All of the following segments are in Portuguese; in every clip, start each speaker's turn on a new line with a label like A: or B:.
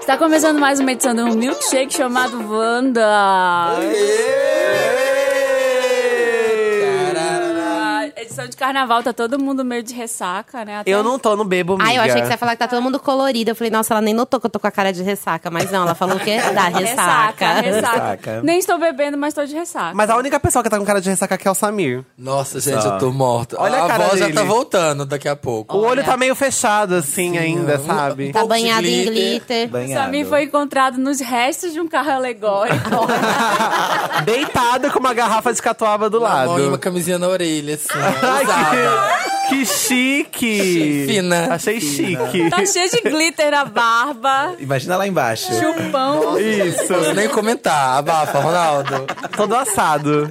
A: Está Tá começando mais uma edição do Um Milkshake chamado Wanda. A edição de carnaval tá todo mundo meio de ressaca, né? Até
B: Eu não tô no bebo, amiga.
C: Ah, eu achei que você ia falar que tá todo mundo colorido. Eu falei, nossa, ela nem notou que eu tô com a cara de ressaca. Mas não, ela falou o quê? Da
A: Ressaca,
C: ressaca.
A: ressaca.
B: Ressaca.
A: Nem estou bebendo, mas estou de ressaca.
B: Mas a única pessoa que tá com cara de ressaca aqui é o Samir.
D: Nossa, gente, eu tô morta.
B: Olha a
D: a
B: cara
D: voz
B: dele.
D: já tá voltando daqui a pouco.
B: O olho tá meio fechado, assim, ainda, sabe?
C: Tá
D: pouco de
C: banhada em
D: glitter.
C: glitter.
A: O Samir foi encontrado nos restos de um carro alegórico.
B: Deitado com uma garrafa de catuaba do
D: Uma mão e uma
B: lado.
D: camisinha na orelha, assim.
B: Ai,
D: usada.
B: que, que chique!
D: Achei fina.
B: Achei chique.
A: tá cheio de glitter na barba,
E: Imagina lá embaixo.
A: chupão.
B: Isso.
D: Não Nem comentar, abafa, Ronaldo.
B: Todo assado.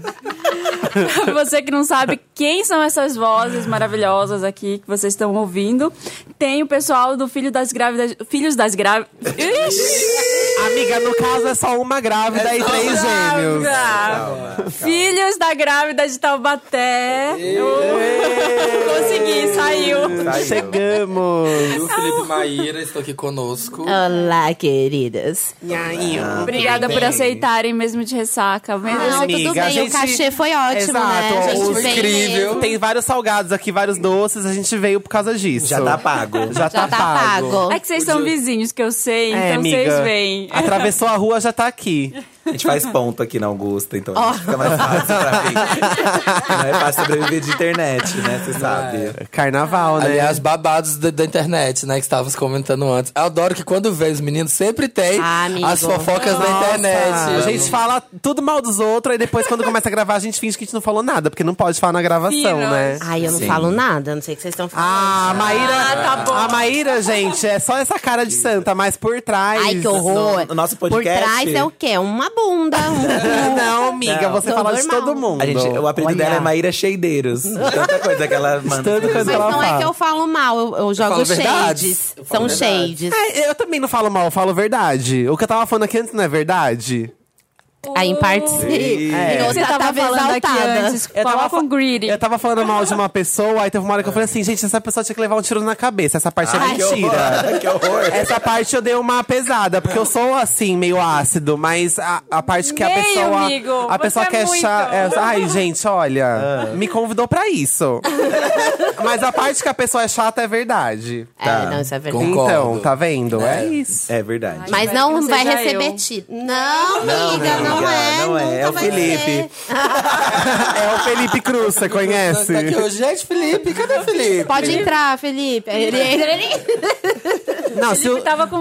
A: Você que não sabe quem são essas vozes maravilhosas aqui que vocês estão ouvindo, tem o pessoal do Filho das Grávidas. Filhos das Grávidas.
B: Amiga, no caso é só uma grávida e três gêmeos.
A: Filhos da Grávida de Taubaté. Uh, Consegui, saiu.
B: Chegamos.
D: Eu, Felipe Maíra, estou aqui conosco.
C: É. Olá, queridas.
A: Obrigada por
D: bem.
A: aceitarem mesmo de ressaca.
B: Ah,
A: Mesmo
C: Não,
A: assim-
C: tudo
B: amiga,
C: bem,
B: a gente-
C: o cachê foi ótimo, né? A
B: Exato,
C: gente
B: o
C: veio
D: incrível.
C: mesmo.
B: Tem vários salgados aqui, vários doces. A gente veio por causa disso.
E: Já tá pago.
B: Já,
C: Já tá pago.
A: É que vocês são vizinhos, que eu sei,
B: É,
A: então
B: amiga, Ah,
A: vocês veem.
B: Atravessou a rua, já tá aqui.
E: A gente faz ponto aqui na Augusta, então a gente fica mais fácil pra mim. Não é fácil sobreviver de internet, né? Você
B: é.
E: sabe.
B: Carnaval, né?
D: Aliás, babados da, da internet, né? Que estávamos comentando antes. Eu adoro que quando vem os meninos, sempre tem
C: Ah, amigo.
D: as fofocas da internet.
B: Ah, a gente fala tudo mal dos outros, aí depois, quando começa a gravar, a gente finge que a gente não falou nada, porque não pode falar na gravação,
A: Sim,
B: né?
C: Ai, eu não
E: Sim.
C: falo nada, não sei o que vocês estão falando.
B: Ah, a Maíra.
A: tá bom.
B: A Maíra, gente, é só essa cara de santa, mas por trás.
C: Ai, que horror.
E: No nosso
C: Por
E: podcast.
C: trás é o quê? Uma bunda, um cu.
B: Não, amiga,
E: Não.
B: você
C: Tô
B: fala de
C: normal.
B: todo mundo.
E: A gente, o apelido
B: Olha. Hum.
E: dela é Maíra Cheideiros. De Tanta coisa que ela manda.
B: Tanto que
E: Mas
C: Mas
B: ela
C: não
B: fala.
C: é que eu falo mal, eu, eu jogo
D: falo verdades.
C: shades.
D: Eu
C: São
D: falo verdades.
C: shades.
B: É, eu também não falo mal, eu falo verdade. O que eu tava falando aqui antes não é verdade?
C: Aí em partes. sim.
B: é.
C: Em
A: Você
C: outra
A: tava
C: tava
A: falando aqui
C: exaltada.
A: antes. um
B: fa-
A: Fala com greedy.
B: Eu tava falando mal de uma pessoa, aí teve uma hora que eu falei assim, gente, essa pessoa tinha que levar um tiro na cabeça. Essa parte é
C: Ai,
E: Que
B: mentira. É.
E: horror. que horror.
B: Essa parte eu dei uma pesada, porque eu sou assim, meio ácido, mas a, a parte que a
A: Meio,
B: pessoa.
A: amigo,
B: a
A: você
B: pessoa
A: é
B: quer
A: muito.
B: cha- é, Ai, gente, olha, me convidou pra isso. mas a parte que a pessoa é chata é verdade.
C: É, não, isso é verdade.
D: Concordo.
B: Então, tá vendo? É,
D: É.
B: isso.
E: É verdade.
C: Mas
A: Espero que
C: não
A: não
C: vai
A: seja
C: receber
A: eu.
C: tiro. Não, amiga, não,
E: amiga,
C: é.
E: não é.
C: nunca
E: É o
C: vai
E: Felipe.
C: ser.
B: É o Felipe Cruz, você conhece?
D: Tá aqui hoje. Gente, Felipe, cadê o Felipe?
C: Pode entrar, Felipe. Ele é- entra, ele entra.
B: Não, se o,
A: Eu tava com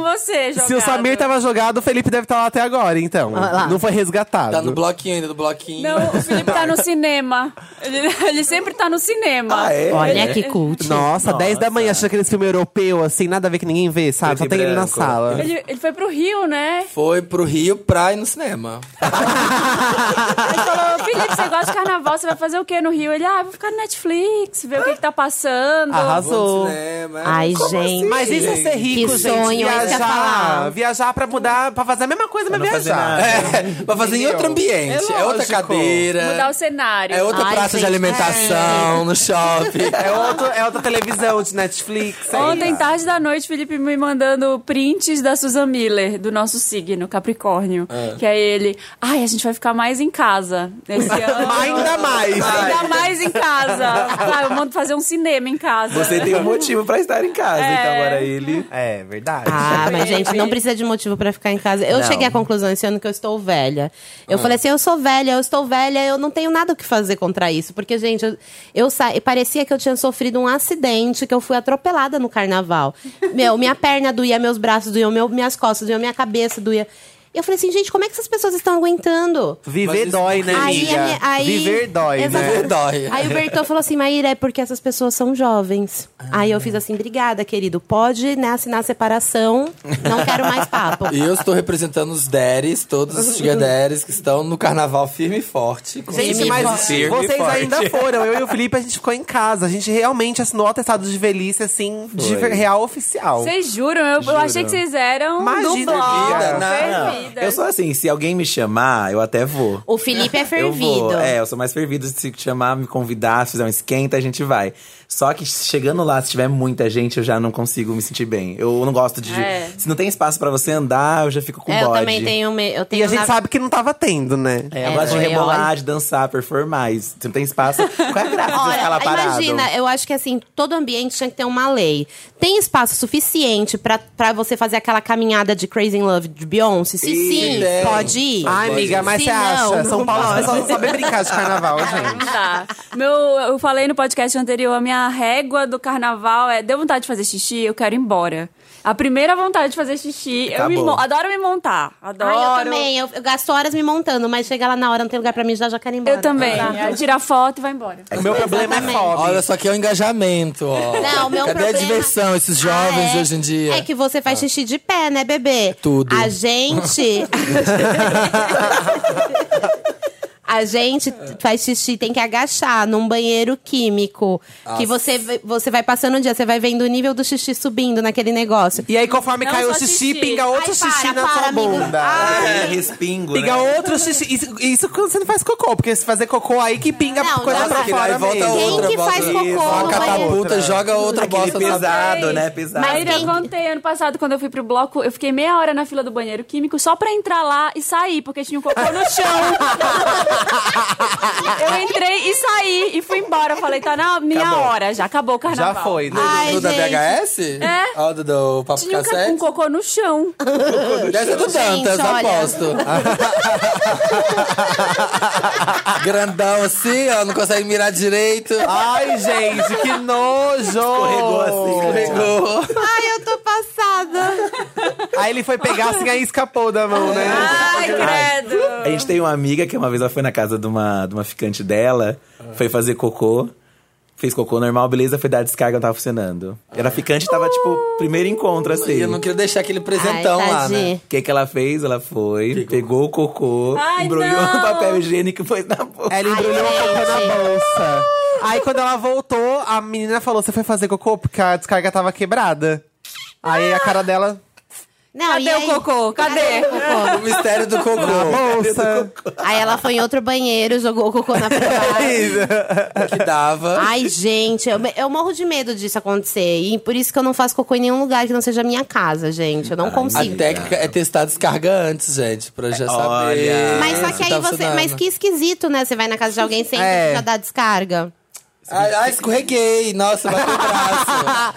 B: se
A: você,
B: o
A: tá jogado.
B: Samir tava jogado, o Felipe deve estar lá até agora, então.
C: lá.
B: Não foi resgatado.
D: Tá no bloquinho ainda, do bloquinho.
A: Não, o Felipe tá no cinema. Ele, ele sempre tá no cinema.
E: Ah, é?
C: Olha que cult.
B: Nossa, 10 da manhã, assistindo aqueles filmes europeus, assim, nada a ver que ninguém vê, sabe? Só
E: Preto e
B: tem ele na
E: branco.
B: sala.
A: Ele, ele foi pro Rio, né?
D: Foi pro Rio pra ir no cinema.
A: Ele falou, Felipe, você gosta de carnaval, você vai fazer o quê no Rio? Ele, ah, vou ficar no Netflix, ver o que, que tá passando.
B: Arrasou.
D: Vou no cinema. é.
C: Ai, gente.
B: Mas isso é ser rico,
C: Que
B: gente.
C: sonho, é isso que eu ia
B: viajar,
C: falar.
B: viajar pra mudar, pra fazer a mesma coisa, mas
E: não fazer
B: viajar.
E: nada.
D: É, pra fazer em outro ambiente.
B: É
D: É, outra
B: lógico.
D: cadeira.
A: Mudar o cenário. Ah,
D: É outra
C: Ai,
D: praça de
C: gente,
D: alimentação, no shopping.
B: É, outro, é outra televisão de Netflix. é
A: Ontem,
B: isso.
A: tarde da noite, Felipe me mandando prints da Susan Miller, do nosso signo, Capricórnio. Que é ele. Ai, a gente vai ficar mais em casa nesse ano.
B: Ainda mais.
A: Ainda mais em casa. Ah, eu mando fazer um cinema em casa.
E: Você tem um motivo pra estar em casa. Então agora ele.
B: É, verdade.
C: Ah, mas gente, não precisa de motivo pra ficar em casa. Eu cheguei à conclusão esse ano que eu estou velha. Eu falei assim, eu sou velha, eu estou velha, eu não tenho nada o que fazer contra isso. Porque, gente, eu, eu sa- e parecia que eu tinha sofrido um acidente, que eu fui atropelada no carnaval. Meu, minha perna doía, meus braços doíam, meu, minhas costas doíam, minha cabeça doía. Eu falei assim, gente, como é que essas pessoas estão aguentando?
B: Viver
D: Mas isso-
B: dói, né,
C: Aí
B: amiga?
C: a minha- aí-
B: Viver dói, né?
C: Exatamente.
D: Dói.
C: Aí o Bertô falou assim, Maíra, é porque essas pessoas são jovens. Aí eu fiz assim, obrigada, querido. Pode né, assinar a separação, não quero mais papo.
D: E eu estou representando os deres, todos os sugar daddies que estão no carnaval firme e forte. com
B: Gente,
D: os
B: mas
D: mimos.
E: firme e
B: vocês
E: forte.
B: ainda foram. Eu e o Felipe, a gente ficou em casa. A gente realmente assinou o atestado de velhice, assim, de real oficial.
A: Vocês juram? Eu, eu achei que vocês eram
B: Imagina,
A: do blog.
B: amiga.
D: Não,
A: Vocês
E: não.
A: fervida.
E: Eu sou assim, se alguém me chamar, eu até vou.
C: O Felipe é
E: Eu
C: fervido.
E: vou. É, eu sou mais fervido. Se chamar, me convidar, se fizer um esquenta, a gente vai. Só que chegando lá, se tiver muita gente, eu já não consigo me sentir bem. Eu não gosto de.
A: É.
E: Se não tem espaço pra você andar, eu já fico com
C: É, eu
E: bode.
C: também tenho. me- Eu tenho
B: E a gente
C: na-
B: sabe que não tava tendo, né?
E: É, eu
C: É,
E: gosto de
C: eu-
E: rebolar, de dançar, performar. E se não tem espaço, qual é a graça de ficar lá
C: Olha,
E: parado?
C: imagina, eu acho que assim, todo ambiente tinha que ter uma lei. Tem espaço suficiente pra, pra você fazer aquela caminhada de Crazy in Love de Beyoncé? Se
E: Sim,
C: sim,
E: tem.
C: pode ir.
B: Ai, amiga, mas
C: Se
B: você
C: não,
B: acha?
C: não
B: São Paulo, as
C: pode.
B: pessoas não sabem brincar de carnaval, gente.
A: Não dá. Meu, eu falei no podcast anterior, a minha régua do carnaval é deu vontade de fazer xixi, eu quero ir embora. A primeira vontade de fazer xixi, eu me
E: Acabou.
A: mon- adoro me montar. Adoro.
C: Ai, eu também. Eu, eu gasto horas me montando, mas chega lá na hora, não tem lugar pra mim, já já quero ir embora. Tá.
A: Eu também. Aí Tira foto e vai embora.
B: O meu problema é
C: Exatamente.
B: fome.
D: Olha, só que é o engajamento, ó.
C: Não, o meu
D: Cadê
C: problema-
D: a diversão, esses jovens
C: Ah,
D: de
C: é?
D: hoje em dia? Ah. É
C: É que você faz xixi de pé, né, bebê?
D: Tudo.
C: A gente. A gente faz xixi, tem que agachar num banheiro químico. Que você, v- você vai passando o dia, você vai vendo o nível do xixi subindo naquele negócio.
B: E aí, conforme
A: Não
B: cai o
A: só
B: xixi,
A: xixi.
B: pinga outro
C: Ai,
B: xixi
C: para,
B: na
C: para,
B: sua
C: amigo.
B: bunda.
C: Ah.
E: É, respingo,
B: Pinga
E: né?
B: outro xixi. Isso, isso quando você não faz cocô, porque se fazer cocô aí que pinga
C: Não,
B: coisa
C: não,
B: pra
C: porque
B: fora
E: aí volta
B: mesmo.
C: Quem
E: outra
C: que
E: bosta.
C: faz
E: Isso,
C: cocô
E: uma
C: no banheiro?
E: catapulta,
B: banheiro?
D: joga outra
E: Aquele
D: bosta na
E: pesado,
A: Ei,
E: né? Pesado.
A: Mas eu
C: quem-
A: contei ano passado, quando eu fui pro bloco, eu fiquei meia hora na fila do banheiro químico só pra entrar lá e sair, porque tinha um cocô no chão. eu entrei e saí e fui embora. Eu Falei, tá na minha hora, já acabou o carnaval.
B: Já foi, né?
C: Ai,
D: do da
C: gente.
D: VHS? É. Ó, do, do Papo
A: Tinha um ca- um
D: Cassete?
A: cocô no chão.
D: Deve ser do Dantas,
C: Gente, olha.
D: aposto. Grandão assim, ó, não consegue mirar direito.
B: Ai, gente, que nojo!
E: Escorregou
C: tá
E: assim,
D: Pegou.
C: Ai, eu tô passada.
B: Aí ele foi pegar assim, aí escapou da mão, né?
A: Ai, credo.
E: A gente tem uma amiga que uma vez ela foi na casa de uma, de uma ficante dela, foi fazer cocô. Fez cocô normal, beleza, foi dar a descarga, não tava funcionando. Era ficante, tava tipo, primeiro encontro, assim.
D: E eu não queria deixar aquele presentão
C: Ai,
D: lá,
C: tadinho.
D: né?
E: O que, que ela fez? Ela foi, pegou o cocô,
A: Ai,
E: embrulhou
A: não!
E: no papel higiênico e pôs na boca.
B: Ela embrulhou a cocô na bolsa. Aí quando ela voltou, a menina falou: Você foi fazer cocô? Porque a descarga tava quebrada. Aí a cara dela.
C: Não, e
A: Cadê
C: aí?
A: o cocô? Cadê?
D: O mistério do
C: Tá
D: cocô.
B: Bolsa.
C: Aí ela foi em outro banheiro, jogou o cocô na privada.
D: que dava.
C: Ai, gente, eu, eu morro de medo disso acontecer. E por isso que eu não faço cocô em nenhum lugar que não seja a minha casa, gente. Eu não
D: A
C: consigo.
D: técnica é testar a descarga antes, gente, pra já saber.
C: Mas só
D: se
C: que aí
D: tá
C: você.
D: funcionando.
C: Mas que esquisito, né? Você vai na casa de alguém sem
B: É.
C: já dar descarga.
D: Ai, ai, escorreguei. Nossa, bateu o braço.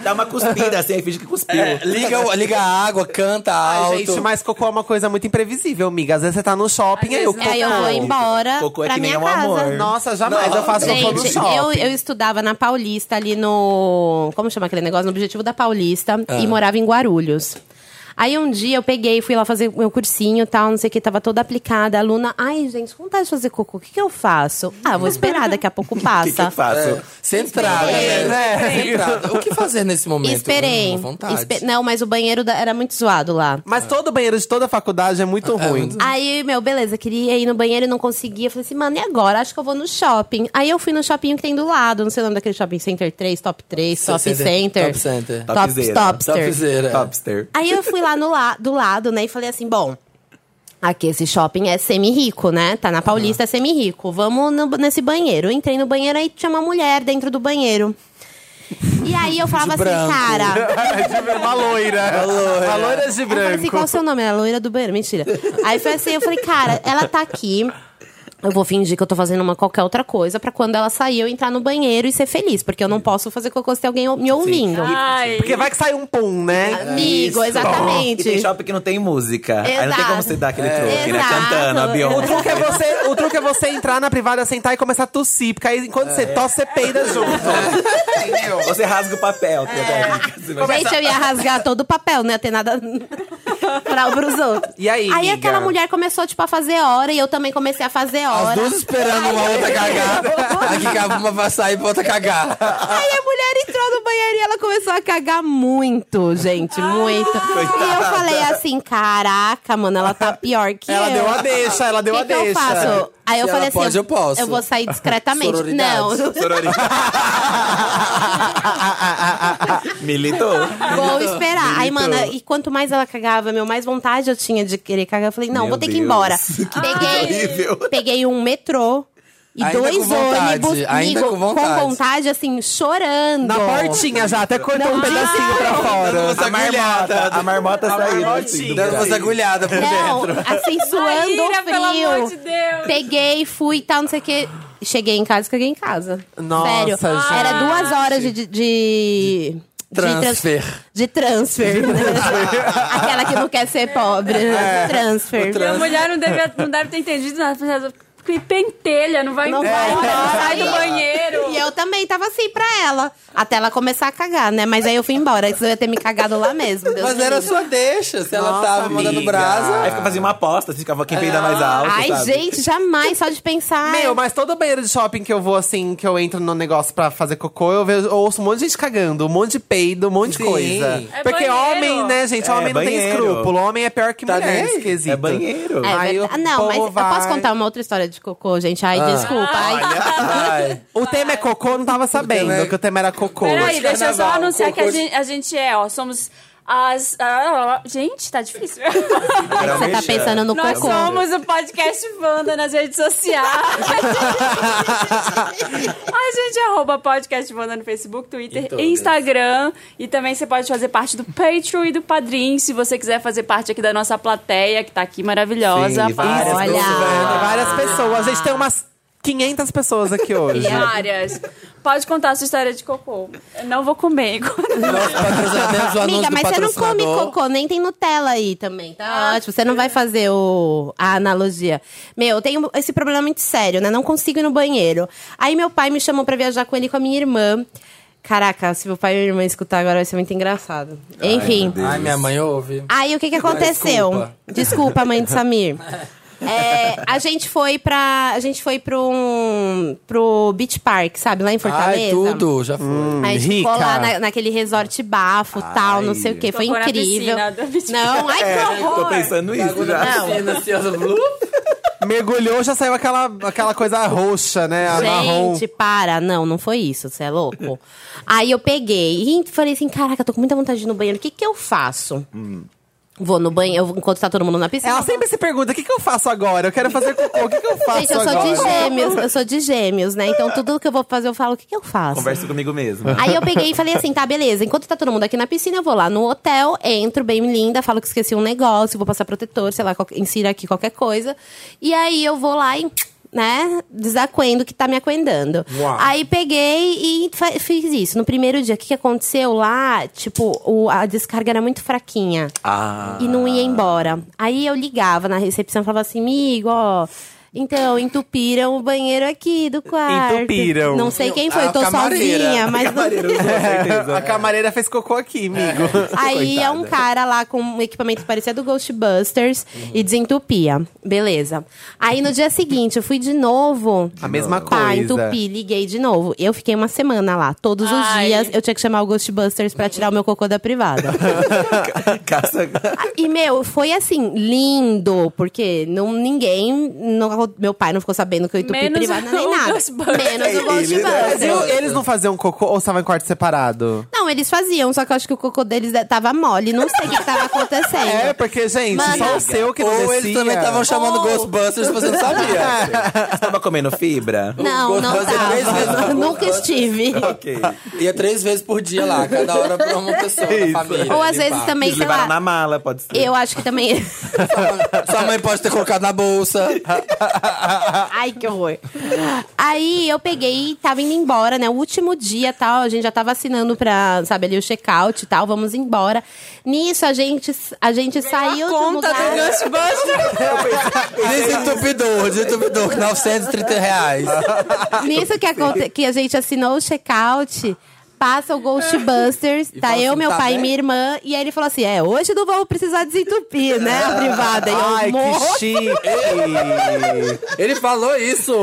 E: Dá uma cuspida assim, aí finge que cuspiu.
D: Liga, o- liga a água, canta alto.
B: Ai, É, gente, mas cocô é uma coisa muito imprevisível, amiga. Às vezes você tá no shopping,
A: Às
B: aí o
A: vezes
B: cocô.
C: Aí né, eu vou embora
E: Cocô é
C: pra
E: que nem
C: minha
E: um
C: casa.
E: amor.
B: Nossa, jamais eu faço cocô no
C: Gente, eu,
B: shopping.
C: eu estudava na Paulista, ali no. Como chama aquele negócio? No Objetivo da Paulista,
E: Ah.
C: e morava em Guarulhos. Aí um dia eu peguei, fui lá fazer meu cursinho e tal, não sei o que, tava toda aplicada. A aluna, ai gente, com vontade de fazer cocô, o que, que eu faço? Ah, vou esperar, daqui a pouco
E: O que, que eu
C: passa.
E: faço?
D: Centrada, É,
B: É,
D: né? Centrada. O que fazer nesse momento?
C: Esperei.
D: Com Vontade.
C: Espe- Não, mas o banheiro da- era muito zoado lá.
B: Mas todo banheiro de toda faculdade é muito ruim.
C: Aí, meu, beleza, queria ir no banheiro e não conseguia. Falei assim, mano, e agora? Acho que eu vou no shopping. Aí eu fui no shopping que tem do lado, não sei o nome daquele shopping Center 3, Top 3, Top
D: Center-
C: Center.
D: Top Center.
C: Top, Topster.
D: Topzera.
E: É. Topster.
C: Aí eu fui lá no la do lado, né, e falei assim, bom, aqui esse shopping é semi-rico, né? Tá na Paulista, é semi-rico. Vamos no- nesse banheiro. Eu entrei no banheiro, aí tinha uma mulher dentro do banheiro. E aí eu falava assim,
D: branco.
C: cara...
B: Uma loira. A loira, de
C: Aí Eu falei assim, qual é o seu nome? Ela é loira do banheiro. Mentira. Aí foi assim, eu falei, cara, ela tá aqui. Eu vou fingir que eu tô fazendo uma qualquer outra coisa pra quando ela sair eu entrar no banheiro e ser feliz, porque eu não posso fazer cocô se tem alguém me ouvindo.
A: Ai.
B: Porque vai que sai um pum, né?
C: Amigo,
E: E tem
C: exatamente.
E: shopping que não tem música. Aí não tem
C: Exato.
E: como você dar aquele truque, né?
C: Exato.
E: Cantando, a
B: O
E: Beyoncé.
B: truque, é você, o truque é você entrar na privada, sentar e começar a tossir. Porque aí, enquanto você tosse, você peida junto. Entendeu?
E: Você rasga o papel. tem a
C: É.
E: técnica, você vai-
C: Gente, eu ia rasgar todo o papel, não ia ter nada pra pros outros.
B: E aí,
C: Aí
B: amiga?
C: aquela mulher começou, tipo, a fazer hora e eu também comecei a fazer
D: As
C: hora.
D: duas esperando uma outra cagar. Aqui que uma vai sair pra outra cagar.
C: Aí a mulher entrou no banheiro e ela começou a cagar muito, gente,
B: Ah.
C: muito. E eu falei assim, caraca, mano, ela tá pior que
B: Ela
C: eu.
B: deu a deixa, ela deu
C: que
B: a
C: que eu
B: deixa.
C: faço? Aí eu
D: Se
C: falei
D: ela
C: assim:
D: pode, eu posso.
C: vou sair discretamente.
D: Sororidade.
C: Não,
E: Militou.
C: vou esperar. Aí, mano, e quanto mais ela cagava, meu, mais vontade eu tinha de querer cagar. Eu falei: não,
E: Meu
C: vou ter que ir
E: Deus.
C: embora.
E: Que horrível.
C: Peguei, peguei um metrô. E
D: Ainda
C: dois
D: com vontade,
C: ônibus,
D: ainda
C: amigo,
D: com vontade.
C: vontade, assim, chorando.
B: Na portinha já, até cortou um pedacinho pra fora.
E: A marmota, a marmota saiu. assim, do
D: Dando umas
E: buraco.
D: agulhadas por
C: Não,
D: dentro.
C: assim, suando
A: Maíra,
C: frio.
A: pelo amor de Deus.
C: Peguei, fui e tal, não sei o quê. Cheguei em casa, caguei em casa.
B: Nossa,
C: Sério.
B: gente.
C: Era duas horas de... de, de... de trans-
D: transfer.
C: De transfer. né? Aquela que não quer ser pobre. né? transfer.
A: E a mulher não deve, não deve ter entendido nada. pensava, Me pentelha, não vai
C: Não
A: embora,
C: vai embora.
A: sai do banheiro.
C: E é eu também tava assim pra ela. Até ela começar a cagar, né? Mas aí eu fui embora. Isso eu ia ter me cagado lá mesmo. Deus
D: Mas
C: me
D: era
C: livre.
D: sua deixa. Se ela
B: Nossa,
D: tava
B: amiga.
D: mandando
E: Aí
D: brasa.
E: fica fazendo uma aposta, assim, ficava quem peida mais alto,
C: Ai,
E: sabe?
C: gente, jamais. Só de pensar.
B: Meu, mas todo banheiro de shopping que eu vou, assim, que eu entro no negócio pra fazer cocô, eu, vejo, eu ouço um monte de gente cagando, um monte de peido, um monte
D: Sim.
B: de coisa.
A: É
B: Porque
A: banheiro.
B: homem, né, gente?
E: É,
B: homem não tem
E: banheiro.
B: escrúpulo. Homem é pior que
D: Tá
B: mulher,
D: nem aí.
B: esquisito.
E: É banheiro.
C: É
B: Aí
C: verdade.
B: o
C: não, mas
B: povo
C: eu posso
B: vai-
C: contar um uma outra história de cocô, gente? Ai, desculpa. Ai,
D: Ai.
B: O tema é cocô, eu não tava sabendo
E: né?
D: tema é-
B: que o tema era cocô.
A: Peraí,
D: de
A: deixa eu só
D: carnaval,
A: anunciar que
D: cocô
A: a
D: de-
A: gente, a gente é, ó, somos as. ah, gente, tá difícil.
E: Era um
C: você tá
E: mexer.
C: pensando no
A: Nós
C: cocô.
A: somos o podcast Wanda nas redes sociais. a gente é arroba podcast Wanda no Facebook, Twitter,
D: Em todas.
A: Instagram. E também você pode fazer parte do Patreon e do Padrim, se você quiser fazer parte aqui da nossa plateia, que tá aqui maravilhosa.
E: Sim, várias
B: Tem
A: Várias.
C: Olha.
B: né, Várias
C: Ah.
B: pessoas. A gente tem umas 500 pessoas aqui hoje.
A: Várias. Pode contar a sua história de cocô. Eu não vou comer.
D: Nós patrocinamos o anúncio
C: Amiga,
D: do
C: mas você não come
D: patrocinador.
C: cocô, nem tem Nutella aí também, tá? Ótimo, você não vai fazer o- a analogia. Meu, eu tenho esse problema muito sério, né? Não consigo ir no banheiro. Aí meu pai me chamou pra viajar com ele e com a minha irmã. Caraca, se meu pai e minha irmã escutar agora vai ser muito engraçado. Enfim.
D: Ai, minha mãe ouve.
C: Aí o que que aconteceu?
D: Desculpa.
C: Desculpa, mãe de Samir. É, a gente foi pra. A gente foi pro, um, pro Beach Park, sabe? Lá em Fortaleza.
D: Ai, tudo, já foi.
C: Aí a gente
B: rica.
C: ficou lá na- naquele resort bafo, tal, não sei o quê. Foi
A: Tocou na
C: incrível.
A: piscina do Beach
C: Não, ai, que
E: Tô
C: horror!
E: pensando nisso já.
D: Tá
B: Mergulhou, já saiu aquela, aquela coisa roxa, né? A marrom.
C: Gente, para. Não, não foi isso. Você é louco? Aí eu peguei e falei assim, caraca, eu tô com muita vontade de ir no banheiro. O que que eu faço? Vou no banheiro, eu- enquanto tá todo mundo na piscina.
B: Ela
C: eu vou-
B: sempre se pergunta, o que, que eu faço agora? Eu quero fazer cocô, o que, que eu faço
C: Gente, eu sou
B: agora?
C: de gêmeos, eu sou de gêmeos, né? Então tudo que eu vou fazer, eu falo, o que que eu faço?
E: Converso comigo mesmo.
C: Aí eu peguei e falei assim, tá, beleza. Enquanto tá todo mundo aqui na piscina, eu vou lá no hotel, entro bem linda, falo que esqueci um negócio, vou passar protetor, sei lá, qual- insira aqui qualquer coisa. E aí eu vou lá e, né, desacuendo o que tá me acuendando.
D: Uau.
C: Aí peguei e fa- fiz isso. No primeiro dia, o que, que aconteceu lá? Tipo, o- a descarga era muito fraquinha
E: Ah.
C: e não ia embora. Aí eu ligava na recepção e falava assim, amigo, ó. Então, entupiram o banheiro aqui do quarto.
B: Entupiram.
C: Não sei quem foi,
D: A
C: eu tô
D: camareira.
C: sozinha, mas não-
E: Camareiro, com certeza.
B: A camareira fez cocô aqui, amigo.
C: Aí é um
E: Coitada.
C: cara lá com um equipamento que parecia do Ghostbusters e desentupia. Beleza. Aí no dia seguinte eu fui de novo.
B: A mesma
C: Pá,
B: coisa.
C: Tá, entupi, liguei de novo. Eu fiquei uma semana lá. Todos os
A: Ai.
C: dias eu tinha que chamar o Ghostbusters pra tirar o meu cocô da privada.
E: Caça.
C: E, meu, foi assim, lindo, porque não, ninguém. não- meu pai não ficou sabendo que eu entupi
A: Menos
C: privada nem
A: o
C: nada.
A: Ghostbusters.
C: Menos o
E: Ele-
B: Mas e o-
C: Ghostbusters.
B: eles não faziam cocô ou estavam em quarto separado?
C: Não, eles faziam, só que eu acho que o cocô deles é, tava mole. Não sei o que que tava acontecendo.
B: É, porque, gente,
C: Mano,
B: só o seu que não
D: Ou
B: descia.
D: eles também estavam chamando
C: Ou-
D: Ghostbusters, você não sabia.
E: Você tava comendo fibra?
C: Não, não
D: Ghostbusters três vezes.
C: tava. Nunca estive.
E: Ok.
D: Ia três vezes por dia lá, cada hora pra uma pessoa da família.
C: Ou às vezes
D: limpar.
C: também,
E: Eles
C: sei
E: levaram
C: lá.
E: na mala, pode ser.
C: Eu acho que também.
D: Sua mãe pode ter colocado na bolsa.
C: Ai, que horror. Aí eu peguei e tava indo embora, né? O último dia tal, a gente já tava assinando pra, sabe, ali o check-out e tal, vamos embora. Nisso a gente, a gente saiu de um
A: Conta
C: lugar.
A: do Ghostbusters.
D: Desentupidor, desentupidor, que 930 reais.
C: Nisso que, aconte- que a gente assinou o check-out, passa o Ghostbusters,
D: E
C: tá
D: fala
C: eu,
D: assim,
C: meu
D: tá
C: pai e
D: bem?
C: minha irmã, e aí ele falou assim: é, hoje não vou precisar desentupir, né? A privada. E eu,
B: Ai,
C: "Moço,
B: que chique!
D: Ele falou isso.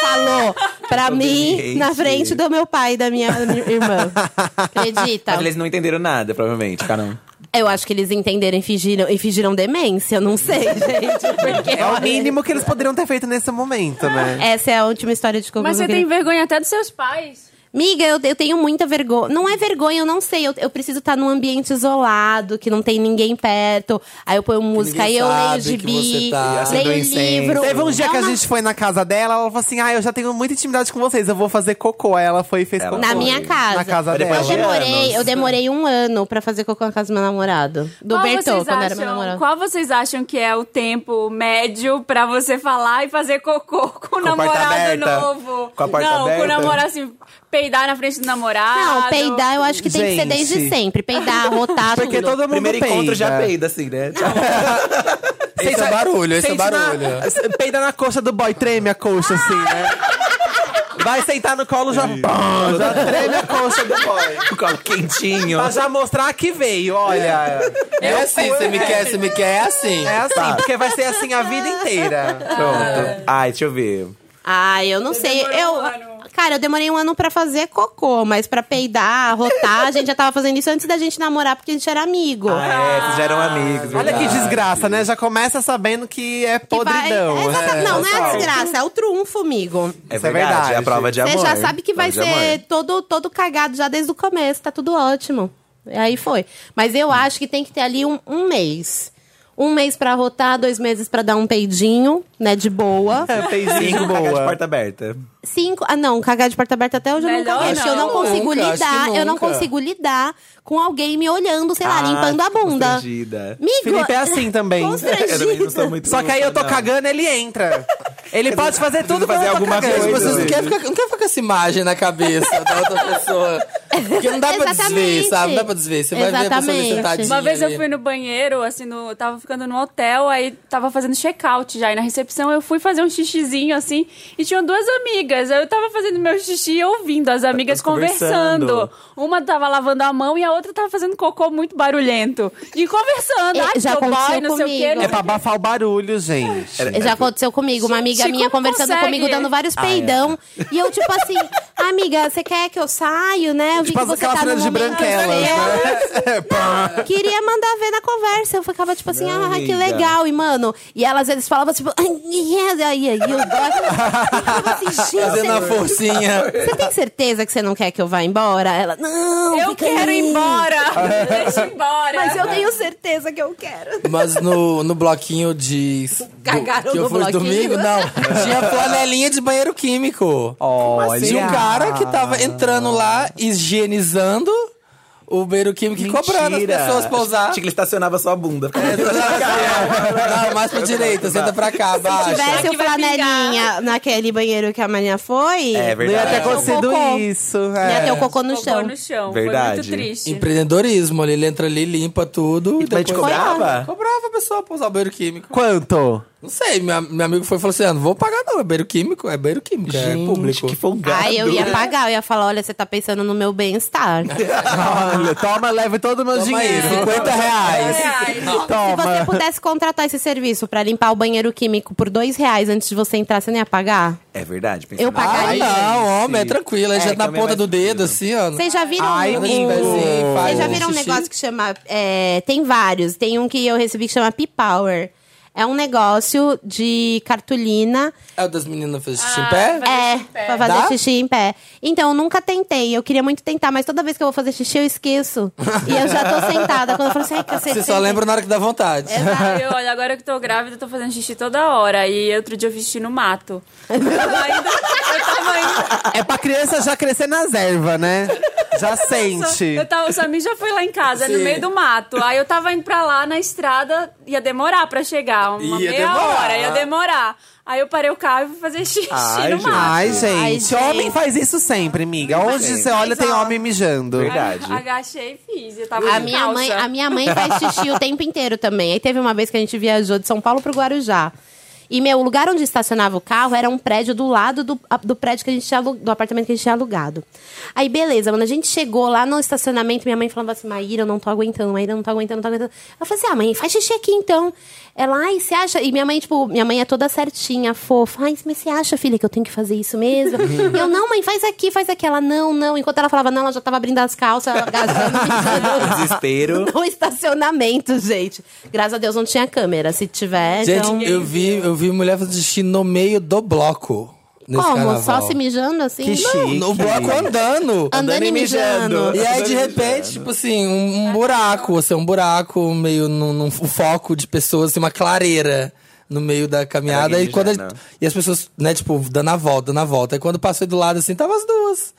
C: falou. Pra mim,
E: Gente.
C: na frente do meu pai e da minha irmã. Acredita?
E: Mas eles não entenderam nada, provavelmente, cara.
C: Eu acho que eles entenderam e fingiram, e fingiram demência, eu não sei, gente. Porque
B: É o mínimo que eles poderiam ter feito nesse momento, né?
C: Essa é a última história de conclusão.
A: Mas você
C: que-
A: tem vergonha até dos seus pais.
C: Miga, eu, eu tenho muita vergonha. Não é vergonha, eu não sei. Eu, eu preciso estar num ambiente isolado, que não tem ninguém perto. Aí eu ponho música, aí eu
D: ninguém
C: leio
D: sabe que
C: gibi,
D: você tá.
E: Acendeu
C: leio
E: incenso.
C: livro.
B: Teve um dia
C: É
B: que a
C: uma-
B: gente foi na casa dela, ela falou assim: Ah, eu já tenho muita intimidade com vocês, eu vou fazer cocô. Aí ela foi e fez
E: Ela
B: cocô.
C: Na
E: Foi.
C: minha casa.
B: Na casa
E: Mas
B: dela.
E: depois
C: Eu
E: de
C: demorei, eu
E: anos.
C: demorei um ano pra fazer cocô na casa do meu namorado. Do
A: qual
C: Bertô,
A: vocês
C: quando era meu
A: acham,
C: namorado.
A: Qual vocês acham que é o tempo médio pra você falar e fazer cocô com o
E: a porta
A: namorado
E: aberta.
A: novo?
E: Com a porta
A: não, com o
E: aberta.
A: namorado assim, peidar na frente do namorado.
C: Não, peidar eu acho que tem que ser
B: Gente.
C: desde sempre. Peidar, rotar,
B: Porque
C: tudo.
B: todo mundo
E: Primeiro
B: peida.
E: encontro já peida, assim, né?
C: Ah.
D: Esse
B: Sente-
D: é barulho, esse é
B: sente na-
D: barulho.
B: peida na coxa do boy, treme a coxa assim, né? Vai sentar no colo já. Pá, já treme a coxa do boy.
E: Com o colo quentinho.
B: Pra já mostrar que veio, olha.
D: É assim, você me quer, você me quer, é assim.
B: É assim, porque vai ser assim a vida inteira.
E: Pronto. Ai, deixa eu ver.
C: Ah, eu não sei.
A: demorou
C: Eu,
A: um ano.
C: cara, eu demorei um ano pra fazer cocô, mas pra peidar, rotar, a gente já tava fazendo isso antes da gente namorar, porque a gente era amigo.
E: Ah, é, vocês já eram amigos.
B: Olha que
E: verdade.
B: desgraça, né? Já começa sabendo que é
C: Que vai-
B: podridão.
C: É, exata-
B: né?
C: não, não é a desgraça, é o trunfo, amigo.
E: É
B: Isso é
E: verdade,
B: verdade.
E: é a prova de amor.
C: Você já sabe que vai
E: Prova de
C: ser
E: amor.
C: todo, todo cagado já desde o começo, tá tudo ótimo. Aí foi. Mas eu acho que tem que ter ali um, um mês. Um mês pra rotar, dois meses pra dar um peidinho, né, de boa.
E: Cinco
B: Peizinho
E: cagar de
B: boa.
E: porta aberta.
C: Cinco. Ah, não, cagar de porta aberta até hoje eu
A: Melhor
C: não caguei. porque Eu não
A: não.
C: consigo
D: Nunca, acho que
C: lidar. Eu não
D: nunca.
C: consigo lidar com alguém me olhando, sei Tá lá,
E: Ah,
C: limpando a
E: fico
C: bunda.
E: constrangida.
C: Migo,
B: Felipe é assim também.
E: Eu também não sou muito.
B: Só que aí eu tô
E: não.
B: cagando, ele entra. Ele pode fazer tudo quando
E: fazer
B: eu tô
E: alguma
B: cagando.
E: coisa.
D: As pessoas não
E: Sim.
D: querem, ficar, não querem ficar com essa imagem na cabeça da outra pessoa. Porque não dá pra desver,
C: Exatamente.
D: sabe? Não dá pra desver. Você vai ver a pessoa ali
C: Exatamente.
D: sentadinha.
A: Uma vez eu
D: ali.
A: fui no banheiro, assim, no, tava ficando no hotel, aí tava fazendo check-out já. E na recepção eu fui fazer um xixizinho, assim, e tinham duas amigas. Eu tava fazendo meu xixi e ouvindo as amigas conversando.
E: Tá conversando.
A: Uma tava lavando a mão e a outra tava fazendo cocô muito barulhento. E conversando.
C: É,
A: Ai,
C: já
A: seu boy,
C: aconteceu
A: não sei o quê. não
B: É
A: sei
B: pra
A: o quê.
B: abafar o barulho, gente.
C: Já aconteceu comigo, uma amiga
A: Gente,
C: minha
A: como
C: conversando
A: consegue?
C: comigo, dando vários peidão. E eu, tipo assim, amiga, você quer que eu saio, né? Eu vi
B: Tipo
C: que você
B: aquela
C: tá
B: cena
C: no
B: de
C: momento
B: branquelas,
C: legal."
B: né? Pá.
C: Queria mandar ver na conversa. Eu ficava, tipo assim,
E: Não,
C: ah, que
E: amiga."
C: legal. E, mano, e ela às vezes falava, tipo, ai, ai, ai, ai, eu gosto. Eu ficava assim, gente,
D: Fazendo a forcinha.
C: Você tem certeza que você não quer que eu vá embora? Ela, não,
A: Eu
C: fica
A: quero
C: aí.
A: ir embora! Deixa eu ir embora!
C: Mas eu tenho certeza que eu quero.
D: Mas no, no bloquinho de.
C: Cagaram
D: que eu
C: no
D: fui
C: bloquinho?
D: domingo, não. Tinha flanelinha de banheiro químico.
C: assim?
B: Olha.
D: De um cara que
E: Ah.
D: tava entrando lá, higienizando o banheiro químico e cobrando as
E: Mentira.
D: pessoas pra usar.
E: Achei que ele estacionava só a bunda.
B: É,
E: É
D: Não, mais pra direita, senta pra cá,
C: Se
D: baixa.
C: tivesse
A: Achar
C: o
A: que vai pingar.
C: flanelinha naquele banheiro que a Maria foi,
E: É
B: Não ia ter
E: verdade.
B: acontecido
C: Cocô.
B: isso.
C: ia
B: é.
C: ter o cocô no
A: Cocô
C: chão.
A: no chão. Foi muito
E: Verdade.
A: triste.
D: Empreendedorismo, ele entra ali, limpa tudo. E
E: Mas a gente
D: depois...
E: cobrava?
D: Cobrava a pessoa pra usar o banheiro químico.
B: Quanto?
D: Não sei, minha- meu amigo foi e falou assim: ah, não vou pagar, não. É banheiro químico, é banheiro químico, é público.
E: que folgado.
C: Aí eu ia pagar, eu ia falar, olha, você tá pensando no meu bem-estar.
B: Olha, toma, leve todo o meu
D: Toma aí,
B: dinheiro.
D: 50
A: É,
D: reais.
C: Se você
B: Toma.
C: pudesse contratar esse serviço pra limpar o banheiro químico por dois reais antes de você entrar, você não ia pagar?
E: É verdade. pensando-
C: Eu pagaria.
D: Ah,
C: Aí,
D: não, homem, é tranquilo. É,
E: É,
D: já na
E: também é
D: ponta
E: mais
D: do dedo, assim,
E: tranquilo.
D: ó.
C: Vocês já viram
B: Ai,
C: um...
B: amigo.
C: um-
D: Vocês
C: Vocês já viram um negócio que chama... é, tem vários. Tem um que eu recebi que chama P-Power. É um negócio de cartolina
D: É o das meninas fazendo xixi em pé?
A: fazer
C: É,
A: xixi em pé.
C: pra fazer
D: Dá?
C: xixi em pé. Então, eu nunca tentei. Eu queria muito tentar, mas toda vez que eu vou fazer xixi, eu esqueço. e eu já tô sentada. Quando eu falo assim, ai, cacete.
D: Você só lembra na hora que dá vontade.
C: É,
A: Aí eu, olha, agora que eu tô grávida, eu tô fazendo xixi toda hora. E outro dia eu fiz xixi no mato. Eu tava indo, eu tava indo.
B: É pra criança já crescer nas ervas, né? Já
A: Só,
B: sente.
A: eu tava, o Samir já foi lá em casa,
D: Sim.
A: no meio do mato. Aí eu tava indo pra lá na estrada, ia demorar pra chegar. Uma
D: Ia
A: meia
D: demorar.
A: hora, ia demorar. Aí eu parei o carro e fui fazer xixi
E: Ai,
A: no
E: gente.
A: mato.
B: Ai,
C: Ai,
B: gente. é
C: gente.
B: Homem faz isso sempre, amiga. Onde
E: Sempre.
B: você olha, tem homem mijando.
A: Aí
E: Verdade.
A: Agachei e fiz. Eu tava
C: A
A: de
C: minha,
A: calça.
C: mãe, a minha mãe faz xixi o tempo inteiro também. Aí teve uma vez que a gente viajou de São Paulo pro Guarujá. E, meu, o lugar onde estacionava o carro era um prédio do lado do, a- do prédio que a gente tinha, alu- do apartamento que a gente tinha alugado. Aí, beleza, quando a gente chegou lá no estacionamento, minha mãe falava assim, Maíra, eu não tô aguentando, Maíra, eu não tô aguentando, não tô aguentando. Ela falou assim, ah, mãe, faz xixi aqui então. Ela, ai, você acha? E minha mãe, tipo, minha mãe é toda certinha, fofa. Ai, mas você acha, filha, que eu tenho que fazer isso mesmo? E eu, não, mãe, faz aqui, faz aqui. Ela, não, não. Enquanto ela falava, não, ela já tava abrindo as calças, ela agachando, mijando.
E: Desespero.
C: No estacionamento, gente. Graças a Deus não tinha câmera. Se tiver,
D: Gente,
C: então...
D: eu, vi, eu vi mulher fazendo xixi no meio do bloco. Nesse
C: Como?
D: carnaval.
C: Só se mijando assim?
B: Que
C: Não.
B: chique.
D: No bloco andando.
C: Andando e mijando.
D: E aí, de repente, tipo assim, um, um buraco, assim, um buraco meio num, num foco de pessoas, assim, uma clareira no meio da
E: Era
D: caminhada.
E: alguém
D: E, quando a-
E: mijando.
D: e as pessoas, né, tipo, dando a volta, dando a volta. E quando passou do lado, assim, tava as duas.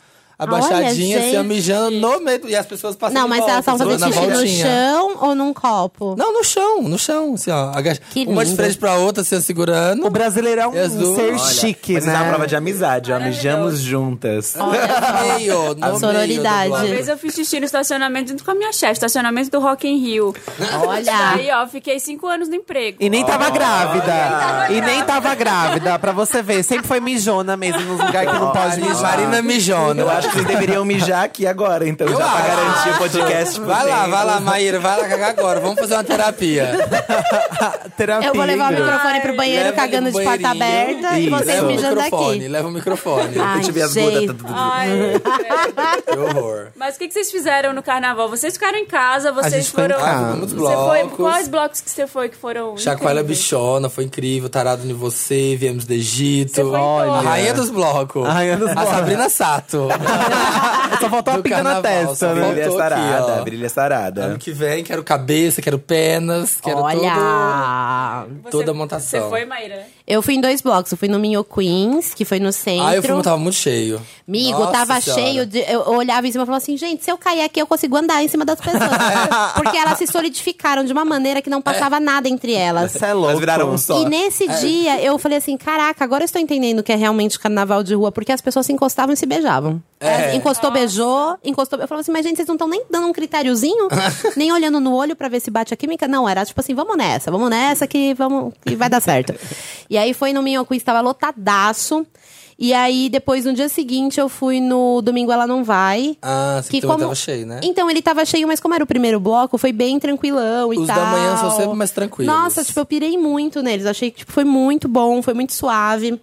D: Abaixadinhas, assim,
C: gente.
D: ó, mijando no meio. E as pessoas passando
C: Não,
D: em
C: mas
D: volta,
C: elas estavam
D: assim,
C: fazendo
D: dando a
C: xixi no
D: voltinha.
C: chão ou num copo?
D: Não, no chão, no chão, assim, ó. agacha-
C: Que
D: uma de
C: lindo.
D: frente pra outra, assim, ó, segurando.
B: O brasileiro é um
D: E as duas-
B: ser
D: Olha,
B: chique,
E: Mas
B: né?
E: isso é uma prova de amizade, ó. Mijamos juntas.
D: No meio,
C: Sororidade.
D: no meio do
C: Uma
A: Uma
D: bloco.
A: vez eu fiz xixi no estacionamento junto com a minha chefe, estacionamento do Rock in Rio.
C: Olha.
A: Aí, ó, fiquei cinco anos no emprego.
B: E nem tava grávida. E nem tava grávida, pra você ver. Sempre foi mijona mesmo, nos lugares que não pode
D: Marina-
B: mijar.
D: Marina mijona.
E: Eu acho que vocês deveriam mijar aqui agora, então, já pra
D: acho.
E: garantir o podcast.
C: Ah,
E: por
D: Vai lá,
E: dentro.
D: vai lá, Maíra, vai lá cagar agora. Vamos fazer uma terapia.
B: Terapia.
C: Eu vou levar o microfone pro banheiro
D: Leva ele
C: cagando
D: pro
C: de porta
D: banheirinho.
C: aberta e
E: Isso.
C: vocês
D: Leva o
C: mijando Ah.
D: microfone,
C: aqui.
D: leva o microfone.
C: Ai,
E: Eu tive as
C: gente.
E: budas.
A: Ai, velho.
D: Que horror.
A: Mas o que, que vocês fizeram no carnaval? Vocês ficaram em casa, vocês
B: gente ficou em
A: foram.
B: casa.
D: Vamos
A: Você foi,
D: blocos.
A: quais blocos que você foi que foram?
D: Chacoalha
A: incríveis?
D: Bichona, foi incrível. Tarado em você, viemos do
A: Você
D: Egito.
A: foi em
D: a
A: todos.
D: rainha dos blocos.
B: A rainha dos blocos.
D: A Sabrina Sato.
B: Só faltou uma
D: Do
B: pinga na
D: carnaval,
B: testa,
D: só
B: né?
D: faltou.
E: Brilha
D: Voltou
E: sarada,
D: aqui, ó.
E: brilha
C: É.
E: sarada.
D: ano que vem, quero cabeça, quero penas, quero tudo.
C: Olha.
A: Você-
D: Toda a montação.
A: Você foi, Maíra?
C: Eu fui em dois blocos. Eu fui no Minho Queens, que foi no centro.
D: Aí o filme tava muito cheio.
C: Amigo,
D: Nossa
C: tava
D: Senhora.
C: cheio de. Eu olhava em cima e falava assim, gente, se eu cair aqui, eu consigo andar em cima das pessoas. Porque elas se solidificaram de uma maneira que não
D: É.
C: passava nada entre elas.
B: Você é louco.
E: Mas viraram um só.
C: E nesse dia eu falei assim: caraca, agora eu estou entendendo o que é realmente carnaval de rua, porque as pessoas se encostavam e se beijavam.
D: É.
C: Elas Encostou, beijou, encostou. Eu falava assim, mas gente, vocês não estão nem dando um critériozinho, nem olhando no olho pra ver se bate a química. Não, era tipo assim, vamos nessa, vamos nessa que vamos que vai dar certo. e aí foi no Minhocu, estava lotadaço. E aí, depois, no dia seguinte, eu fui no Domingo Ela Não Vai.
D: Ah, esse também tava cheio, né?
C: Então, ele tava cheio, mas como era o primeiro bloco, foi bem tranquilão e
D: Os da
C: tal.
D: manhã são sempre mais tranquilos.
C: Nossa, tipo, eu pirei muito neles. Achei que tipo, foi muito bom, foi muito suave.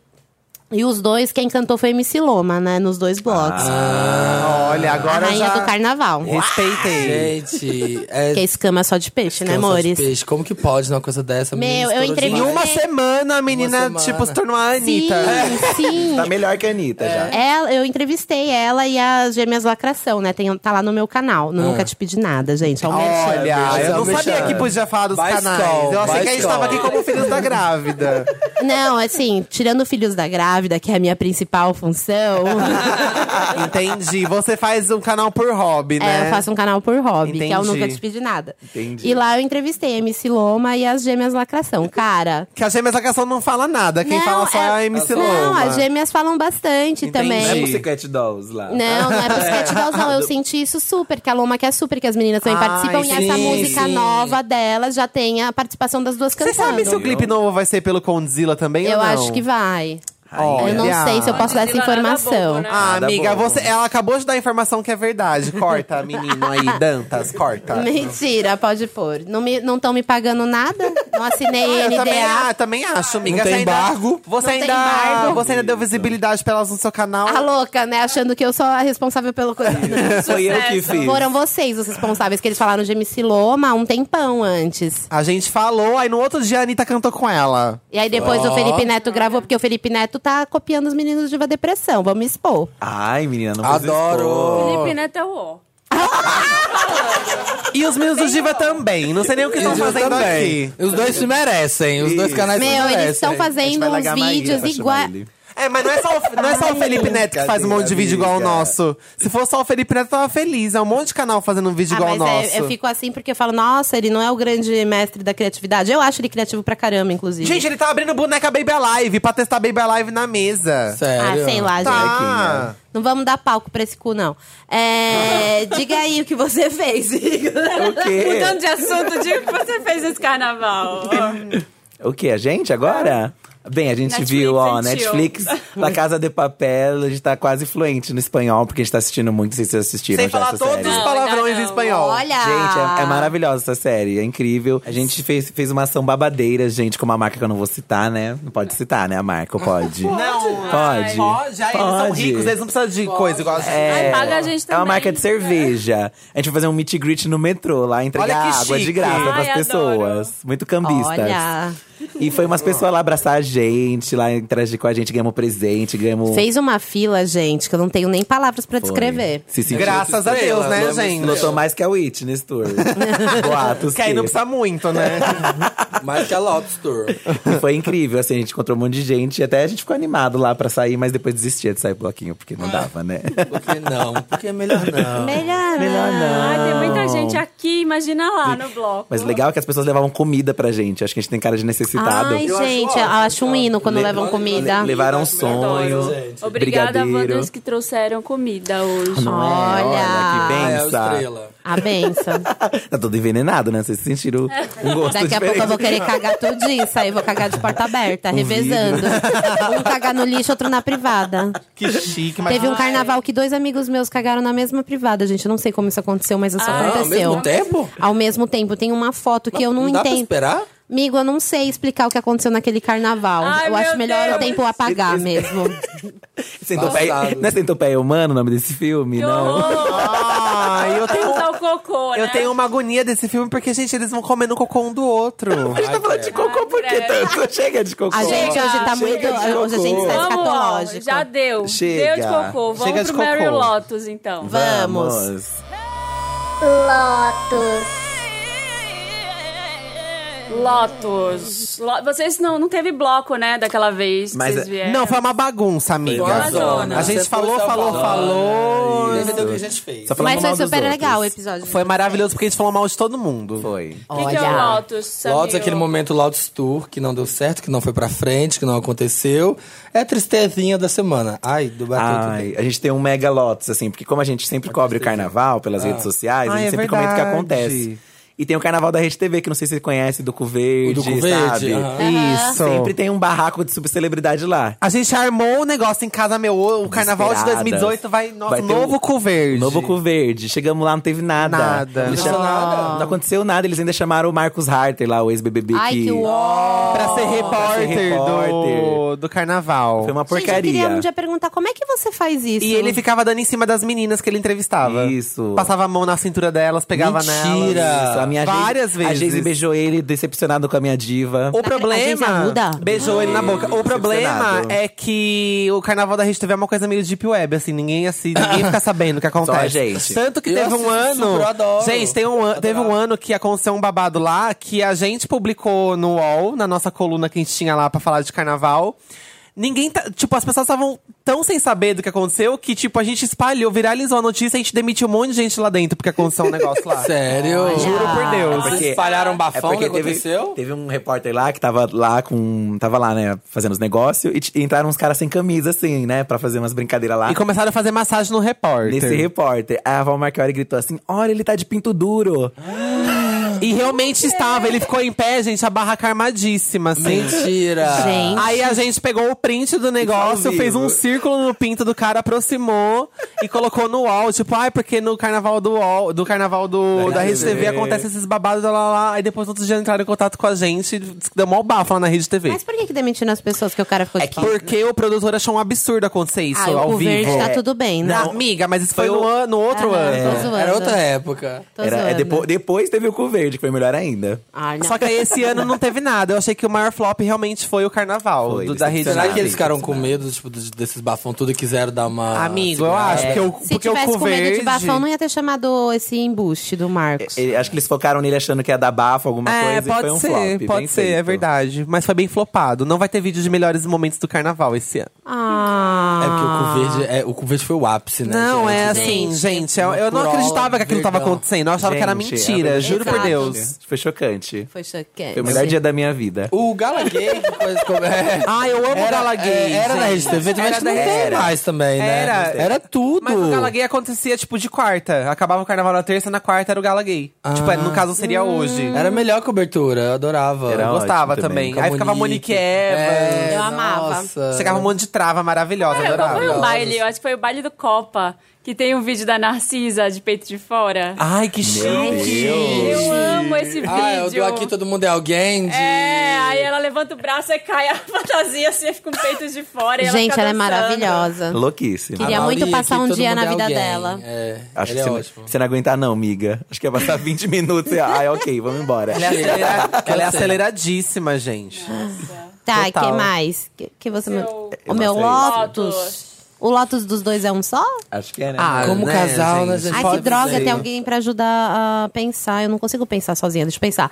C: E os dois, quem cantou foi MC Loma, né? Nos dois blocos.
B: Olha,
C: a
B: agora
C: rainha
B: já...
C: do carnaval.
B: Respeitei.
D: Gente, é.
C: Que é escama só de peixe, né,
D: cansa de
C: amores?
D: peixe. Como que pode uma coisa dessa?
C: Meu,
D: Menina,
C: eu
D: estourou
C: entrei
B: Em
D: demais.
B: uma semana, a menina,
D: semana.
B: tipo, se tornou a
C: Sim,
B: Anitta.
C: sim.
E: Tá melhor que a Anitta já.
C: Ela- eu entrevistei ela e as Gêmeas Lacração, né? Tem, tá lá no meu canal. No Nunca Te Pedi Nada, gente. É um merchan.
B: Olha, eu não sabia que podia falar dos
D: Vai
B: canais.
D: sol,
B: eu achei
D: vai
B: que a gente
D: sol.
B: tava aqui como filhos da grávida.
C: Não, assim, tirando Filhos da Grávida, que é a minha principal função.
B: Entendi. Você faz um canal por hobby, né?
C: É, eu faço um canal por hobby, que é o
B: Entendi.
C: Nunca Te Pedi Nada.
E: Entendi.
C: E lá eu entrevistei a MC Loma e as Gêmeas Lacração. Cara.
B: Que a Gêmeas Lacração não fala nada. Quem
C: não,
B: fala só é a
C: é-
B: MC
C: Não,
B: Loma.
C: as gêmeas falam bastante
B: Entendi.
E: Não é
C: também.
E: Pussycat Dolls lá.
C: Não, não é Pussycat Dolls, não. Eu senti isso super, que a Loma quer super, que as meninas também
B: Ai,
C: participam. e essa
D: sim,
C: música
D: sim.
C: nova delas já tem a participação das duas
B: Você
C: cantando.
B: sabe se o clipe novo vai ser pelo Condzilla também
C: Eu
B: ou não?
C: acho que vai.
B: Olha.
C: Eu não sei se eu posso dar essa
A: Não diz lá nada bobo,
C: informação.
A: né?
B: Ah,
E: Nada
B: amiga,
E: bom.
B: você, ela acabou de dar a informação que é verdade. Corta, menino aí, Dantas, corta.
C: Mentira, pode pôr. Não estão me, não tão me pagando nada? Não assinei
B: Eu também,
C: NDA.
B: ah, também acho, amiga.
D: Não
B: Você
D: tem
B: ainda-
D: embargo.
B: Você
C: Não tem
B: ainda,
C: embargo.
B: Você ainda deu visibilidade pra elas no seu canal.
C: A louca, né? Achando que eu sou a responsável pelo coisa.
E: Foi eu que
A: Sucesso.
E: fiz.
C: Foram vocês os responsáveis, que eles falaram de MC Loma há um tempão antes.
B: A gente falou, aí no outro dia a Anitta cantou com ela.
C: E aí depois o Felipe Neto gravou, porque o Felipe Neto tá copiando os meninos de Diva Depressão. Vamos expor.
E: Ai, menina,
C: um
E: não precisa expor.
D: Adoro.
A: Felipe Neto é o ó.
B: E os meninos do Diva também. Não sei nem o que estão
D: Eles
B: fazendo
D: também.
B: aqui.
D: Os dois se merecem, os dois
E: Isso.
D: canais se
C: Meu,
D: merecem.
C: eles estão
E: é A gente
C: fazendo
E: vai
C: uns
E: largar a Maíra
C: vídeos
E: pra
C: igual.
E: chamar ele.
B: É, mas não é só o, não é só o Felipe Neto que faz um monte de vídeo igual o
E: Amiga.
B: nosso. Se fosse só o Felipe Neto, eu tava feliz. É um monte de canal fazendo um vídeo
C: Ah,
B: igual
C: mas
B: o nosso.
C: é- eu fico assim porque eu falo, nossa, ele não é o grande mestre da criatividade. Eu acho ele criativo pra caramba, inclusive.
B: Gente, ele tá abrindo boneca Baby Alive pra testar Baby Alive na mesa.
C: ah,
D: Sério.
C: sei lá, gente.
B: Tá.
C: Não vamos dar palco pra esse cu, não. É, diga aí o que você fez, Igor.
E: O quê?
A: Mudando de assunto, diga o que você fez esse carnaval.
E: O quê? A gente agora? Bem, a gente
A: Netflix
E: viu, ó,
A: and chill.
E: Netflix, La Casa de Papel, a gente tá quase fluente no espanhol, porque a gente tá assistindo muito, não sei se vocês assistiram
B: Sem
E: já
B: falar
E: essa
B: todos
E: série.
B: os
A: Não,
B: palavrões
A: ainda
B: em
A: não.
B: espanhol.
C: Olha!
E: Gente, é, é maravilhosa essa série, é incrível. A gente fez, fez uma ação babadeira, gente, com uma marca que eu não vou citar, né? Não pode citar, né, a marca, ou pode?
B: Não,
E: Pode.
B: Pode, já eles são
E: Pode.
B: ricos, eles não precisam de coisa igual a gente.
A: Ai, paga a gente
E: É uma
A: também.
E: marca de cerveja. A gente vai fazer um meet and greet no metrô lá, entregar
B: Olha que
E: água de
B: chique.
E: graça pras
A: Ai,
E: pessoas. Muito cambistas.
C: Olha.
E: E foi umas pessoas lá abraçar a gente, lá interagir com a gente, ganhamos presente, ganhamos.
C: Fez uma fila, gente, que eu não tenho nem palavras pra
E: Foi.
C: descrever.
E: Se sentiu
B: Graças a Deus, né,
E: Lotou-
B: gente?
E: Lotou mais que a Witness Tour. Boatos.
B: Que aí não
E: que-
B: precisa muito, né?
D: Mais que a Lopes Tour.
E: E foi incrível, assim, a gente encontrou um monte de gente. E até a gente ficou animado lá pra sair, mas depois desistia de sair bloquinho, porque
B: Ah,
E: não dava, né?
D: Porque não, porque é melhor não.
C: Melhor, Melhor
A: Ai, Ah, tem muita gente aqui, imagina lá no bloco.
E: Mas legal é que as pessoas levavam comida pra gente. Acho que a gente tem cara de necessitado.
C: Ai,
D: Eu acho
C: gente,
D: ótimo,
C: eu acho um
D: cara.
C: hino quando
E: Le-
C: levam
D: le-
C: comida.
E: Levaram
A: Adoro.
E: sonho.
D: gente.
A: Obrigada a
E: brigadeiro.
A: vocês que trouxeram comida hoje.
E: Não é?
C: Olha.
E: Olha, que
D: Ah, é a
E: benção.
D: estrela.
C: A benção.
E: tá todo envenenado, né? Vocês sentiram um gosto
C: Daqui a pouco
E: diferente.
C: eu vou querer cagar tudinho, aí vou cagar de porta aberta, revezando. Um cagar no lixo, outro na privada.
B: Que chique, mas.
C: Teve
D: é.
C: um carnaval que dois amigos meus cagaram na mesma privada, gente. Eu não sei como isso aconteceu, mas isso
A: Ah,
D: Ah, ao
C: aconteceu. Um
D: mesmo tempo?
C: Ao mesmo tempo, tem uma foto que eu não,
D: dá pra
C: entendo.
D: esperar?
C: Amigo, eu não sei explicar o que aconteceu naquele carnaval.
A: Ai,
C: eu acho
A: meu
C: melhor o
A: Deus.
C: tempo apagar mesmo.
E: Centopeia,
D: Passado.
E: não é Centopeia Humano o nome desse filme?
A: Que
E: Não.
A: horror!
B: Ah, eu tenho.
A: Usar o cocô, né?
B: Eu tenho um uma agonia desse filme porque, gente, eles vão comendo o cocô um do outro.
E: A gente tá falando de cocô por que
A: credo.
E: tanto? Chega de cocô.
C: A gente hoje tá muito.
E: Chega de
C: Hoje a gente
E: cocô.
C: tá
A: Vamos, ó,
C: escatológico.
A: já deu.
E: Chega.
A: Deu de cocô. Vamos
B: Chega de
A: pro Mary
B: cocô.
A: Lotus, então.
C: Vamos.
F: Lotus,
A: Lotus. Lo- Vocês não, não teve bloco, né, daquela vez que
E: Mas,
D: é-
E: é-
A: vocês vieram.
B: Não, foi uma bagunça,
A: Foi
B: amiga.
A: uma zona.
B: A gente
D: Você
B: falou,
D: foi
B: falou,
D: salvadora.
B: falou.
D: Deve ter o que a gente fez.
E: Só falando
C: Mas foi
E: mal dos
C: super
E: outros.
C: legal o episódio.
B: Foi maravilhoso porque a gente falou mal de todo mundo.
E: Foi.
A: O que, que é o Lotus, Samir?
D: Lotus, é aquele momento Lotus Tour, que não deu certo, que não foi pra frente, que não aconteceu. É a tristezinha da semana. Ai, do bateu tudo.
E: Ai, a gente tem um mega lotus, assim, porque como a gente sempre cobre o carnaval pelas redes sociais, a
B: Ai,
E: gente
B: é
E: sempre comenta o que
B: verdade.
E: acontece. E tem o carnaval da Rede TV, que não sei se você conhece, do Verde,
D: O Duco Verde,
E: sabe?
D: aham.
B: Isso.
E: Sempre tem um barraco de subcelebridade lá.
B: A gente armou o negócio em casa, meu. O carnaval de
E: Desesperadas.
B: 2018 vai. Nossa,
E: Vai ter
B: novo
E: o-
B: cu verde.
E: Novo cu verde. Chegamos lá, não teve nada.
B: Nada.
E: Eles
B: Não.
E: chamaram- Não aconteceu nada. Eles ainda chamaram o Marcos Harter lá, o ex-BBB.
C: Ai, que uó.
B: Pra ser repórter, Do,
E: repórter.
B: do carnaval.
E: Foi uma
C: Gente, eu
E: porcaria.
C: queria um dia perguntar como é que você faz isso?
B: E ele ficava dando em cima das meninas que ele entrevistava.
E: Isso.
B: Passava a mão na cintura delas, pegava nelas.
D: Mentira.
E: Isso, a minha
B: Várias
E: Geise- A
B: vezes. Oh,
E: Geise beijou ele, decepcionado com a minha diva.
B: O
C: Agência
B: problema.
C: Ruda?
B: Beijou ele na boca.
E: é
B: O problema
E: decepcionado.
B: é que o carnaval da Rede TV é uma coisa meio deep web, assim, ninguém assim, ninguém fica sabendo o que acontece.
E: Só a gente.
B: Tanto que
D: Eu
B: teve um
D: assisto
B: ano.
D: super, eu adoro.
B: Gente, tem um an- teve um ano que aconteceu um babado lá que a gente publicou no UOL, na nossa coluna que a gente tinha lá pra falar de carnaval. Ninguém tá- Tipo, as pessoas estavam tão sem saber do que aconteceu que, tipo, a gente espalhou, viralizou a notícia e a gente demitiu um monte de gente lá dentro porque aconteceu um negócio lá.
D: Sério?
B: Juro por Deus.
D: É
E: Ah,
B: É
D: Vocês espalharam bafão que
E: É teve,
D: aconteceu?
E: teve um repórter lá que tava lá com. Tava lá, né, fazendo os negócios. E, t- e entraram uns caras sem camisa, assim, né? Pra fazer umas brincadeiras lá.
B: E começaram a fazer massagem no repórter.
E: Nesse repórter. Aí a Val Marchiori gritou assim: Olha, ele tá de pinto duro.
B: E realmente estava, ele ficou em pé, gente, a barraca armadíssima, assim.
D: Mentira.
C: Gente.
B: Aí a gente pegou o print do
E: Ao
B: negócio,
E: vivo.
B: fez um círculo no pinto do cara, aproximou e colocou no UOL. Tipo, ai, porque no carnaval do UOL, do carnaval do, da Rede
E: né?
B: TV acontece esses babados, lá, lá, lá. Aí depois outros dias entraram em contato com a gente, disse que deu mó bafo lá na Rede
E: assim.
B: TV.
C: Mas por que, que demitiram as pessoas que o cara
E: É
C: ficou de pau?
B: Porque o produtor achou um absurdo acontecer isso
C: Ah,
B: ao
C: o cu
B: vivo.
C: verde tá tudo bem, né?
B: Não, amiga, mas isso foi,
E: Foi
B: no,
E: o-
B: ano- no outro
C: Ah,
B: ano.
C: Tô zoando.
D: Era outra época.
C: Tô
E: Era- é
C: zoando.
E: depo- depois teve o cu verde, que foi melhor ainda.
C: Ah, não.
B: Só que aí esse ano não teve nada. Eu achei que o maior flop realmente foi o carnaval
E: Foi,
B: do- da Rede
D: Será
E: decepcionado.
D: que
B: TV.
D: eles ficaram com medo tipo, de- desses bafão tudo e quiseram dar uma.
B: Amigo, é. eu acho, porque o,
C: Se
B: porque o
C: tivesse
B: cu
C: com medo
B: verde...
C: de bafão, não ia ter chamado esse embuste do Marcos.
E: É, Ele- acho que eles focaram nele achando que ia dar bafo, alguma
B: É,
E: coisa. e foi
B: pode
E: um
B: ser,
E: flop, bem
B: pode ser, é
E: feito.
B: verdade. Mas foi bem flopado. Não vai ter vídeo de melhores momentos do carnaval esse ano.
C: Ah,
D: É porque o cu verde, é, o cu verde foi o ápice, né?
B: Não,
D: gente?
B: é assim, gente. eu, eu não
D: Uma
B: acreditava que aquilo tava
D: verdão.
B: acontecendo. Eu achava que era
E: Gente,
B: mentira,
E: é-
B: juro por
C: Exato.
B: Deus.
E: Foi chocante.
C: Foi chocante.
E: É. Foi o melhor dia da minha vida.
D: O Gala Gay, que coisa como é.
B: Ah, eu amo Gala Gay.
D: Era da Rede
B: gente.
D: TV, mas
B: Era
D: acho que
B: da
D: não tem
B: Rede-
D: mais também, né?
B: Era.
D: Era tudo.
B: Mas o Gala Gay acontecia, tipo, de quarta. Acabava o carnaval na terça, na quarta era o Gala Gay. Tipo, no caso seria hoje.
D: Era a melhor cobertura, eu adorava.
B: Eu
E: Era
B: gostava
E: ótimo
B: também.
E: também.
B: Aí ficava Monique Evans.
C: Eu amava.
D: É, Nossa.
B: Chegava um monte de trava
C: Ah,
B: maravilhosa,
A: Qual foi
B: adorava.
A: o baile? Eu acho que foi o baile do Copa, que tem um vídeo da Narcisa de peito de fora.
B: Ai, que chique!
A: eu amo esse vídeo.
D: Ah, eu dou aqui todo mundo é alguém. de-
A: É, aí ela levanta o braço e cai a fantasia assim, fica com o peito de fora. e
C: Gente,
A: fica
C: ela é
A: tá dançando.
C: maravilhosa.
E: Louquíssimo.
D: A
C: Queria muito
D: Mauri,
C: passar
D: que
C: um
D: todo
C: dia
D: mundo
C: na
D: é
C: vida
D: alguém.
C: dela.
D: É,
E: Acho
D: ele
E: que
D: é
E: você,
D: ótimo.
E: você não aguentar, não, miga. Acho que ia passar 20 minutos e. Ai, ok, vamos embora.
B: Ela é, acelera- ela é
D: Eu sei.
B: aceleradíssima, gente.
C: Tá,
B: Total.
C: que mais? Que, que você
A: Seu-
C: O meu
E: Nossa, é
C: Lotus.
A: Lotus.
C: O Lotus dos dois é um só?
E: Acho que é, né?
B: Ah,
D: Como
B: né,
D: casal, né,
B: gente?
D: gente?
C: Ai, que
D: Pode
C: droga,
D: ser.
C: tem alguém pra ajudar a pensar. Eu não consigo pensar sozinha, deixa eu pensar.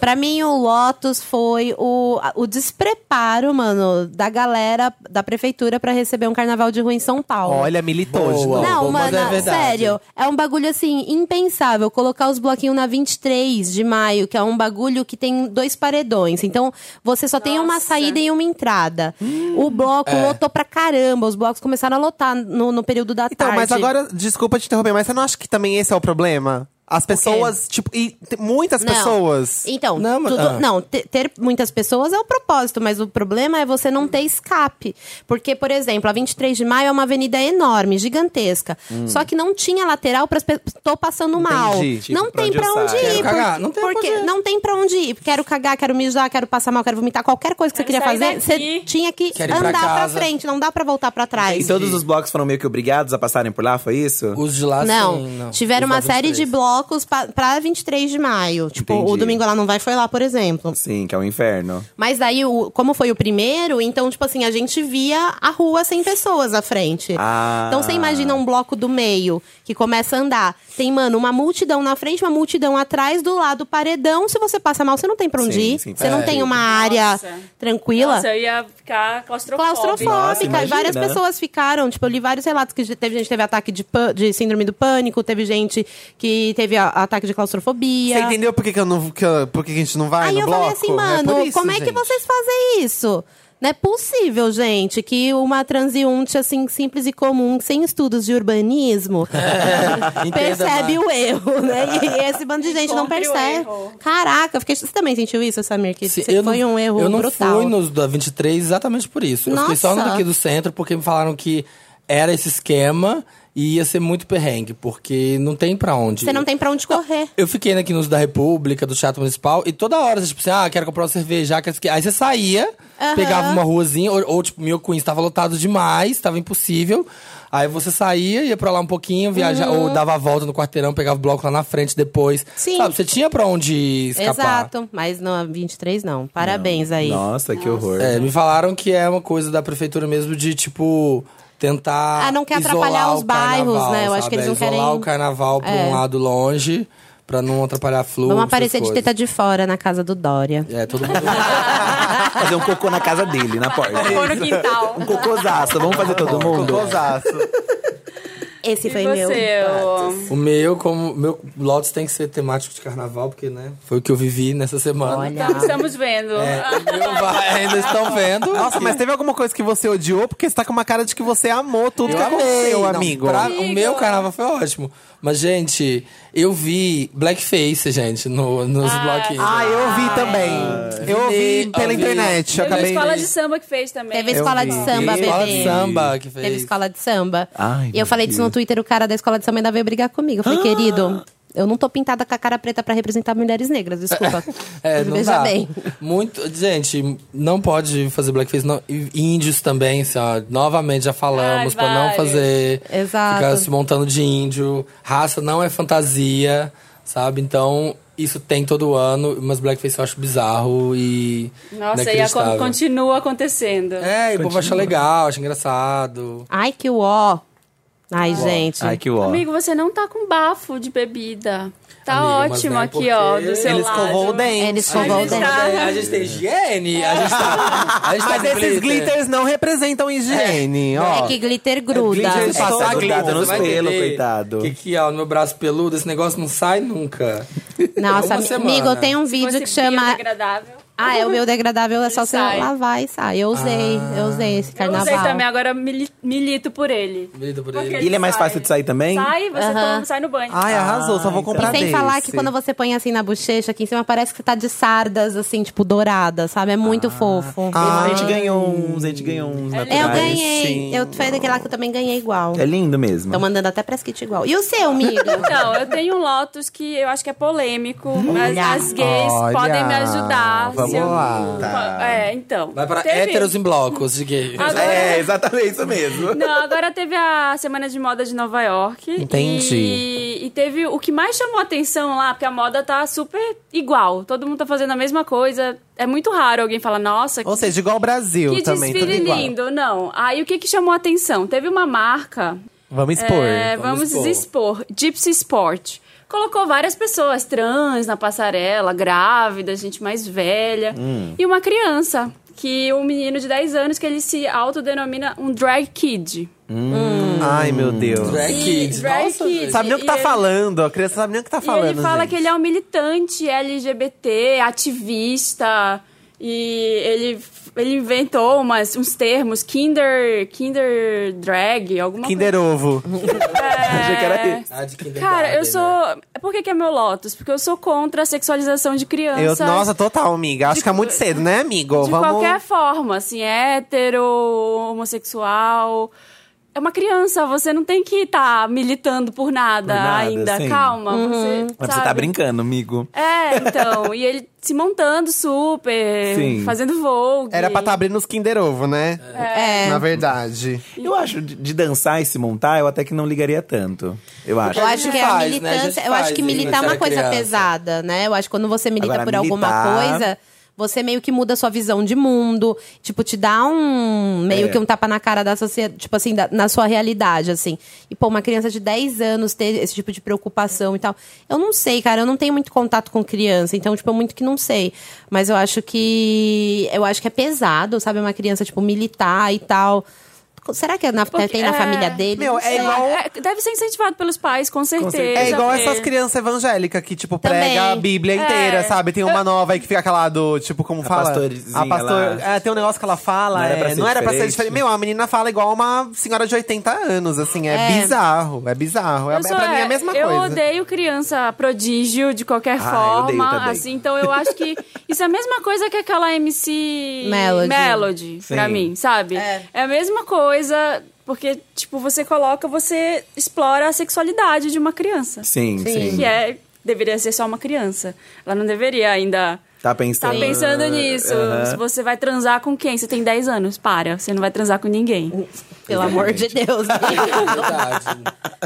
C: pra mim, o Lotus foi o, a- o despreparo, mano, da galera da prefeitura pra receber um carnaval de rua em São Paulo.
B: Olha, militou de
D: Boa.
B: novo.
C: Não,
D: bom, mas
C: mano,
D: é verdade.
C: sério. É um bagulho assim, impensável. Colocar os bloquinhos na 23 de maio, que é um bagulho que tem dois paredões. Então, você só tem uma
A: Nossa.
C: saída e uma entrada. o bloco
B: É.
C: lotou pra caramba. Os blocos começaram a lotar no, no período da
B: Então,
C: tarde.
B: mas agora, desculpa te interromper, mas você não acha que também esse é o problema? As pessoas, tipo, e te- muitas
C: Não.
B: pessoas.
C: Então,
D: Não, mas-
C: tudo-
D: ah.
C: não, te- ter muitas pessoas é o propósito, mas o problema é você não ter escape. Porque, por exemplo, a 23 de maio é uma avenida enorme, gigantesca.
D: Hum.
C: Só que não tinha lateral para tô passando mal.
B: Entendi.
C: não
E: Tipo, pra
C: tem
E: onde
C: pra
E: eu
C: onde
E: saio?
C: ir.
D: Quero cagar, não
C: porque,
D: tem pra
C: porque
D: onde ir.
C: não tem pra onde ir. Quero cagar, quero mijar, quero passar mal, quero vomitar, qualquer coisa que você
A: Quero
C: queria
A: sair
C: fazer, você
A: daqui.
C: tinha que
D: Quero ir pra
C: andar pra,
D: casa.
C: frente, não dá pra voltar pra trás.
E: E todos os blocos foram meio que obrigados a passarem por lá, foi isso?
D: Os de lá,
C: Não,
D: sim, assim, não.
C: tiveram
D: Os
C: uma
D: da
C: série de
D: 23.
C: blocos pa- pra 23 de maio. Tipo, o
E: Entendi.
C: Domingo Ela Não Vai foi lá, por exemplo.
E: Sim, que é um inferno.
C: Mas daí, o- como foi o primeiro, então, tipo assim, a gente via a rua sem pessoas à frente.
E: Ah.
C: Então, você imagina um bloco do meio que começa a andar. Tem, mano, uma multidão na frente, uma multidão atrás, do lado, paredão. Se você passa mal, você não tem pra onde
E: Sim,
C: ir.
E: sim,
C: você não
E: é.
C: tem uma área
A: Nossa.
C: tranquila.
A: Nossa, eu ia ficar claustrofóbica.
E: Nossa,
C: Claustrofóbica. E
E: imagina. né?
C: várias pessoas ficaram. Tipo, eu li vários relatos que teve gente que teve ataque de, pân- de síndrome do pânico, teve gente que teve a- ataque de claustrofobia.
B: Você entendeu por que, que, eu não, que, eu- por que que a gente não vai
C: Aí
B: no
C: eu
B: bloco?
C: falei assim,
B: É por
C: mano,
B: isso,
C: como é que
B: gente.
C: vocês fazem isso? Não é possível, gente, que uma transeunte assim, simples e comum, sem estudos de urbanismo,
D: É, Entenda,
C: percebe
D: Mar.
C: o erro, né? E esse bando de gente não
A: Encontre o
C: percebe.
A: erro.
C: Caraca, eu fiquei... você também sentiu isso, Samir? Que
D: Se-
C: você foi
D: não-
C: um erro
D: Eu não
C: brutal.
D: fui nos da 23 exatamente por isso. Eu fiquei só no
C: Nossa.
D: daqui do centro porque me falaram que era esse esquema e ia ser muito perrengue, porque não tem pra onde.
C: Você não tem pra onde correr.
D: Eu fiquei aqui nos da República, do Teatro Municipal, e toda hora, tipo assim, ah, quero comprar uma cerveja, quero isso aqui. Aí você saía,
C: Aham.
D: pegava uma ruazinha, ou, ou tipo, meu Queens tava lotado demais, tava impossível. Aí você saía, ia pra lá um pouquinho, viajava, ou dava a volta no quarteirão, pegava o bloco lá na frente depois.
C: Uhum. Sim.
D: Sabe, você tinha pra onde escapar.
C: Exato, mas não, a 23 não. Parabéns aí.
E: Nossa, que horror.
D: É, me falaram que é uma coisa da prefeitura mesmo de, tipo, tentar.
C: Ah, não quer
D: isolar
C: atrapalhar
D: o
C: os bairros,
D: carnaval,
C: né? Eu acho
D: sabe?
C: que eles
D: É
C: não
D: isolar
C: querem-
D: o carnaval pra
C: É.
D: um lado longe, pra não atrapalhar fluxo.
C: Vamos aparecer de
D: essas
C: teta de fora na casa do Dória.
D: coisas. É, todo mundo.
E: Fazer um cocô na casa dele, na porta.
A: Foi no quintal.
E: Um cocôzaço, vamos fazer todo mundo?
B: Gozaço.
C: Esse
A: E
C: foi meu.
A: você,
D: o meu, como. Meu Lotus tem que ser temático de carnaval, porque, né? Foi o que eu vivi nessa semana.
C: Olha.
A: Então, estamos vendo.
D: É, o meu vai, ainda estão vendo.
B: Nossa, mas teve alguma coisa que você odiou? Porque você tá com uma cara de que você amou tudo
D: Eu
B: que
D: amei,
B: aconteceu,
D: não,
B: amigo.
D: pra- o meu carnaval foi ótimo. Mas, gente, eu vi blackface, gente, no, nos bloquinhos.
B: Ah, eu ouvi também.
A: é.
B: Eu ouvi
D: vi,
B: pela
D: ouvi.
B: internet. Eu
A: Teve a
B: acabei.
A: escola de samba que fez também.
C: Teve escola de
B: vi.
C: samba,
D: Escola
C: bebê.
D: de samba que fez.
C: Teve escola de samba.
E: Ai,
C: e eu
E: meu
C: falei disso
E: Deus. Ah!
C: no Twitter, o cara da escola de samba ainda veio brigar comigo. Eu falei, querido, eu não tô pintada com a cara preta pra representar mulheres negras, desculpa.
D: É, não
C: Veja
D: dá.
C: bem.
D: Muito, gente, não pode fazer blackface. Não, E índios também, assim, ó, novamente já falamos
A: Ai,
D: pra não
A: vários.
D: fazer.
C: Exato.
D: Ficar se montando de índio. Raça não é fantasia, sabe? Então, isso tem todo ano, mas blackface eu acho bizarro e.
A: Nossa, e a
D: inacreditável.
A: co- continua acontecendo.
D: É, e o povo acha legal, acha engraçado.
C: Ai, que uó. Ai, gente.
E: Ai, que ó.
A: Amigo, você não tá com bafo de bebida. Tá
D: Amiga, mas
A: ótimo
D: não é
A: aqui, ó,
D: porque
A: do seu
B: Ele
A: lado.
B: escovou o dente.
C: Ele escovou o dente.
D: Então, é, A gente tem higiene, a gente tá. A gente tá
B: Mas
D: com
B: esses
D: glitter.
B: glitters não representam higiene, ó.
C: É que glitter gruda.
B: glitter
D: É, Glitter
B: Passar
D: todo
B: glitter
D: grudado,
E: nos
D: vai
E: pelos,
D: entender
E: coitado.
D: Que aqui, ó, no meu braço peludo, esse negócio não sai nunca.
C: Nossa,
D: Uma
C: ami-
D: semana.
C: amigo, eu tenho um
A: Esse
C: vídeo que chama.
A: biodegradável.
C: Ah, é o meu degradável, é só
A: Ele
C: você
A: sai.
C: lavar e sai. Eu usei, eu usei esse
A: Eu
C: carnaval.
A: usei também, agora mili- milito por ele.
D: Brilho por
A: Porque
D: ele.
E: E ele é mais
A: sai.
E: fácil de sair também?
A: Sai, você
C: Aham.
A: toma- sai no banho.
B: Ai, arrasou, só
A: Ah,
B: vou comprar
C: E sem
B: desse.
C: falar que quando você põe assim na bochecha, aqui em cima parece que você tá de sardas, assim, tipo, dourada, sabe? É
E: Ah.
C: muito fofo.
E: A gente ganhou uns, a gente ganhou uns naturais.
C: eu ganhei.
B: sim.
C: Eu foi daquele lá que eu também ganhei igual.
E: É lindo mesmo.
C: Estão mandando até press kit igual. E o seu, amigo?
A: Então, eu tenho um Lotus que eu acho que é polêmico, mas
C: Olha.
A: as gays
B: Hum. Olha.
A: podem me ajudar.
B: Vamos
A: se eu-
B: lá.
E: Tá.
A: É, então.
D: Vai para
A: Teve-
D: héteros em blocos de gays.
A: Agora-
E: É, exatamente isso mesmo.
A: Não, agora teve a Semana de Moda de Nova York.
B: Entendi.
A: E, e teve o que mais chamou atenção lá, porque a moda tá super igual. Todo mundo tá fazendo a mesma coisa. É muito raro alguém falar, nossa,
B: Ou seja, igual o Brasil
A: que
B: também, tudo
A: desfile
B: igual.
A: lindo. Não. Aí o que, que chamou atenção? Teve uma marca
B: Vamos expor.
A: É,
D: Vamos
A: vamos expor. Gypsy Sport. Colocou várias pessoas trans na passarela, grávida, gente mais velha.
B: Hum.
A: E uma criança, que um menino de 10 anos, que ele se autodenomina um drag kid.
B: Hum. Ai, meu Deus.
D: Drag
A: E-
D: kids.
A: drag
D: Nossa,
A: kids.
D: gente.
B: Sabe nem o que
A: E
B: tá
A: ele-
B: falando, a criança sabe nem o que tá
A: E
B: falando,
A: ele fala
B: gente.
A: que ele é um militante LGBT, ativista. E ele, ele inventou umas, uns termos, kinder, kinder drag, alguma É.
B: Kinder Ovo.
A: Uhum.
E: Achei que era isso.
D: Ah, de kindergarten,
A: Cara, eu
D: né?
A: sou. Por que, que é meu Lotus? Porque eu sou contra a sexualização de
B: Eu,
A: crianças.
B: nossa, total, amiga. Acho
A: De-
B: que é muito cedo, né, amigo?
A: de
B: Vamos...
A: qualquer forma, assim, hétero, homossexual. É uma criança, você não tem que estar militando por nada,
E: Por nada,
A: ainda.
E: sim.
A: Calma, você.
E: Mas você
A: sabe?
E: tá brincando, amigo.
A: É, então. e ele se montando super,
E: Sim.
A: fazendo vogue.
B: Era pra tá estar abrindo os Kinder Ovo, né?
C: É.
B: Na verdade.
E: Eu acho, de, de dançar e se montar, eu até que não ligaria tanto. Eu acho.
C: Eu
D: a
C: acho
D: gente
C: que é a
D: faz, né? A
C: militância.
D: gente
C: eu acho
D: faz
C: que
D: isso
C: militar é
D: quando
C: uma
D: era
C: coisa
D: criança.
C: pesada, né? Eu acho que quando você milita
E: Agora,
C: por alguma
E: militar-
C: coisa, você meio que muda a sua visão de mundo. Tipo, te dá um. meio
E: É.
C: que um tapa na cara da sociedade. Tipo assim, da- na sua realidade, assim. E, pô, uma criança de 10 anos ter esse tipo de preocupação e tal. Eu não sei, cara. Eu não tenho muito contato com criança. Então, tipo, eu muito que não sei. Mas eu acho que. Eu acho que é pesado, sabe? Uma criança, tipo, militar e tal. Será que é na,
A: Porque-
C: tem na
A: é.
C: família dele?
B: Meu,
C: Não
B: é
C: sei.
B: igual-
A: É, deve ser incentivado pelos pais, com certeza.
E: certeza.
B: É igual
A: porque-
B: essas crianças evangélicas que, tipo,
C: Também.
B: prega a Bíblia inteira,
A: É.
B: sabe? Tem uma nova aí que fica aquela do, tipo, como fala?
E: pastorzinha
B: a pastor.
E: lá.
B: É, tem um negócio que ela fala,
E: Não era
B: é,
E: pra ser
B: não era pra ser
E: diferente.
B: diferente. Meu, a menina fala igual uma senhora de 80 anos, assim. É, bizarro, é bizarro. É,
A: Eu sou-
B: pra mim é a
A: é,
B: mesma
A: eu
B: coisa.
A: odeio criança prodígio de qualquer
E: Ah, eu
A: forma.
E: odeio também.
A: assim, então eu acho que isso é a mesma coisa que aquela MC
C: Melody.
A: Melody pra
E: Sim.
A: mim, sabe?
C: É.
A: a mesma coisa, porque, tipo, você coloca, você explora a sexualidade de uma criança.
E: Sim, sim.
A: Que é. Deveria ser só uma criança. Ela não deveria ainda.
E: Tá
A: Tá
E: pensando.
A: pensando nisso.
E: Aham.
A: Se Você vai transar com quem? Você tem 10 anos. Para. Você não vai transar com ninguém.
C: Pelo amor de Deus.
D: né? Verdade.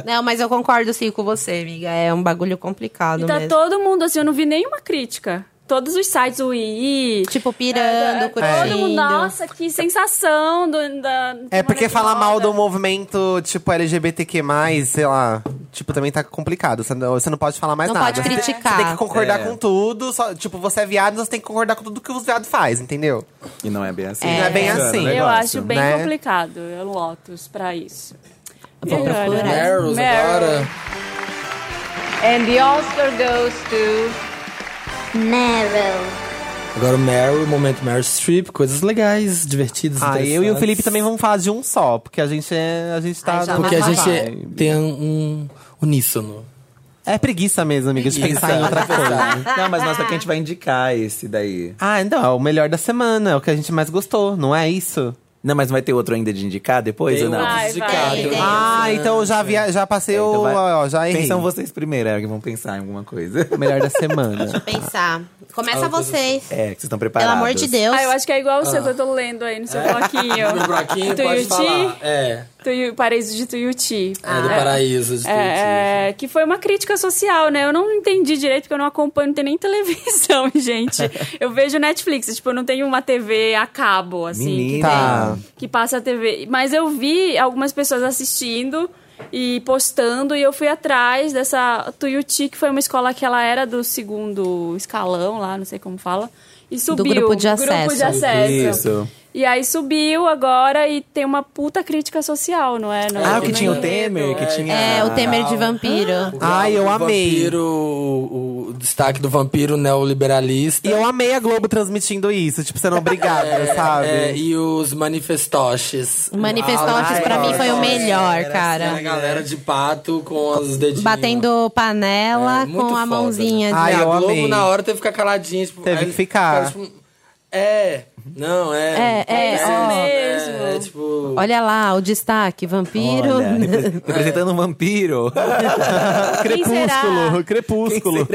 C: Não, mas eu concordo sim com você, amiga. É um bagulho complicado
A: E tá
C: mesmo.
A: todo mundo assim, eu não vi nenhuma crítica. Todos os sites, o II,
C: Tipo, pirando, curtindo.
A: É, tá Todo mundo, nossa, que sensação do, da.
B: É porque
A: semana de
B: falar mal
A: moda.
B: do movimento, tipo, LGBTQ, sei lá, tipo, também tá complicado. Você não, você não pode falar mais
C: Não
B: nada.
C: pode
B: Você tem-
C: criticar.
B: Você tem que concordar
E: É.
B: com tudo. só- tipo, você é viado, você tem que concordar com tudo que os viados faz, entendeu?
E: E não é bem assim.
B: É. Não é bem
E: Funciona
B: assim.
E: o
A: Eu
E: negócio,
A: acho bem
B: né?
A: complicado. Eu Lotus pra isso.
C: Vou
A: Melhor,
C: procurar.
A: né?
D: Meryl's
A: Meryl.
D: agora.
F: And the Oscar goes to
G: Meryl.
D: Agora o Meryl, momento Meryl Streep, coisas legais, divertidas.
B: Ah, eu e o
D: interessantes.
B: Felipe também vamos falar de um só, porque a gente é. A gente tá.
C: Ai, já
B: numa
D: Porque a
C: Vai.
D: gente é- tem um uníssono.
B: É preguiça mesmo, amiga, de
D: Preguiça.
B: pensar em outra é coisa.
E: Não, mas nossa, que a gente vai indicar esse daí.
B: Ah, então, é o melhor da semana, é o que a gente mais gostou, não é isso?
E: Não, mas não vai ter outro ainda de indicar depois
D: Tem um
E: ou não?
D: outros
A: Vai, vai.
D: indicados.
C: Tem,
B: Ah, então eu já, via, já passei
E: Então
B: o.
E: vai-
B: ó, já errei.
E: Pensam vocês primeiro, é que vão pensar em alguma coisa.
B: O melhor da semana.
C: Pensar. Começa
D: Ah,
C: vocês.
E: É, que vocês estão
C: Pelo
E: preparados.
C: amor de Deus.
A: Ah, eu acho que é igual o seu que eu tô lendo aí no seu
B: É.
A: bloquinho.
D: No um buraquinho
A: Tuiuti,
D: pode falar. É,
A: Tuiu- Paraíso de Tuiuti.
D: é
C: Ah.
D: do paraíso. De Tuiuti.
E: né?
A: É, é, que foi uma crítica social, né? Eu não entendi direito, porque eu não acompanho, não tem nem televisão, gente. Eu vejo Netflix, tipo, eu não tenho uma TV a cabo, assim. que
E: Menina.
B: Tá.
A: que passa a TV. Mas eu vi algumas pessoas assistindo e postando. E eu fui atrás dessa Tuiuti, que foi uma escola que ela era do segundo escalão lá, não sei como fala. E subiu.
C: grupo de acesso.
A: de acesso.
E: Isso.
A: E aí subiu agora e tem uma puta crítica social, não é? No-
E: Ah, o que
A: no
E: tinha o
A: enredo.
E: Temer, que tinha...
C: É, o Temer de vampiro.
B: Ai, eu
D: o
B: amei.
D: Vampiro, o, o destaque do vampiro neoliberalista.
B: E eu amei a Globo transmitindo isso, tipo, sendo obrigada, sabe?
D: É, e os manifestoches.
A: Ah.
C: O Manifestoches
B: Ai,
C: pra mim foi o
B: nossa,
C: melhor,
D: A
C: cara.
D: galera de pato com os dedinhos.
C: Batendo panela
D: É, muito
C: com a
D: foda.
C: mãozinha de.
B: Ai,
D: a
B: eu
D: Globo,
B: amei.
D: na hora, teve que ficar caladinha. Tipo,
B: Teve
D: aí
B: que ficar.
D: ficaram, tipo, é, não, é.
C: É, é,
D: isso
C: ó.
D: mesmo. É, tipo...
C: Olha lá, o destaque, vampiro.
E: Olha, repre- representando um vampiro.
A: Quem será?
B: Crepúsculo, crepúsculo.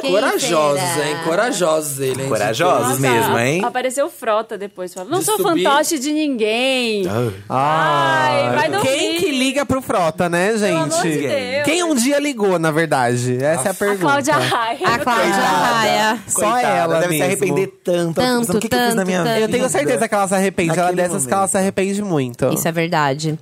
C: Quem
D: Corajosos,
C: será?
D: hein? Corajosos então. ele, hein?
E: Corajosos
A: Nossa,
E: mesmo, hein?
A: Apareceu frota depois. Falando, não
D: De
A: sou
D: subir.
A: fantoche de ninguém. Ai, vai dormir.
B: Quem que liga pro Frota, né, gente?
A: amor de Deus.
B: Quem um dia ligou, na verdade? Essa é a
A: A
B: pergunta.
A: Cláudia Raia.
C: A Cláudia Raia.
B: Só ela
E: Deve
B: mesmo.
E: se arrepender tanto. Ela
C: Tanto,
E: tá pensando, o que, que eu fiz na
C: tanto,
E: minha
C: tanto.
E: vida?
B: Eu tenho certeza que ela se arrepende. ela é
E: Naquele
B: dessas que ela
E: momento.
B: se arrepende muito.
C: Isso é verdade.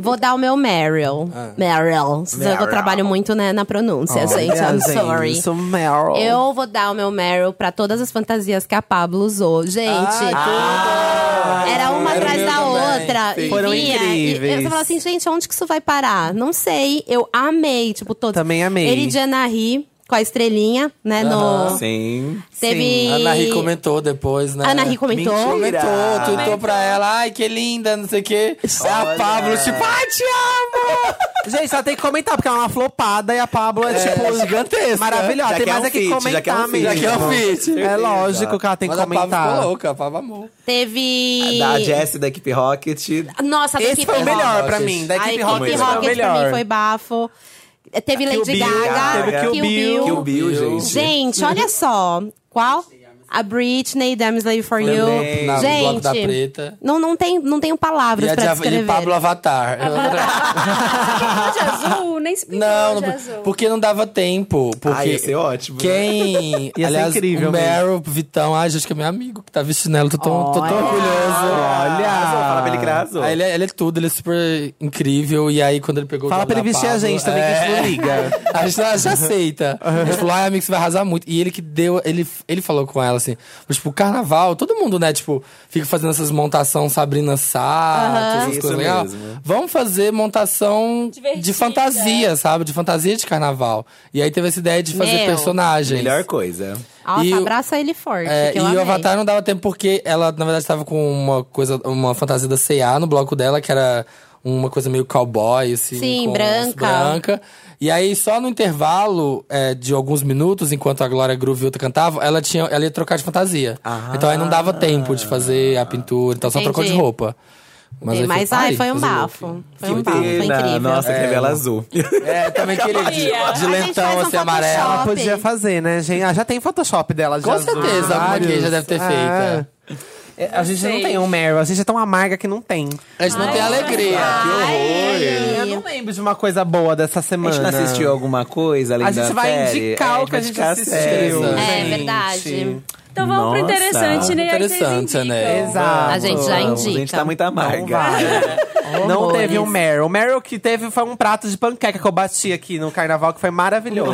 C: Vou dar o meu Meryl. Meryl. Vocês sabem que Eu
E: Meryl.
C: trabalho muito né, na pronúncia, gente. I'm
B: gente,
C: sorry.
B: Isso, é Meryl.
C: Eu vou dar o meu Meryl pra todas as fantasias que a Pablo usou. Gente, Ah, era uma
D: Era o
C: atrás
D: meu
C: da
D: também.
C: outra. E
B: Foram
C: vinha,
B: incríveis.
C: E eu falava assim, gente, onde que isso vai parar? Não sei. Eu amei, tipo, todas.
B: Também amei.
C: Eridiana Ri, com a estrelinha, né? No...
E: Sim.
C: Teve...
D: Ana Ri comentou depois, né?
C: Ana Ri comentou.
E: Mentira.
D: Comentou, tuitou pra ela, ai que linda, não sei o quê. A Pablo, tipo, ai te amo!
B: Gente, ela tem que comentar, porque ela é uma flopada e a Pablo é, tipo,
D: gigantesca.
B: maravilhosa.
E: Já
B: tem
E: que é
B: mais
E: um
B: é que
E: feat,
B: comentar
E: já que é um feat.
B: mesmo.
D: Já que é um feat.
B: É lógico que ela tem que
D: Mas a Pablo
B: comentar.
D: ficou louca, a Pablo amou.
C: Teve...
E: Da Jessie da Equipe Rocket.
C: Nossa,
B: Esse foi o melhor pra
D: gente.
B: mim. Da
C: A
B: equipe
C: equipe
B: Rocket
C: Rocket,
B: esse foi o
C: pra mim
B: melhor.
C: foi bafo. Teve
B: Kill
C: Lady
B: Bill,
C: Gaga,
B: teve Kill Bill.
E: Kill Bill,
D: Bill.
E: gente.
C: Gente, olha só. Qual? A Britney, Damn Slave for
D: Também,
C: You.
D: na- no Bloco
C: Gente,
D: da Preta.
C: Não, não, tem, não tenho
D: E,
C: palavras
D: a
C: pra
D: Dia-
C: descrever.
D: e Pablo Avatar.
A: Pintou de azul? Nem se pintou
D: Não,
A: de
D: não,
A: azul.
D: porque não dava tempo. Porque
E: Ai, ia ser ótimo, né?
B: é
D: Quem.
B: ser
D: aliás,
B: incrível
D: o Meryl, Vitão, ai, gente, que é meu amigo que tá vestindo ela. Tô tão, tô tão orgulhoso.
B: Olha!
E: Arrasou, fala pra ele que arrasou.
D: Aí ele, é- ele é tudo, ele é super incrível. E aí, quando ele pegou
B: Fala
D: o jogo
B: pra ele
D: da
B: vestir a
D: Pablo- é.
B: gente também, que a gente não liga.
D: A gente, a gente aceita. A gente falou, ai, amigo, você vai arrasar muito. E ele que deu, ele, ele falou com ela assim, mas, tipo, carnaval, todo mundo, né, tipo, fica fazendo essas montação Sabrina Sato, essas
E: Isso
D: coisas legais.
E: mesmo.
D: Vamos fazer montação de
A: Divertida.
D: fantasia, sabe? De fantasia de carnaval. E aí teve essa ideia de fazer
C: Meu.
D: personagens.
E: Melhor coisa.
C: Nossa,
D: E o-
C: abraça ele forte.
D: É,
C: que
D: e
C: eu
D: o
C: amei.
D: Avatar não dava tempo porque ela, na verdade, tava com uma coisa, uma fantasia da C&A no bloco dela, que era uma coisa meio cowboy, assim.
C: Sim,
D: com-
C: branca.
D: branca. E aí, só no intervalo é, de alguns minutos, enquanto a Glória Groove e outra cantavam, ela, tinha, ela ia trocar de fantasia. Então aí não dava tempo de fazer a pintura, então só
C: Entendi.
D: trocou de roupa.
C: Mas,
D: aí
C: ai, foi um
D: fazer o look.
C: bafo. Foi um bafo, foi
E: Pena,
C: incrível.
E: Nossa, que vela azul.
D: É, também aquele de, de
C: A gente faz
D: lentão,
C: um
D: assim, amarelo.
B: Ela podia fazer, né, gente? Ah, já tem Photoshop dela,
D: Com
B: já.
D: certeza, alguma que já deve ter
B: É.
D: feita.
B: A gente não tem um Meryl, a gente é tão amarga que não tem.
D: A gente não tem alegria.
B: Eu não lembro de uma coisa boa dessa
E: A
B: semana.
E: gente não assistiu alguma coisa além
B: A gente
E: da
B: vai
E: série?
B: indicar
E: É,
B: o que a gente
E: vai indicar a série.
B: assistiu.
C: É,
B: gente.
C: verdade.
A: Então vamos pro
E: Nossa.
A: interessante, né? E aí vocês
D: Interessante, né?
A: indicam.
B: Exato.
C: A gente já
E: Vamos, A gente
C: indica.
E: tá muito
B: Não
E: amarga.
B: vai. Não
C: Horrores.
B: teve um Meryl. O Meryl que teve foi um prato de panqueca que eu bati aqui no carnaval, que foi maravilhoso.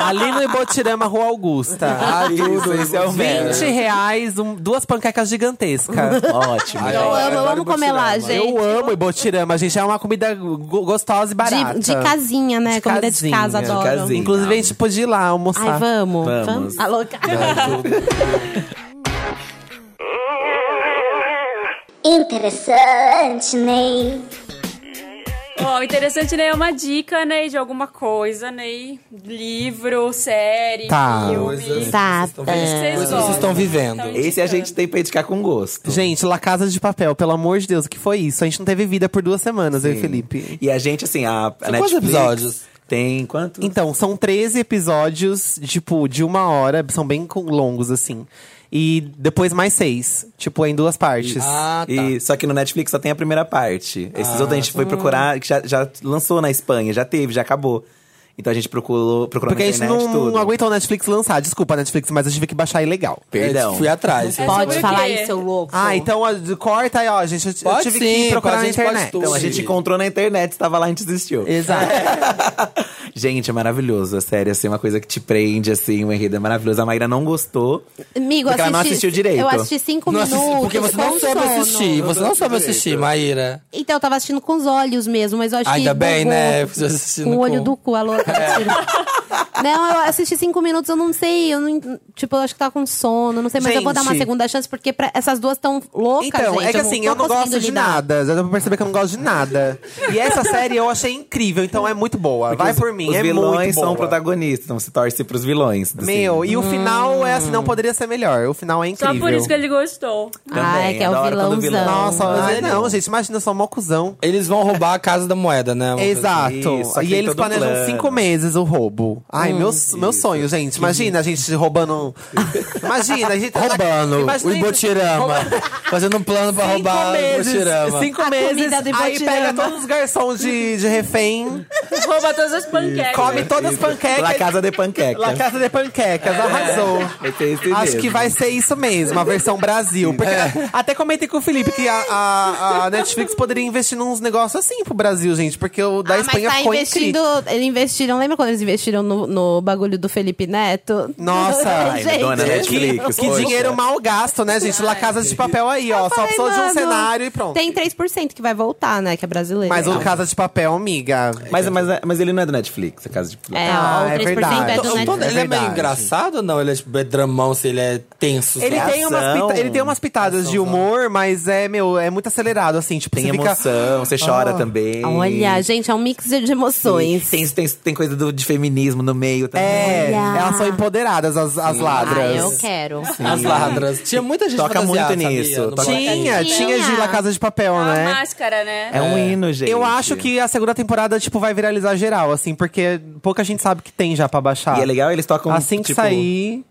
B: Ali no Ibotirama, Rua Augusta.
D: Ah, tudo,
E: Isso, esse é o
B: 20
E: Meryl.
B: reais, um- duas panquecas gigantescas.
E: Ótimo.
D: Ai,
C: Eu
D: Agora
C: amo, eu amo
D: eu vou
C: comer lá,
D: tirar,
C: gente.
B: né? Eu amo Ibotirama, gente. É uma comida go- gostosa e barata.
C: De, de casinha, né?
B: De
C: Comida
B: casinha,
C: de casa,
B: de
C: adoro.
E: casinha.
B: Inclusive, a gente pôde ir lá almoçar.
C: Ai, vamos.
E: Vamos.
C: Vamos. Alô, cara.
G: Interessante, Ney.
A: Ó, o interessante, né? É uma dica, né? De alguma coisa, né? Livro, série,
B: Tá.
A: filme.
C: Exata.
A: Vocês
D: Coisas que É, vocês estão vivendo.
A: Então,
E: Esse é a gente tem pra indicar com gosto.
B: Gente, La Casa de Papel, pelo amor de Deus, o que foi isso? A gente não teve vida por duas semanas, eu e Felipe.
E: E a gente, assim, a, a Netflix...
D: quantos episódios?
E: Tem quantos?
B: Então, são 13 episódios, tipo, de uma hora, são bem com- longos, assim. E depois mais seis, tipo, em duas partes.
D: Ah, tá.
E: E, só que no Netflix só tem
B: Ah, tá.
E: a primeira parte. Esses outros a gente foi procurar, que já, já lançou na Espanha, já teve, já acabou. Então a gente procurou, procurou
B: Porque
E: na
B: a gente
E: internet
B: não
E: tudo.
B: aguentou o Netflix lançar. Desculpa, Netflix, mas eu tive que baixar ilegal.
E: Perdão.
D: Eu tipo, Fui atrás.
A: É sobre
C: Pode
A: o
C: falar
A: quê?
C: isso, seu louco.
B: Ah, então ó, corta aí, ó, gente. Eu, eu
D: Pode
B: tive
D: sim,
B: que procurar
D: pode,
B: na
D: a gente pode
B: internet.
D: tudo.
E: Então a gente encontrou na internet, estava lá, a gente desistiu.
B: Exato.
E: Gente, é maravilhoso, é sério, assim, uma coisa que te prende, assim, o enredo é maravilhoso. A Mayra não gostou.
C: Amigo,
E: Porque ela não
C: assisti-
E: assistiu direito.
C: Eu assisti cinco
D: Não assisti-
C: minutos.
D: porque você não
C: com
D: soube
C: sono.
D: assistir. Você não soube assistir, Maíra.
C: Então, eu tava assistindo com os olhos mesmo, mas eu acho
D: Ainda
C: que.
D: bem,
C: bugou.
D: né? Você assistindo
C: Com o olho
D: com-
C: do cu, alô.
B: É.
C: Não, eu assisti cinco minutos, eu não sei. Eu não, tipo, eu acho que tava com sono, não sei, mas eu vou dar uma
B: Gente.
C: segunda chance, porque pra- essas duas estão loucas.
B: Então,
C: gente,
B: é que assim,
C: tô
B: eu não gosto
C: conseguindo
B: de
C: lidar.
B: nada. Já deu pra perceber que eu não gosto de nada. e essa série eu achei incrível, então é muito boa. Vai
E: Os-
B: por mim,
E: Os
B: é
E: vilões
B: muito boa.
E: são protagonistas, então se torce pros vilões. assim.
B: Meu, e o final é assim, não poderia ser melhor. O final é
A: Só
B: incrível.
A: por isso que ele gostou.
C: Ai,
B: Ah,
E: Também,
C: que é o
E: adoro quando
C: vilãozão.
E: o vilão-
B: Nossa,
E: Não,
B: ai,
E: não.
B: não, gente, imagina, eu sou mó cuzão.
D: Eles vão roubar a casa da moeda, né? Uma
B: Exato.
E: isso, aqui
B: e
E: tem
B: eles
E: todo
B: planejam
E: plano.
B: cinco meses o roubo. Ai, meu, meu sonho, gente. Imagina a gente roubando. um- imagina, a gente. tá
D: Roubando
B: Imagina
D: o
B: a gente
D: Ibotirama. Fazendo um plano pra roubar o Ibotirama.
B: cinco
C: A comida
B: meses,
C: do
B: aí
C: Ibotirama.
B: pega todos os garçons de, de refém,
A: Rouba todas as
C: É
A: panquecas.
B: come todas as
E: La
B: panquecas.
E: Casa de Panqueca.
B: é La Casa de Panquecas, arrasou.
E: Vai ser esse
B: Acho
E: mesmo. É.
B: que vai ser isso mesmo, a versão Brasil. Porque até comentei com o Felipe que a, a- a Netflix poderia investir nos negócios assim pro Brasil, gente. Porque o da
C: Ah,
B: Espanha
C: mas tá
B: ficou
C: investindo.
B: incrível.
C: Eles investiram. Lembra quando eles investiram no, no bagulho do Felipe Neto?
B: Nossa. Ai,
C: Gente,
E: dona
B: Que,
E: Netflix,
B: que
E: poxa.
B: dinheiro mal gasto, né, gente? La Casa de Papel aí, ó. Só
C: falei,
B: precisou de um
C: mano,
B: cenário e pronto.
C: Tem 3% que vai voltar, né? Que é brasileiro.
B: Mas o Casa de Papel, amiga.
E: Mas, mas, mas ele não é do Netflix, a Casa de
C: É,
B: Ah,
C: ó, o
B: é
C: 3% é,
B: verdade.
C: do
B: Eu tô-
C: Netflix.
D: Ele é meio
B: verdade.
D: engraçado ou não? Ele é tipo, é dramão, se ele é tenso.
B: Ele
D: sabe?
B: tem, umas
E: ação.
B: pita- ele tem umas pitadas de humor, mas é, meu, é muito acelerado, assim. Tipo,
E: Tem
B: você fica-
E: emoção, você chora
B: Ah.
E: também.
C: Olha, gente, é um mix de emoções.
E: Tem, tem, tem coisa do- de feminismo no meio também.
B: É,
C: Olha.
B: elas são empoderadas, as, as
C: ah,
B: ladras.
C: eu quero.
D: As ladras. é Tinha muita gente
E: Toca muito
D: fantasiada,
E: nisso,
D: sabia? No
E: toca-
D: Black
B: Tinha,
D: Mirror.
B: tinha de La Casa de Papel,
A: A
B: né?
A: máscara, né?
E: É um hino, gente.
B: Eu acho que a segunda temporada, tipo, vai viralizar geral, assim, porque pouca gente sabe que tem já pra baixar.
E: E é legal, eles tocam.
B: Assim que
E: tipo,
B: sair.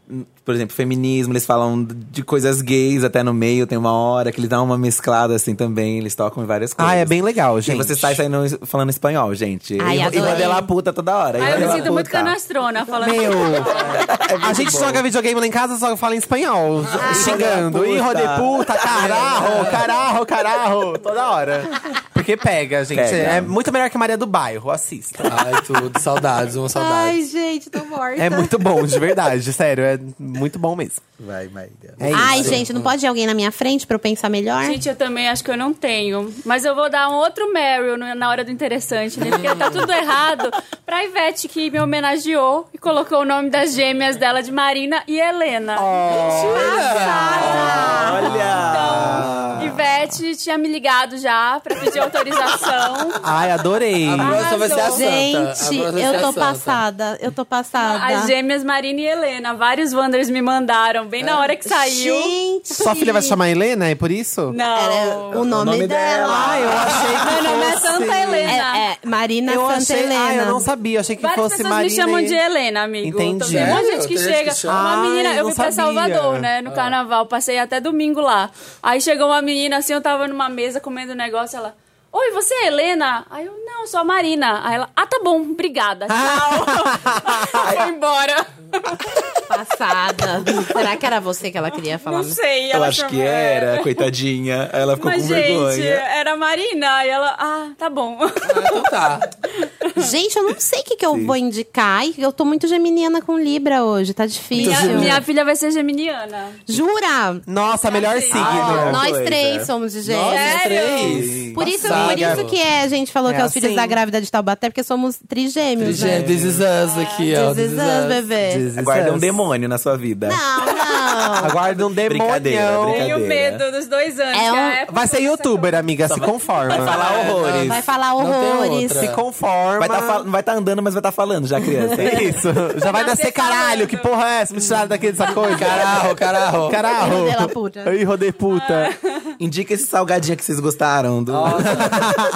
E: Por exemplo, feminismo, eles falam de coisas gays até no meio, tem uma hora que eles dão uma mesclada assim também, eles tocam em várias coisas.
B: Ah, é bem legal, gente.
E: E você sai saindo es- falando espanhol, gente.
C: Ai,
E: e
C: adorei.
E: rodelar a puta toda hora. e
A: Aí eu
E: rodelar
A: me
E: a
A: sinto muito
E: puta.
A: canastrona falando.
B: Meu!
E: É
B: a gente joga videogame lá em casa, só fala em
E: Ah,
B: espanhol, xingando.
E: rodeputa.
B: Hijo de puta, caralho, caralho, caralho. Toda hora. Porque pega, gente.
E: Pega. Ah,
B: É muito melhor que Maria do Bairro, assista.
D: Ai, tudo. Saudades, uma saudade.
C: Ai, gente, tô morta.
B: É muito bom, de verdade, sério. É muito bom mesmo.
E: Vai, Maíra.
B: É isso.
C: Ai, gente, não pode ir alguém na minha frente pra eu pensar melhor?
A: Gente, eu também acho que eu não tenho. Mas eu vou dar um outro Meryl no- na hora do interessante, né? Porque tá tudo errado. Pra Ivete, que me homenageou e colocou o nome das gêmeas dela de Marina e Helena. Olha! Então, Ivete tinha me ligado já pra pedir autorização.
B: Ai, adorei.
D: A próxima vai ser a santa.
C: Gente,
D: A próxima vai ser
C: eu
D: a
C: tô
D: santa.
C: passada, eu tô passada.
A: As gêmeas Marina e Helena. Vários Wanders me mandaram bem na hora que saiu.
C: Gente!
B: Sua filha vai se chamar Helena, é por isso?
C: Era
A: Não.
C: o nome,
E: nome
C: dela.
E: dela.
B: Ah, eu achei que
A: Meu nome é
B: fosse-
A: Santa Helena.
C: É, é, Marina
B: Eu
C: Santa
B: achei,
C: Helena.
B: ah, eu não sabia, eu achei que
A: Várias
B: fosse
A: pessoas
B: Marina.
A: me chamam
B: e-
A: de Helena, amigo.
B: Entendi.
A: Então, Tem um monte de gente que
D: Sério? Tem gente
A: chega.
D: que chama?
A: Uma
B: Ai,
A: menina, eu
B: não
A: vim pra
B: sabia.
A: Salvador, né?
E: Ah.
A: No carnaval, passei até domingo lá. Aí chegou uma menina, assim, eu tava numa mesa comendo um negócio, ela. Oi, você é Helena? Aí eu, não, sou a Marina. Aí ela, ah, tá bom, obrigada.
B: Ah.
A: Tchau. Foi embora.
C: Passada. Será que era você que ela queria falar?
A: Não sei.
E: Eu
A: ela
E: acho que
A: chamou-
E: era, coitadinha. Aí Ela ficou
A: Mas,
E: com
A: gente,
E: vergonha.
A: era a Marina. E ela, ah, tá bom.
D: Ah, então tá.
C: Gente, eu não sei o que, que eu vou indicar. e Eu tô muito geminiana com Libra hoje, tá
E: então
C: difícil.
A: minha, minha filha vai ser geminiana.
C: Jura?
B: Nossa, melhor signo.
E: Ah,
C: Nós
E: coisa.
C: três somos de
D: Nós
C: gêmeos. É,
A: é.
D: três.
C: Por isso,
D: Passada,
C: por isso que é, a gente falou
B: É
C: que é os filhos
B: assim.
C: da grávida de Taubaté, porque somos trigêmeos,
D: Gente,
C: né?
D: this is us aqui, ó.
C: This is us, bebê.
B: This is
E: Aguarda um
B: us.
E: demônio na sua vida.
C: Não, não.
B: Aguarda um demônio.
E: Brincadeira, brincadeira.
A: Tenho medo dos dois anos.
C: É
A: que a
C: um-
A: época
B: Vai ser youtuber, amiga, se conforma.
E: Vai falar horrores.
C: Vai falar
D: Não tem
C: horrores.
D: outra.
B: Se conforma.
E: Vai tá, fal- não vai estar andando, mas vai estar falando já, criança.
B: É Isso. Já vai
A: Vai
B: nascer
A: ser
B: caralho.
A: falando.
B: Que porra é essa? Me tiraram daqui dessa coisa.
D: Caralho, caralho.
B: Caralho.
C: Hijo de la puta.
B: Ai, hijo de puta.
E: Indica esse salgadinho que vocês gostaram. Do...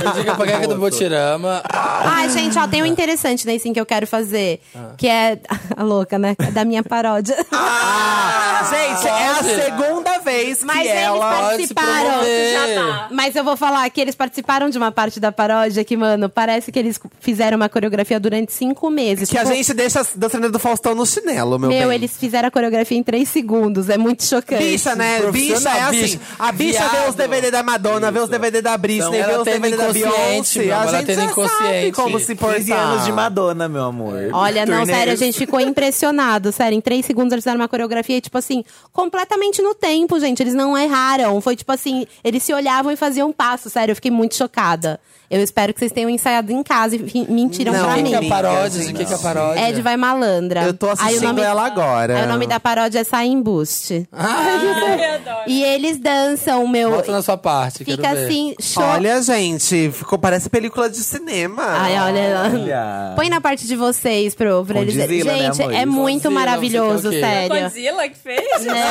D: Eu digo a panqueca do Botirama.
C: Ah, gente, ó, tem um interessante, né, assim, que eu quero fazer.
B: Ah.
C: Que é. A louca, né? Da minha É paródia.
B: Ah, Gente, é a segunda vez fez que
C: Mas eles
B: ela.
C: participaram.
A: Já tá.
C: Mas eu vou falar que eles participaram de uma parte da paródia que, mano, parece que eles fizeram uma coreografia durante cinco meses.
B: Que a
C: Tipo,
B: gente deixa a dançarina do Faustão no chinelo, meu,
C: Meu,
B: bem.
C: eles fizeram a coreografia em três segundos. É muito chocante.
B: Bicha, né? Bicha é
D: Profissional,
B: assim.
D: bicha.
B: A bicha vê
D: Viado.
B: os DVD da Madonna, vê os DVD da Britney,
D: Então,
B: vê
D: ela
B: os
D: tendo
B: DVD da
D: inconsciente,
B: Beyoncé.
D: meu
B: A
D: amor, ela
B: gente
D: tendo
B: já sabe
D: inconsciente.
B: como se portar.
E: 15 anos de Madonna, meu amor.
C: Olha, não,
E: Turnês.
C: sério, a gente ficou impressionado. Sério, em três segundos eles fizeram uma coreografia, e, tipo assim, completamente no tempo, gente. Eles não erraram. Foi tipo assim, eles se olhavam e faziam um passo. Sério, eu fiquei muito chocada. Eu espero que vocês tenham ensaiado em casa e fi- mentiram
B: Não,
C: pra
D: O que,
C: mim.
D: que é
B: amiga,
D: paródia?
B: assim,
D: O que, que é
B: não.
D: paródia?
C: Ed vai malandra.
B: Eu tô assistindo ela agora.
C: Aí o nome da paródia é Sai em Boost.
A: Ai, eu adoro.
C: E eles dançam, meu.
D: Volta na sua parte, quero
C: Fica
D: ver.
C: assim, show.
B: Olha, gente, ficou, parece película de cinema.
C: Ai, olha.
E: Olha.
C: Põe na parte de vocês pro, pra eles.
E: Condzilla, né,
C: Gente,
E: amor?
C: é muito
D: Condzilla,
C: maravilhoso,
D: você quer
C: sério.
A: Godzilla que fez?
B: Né?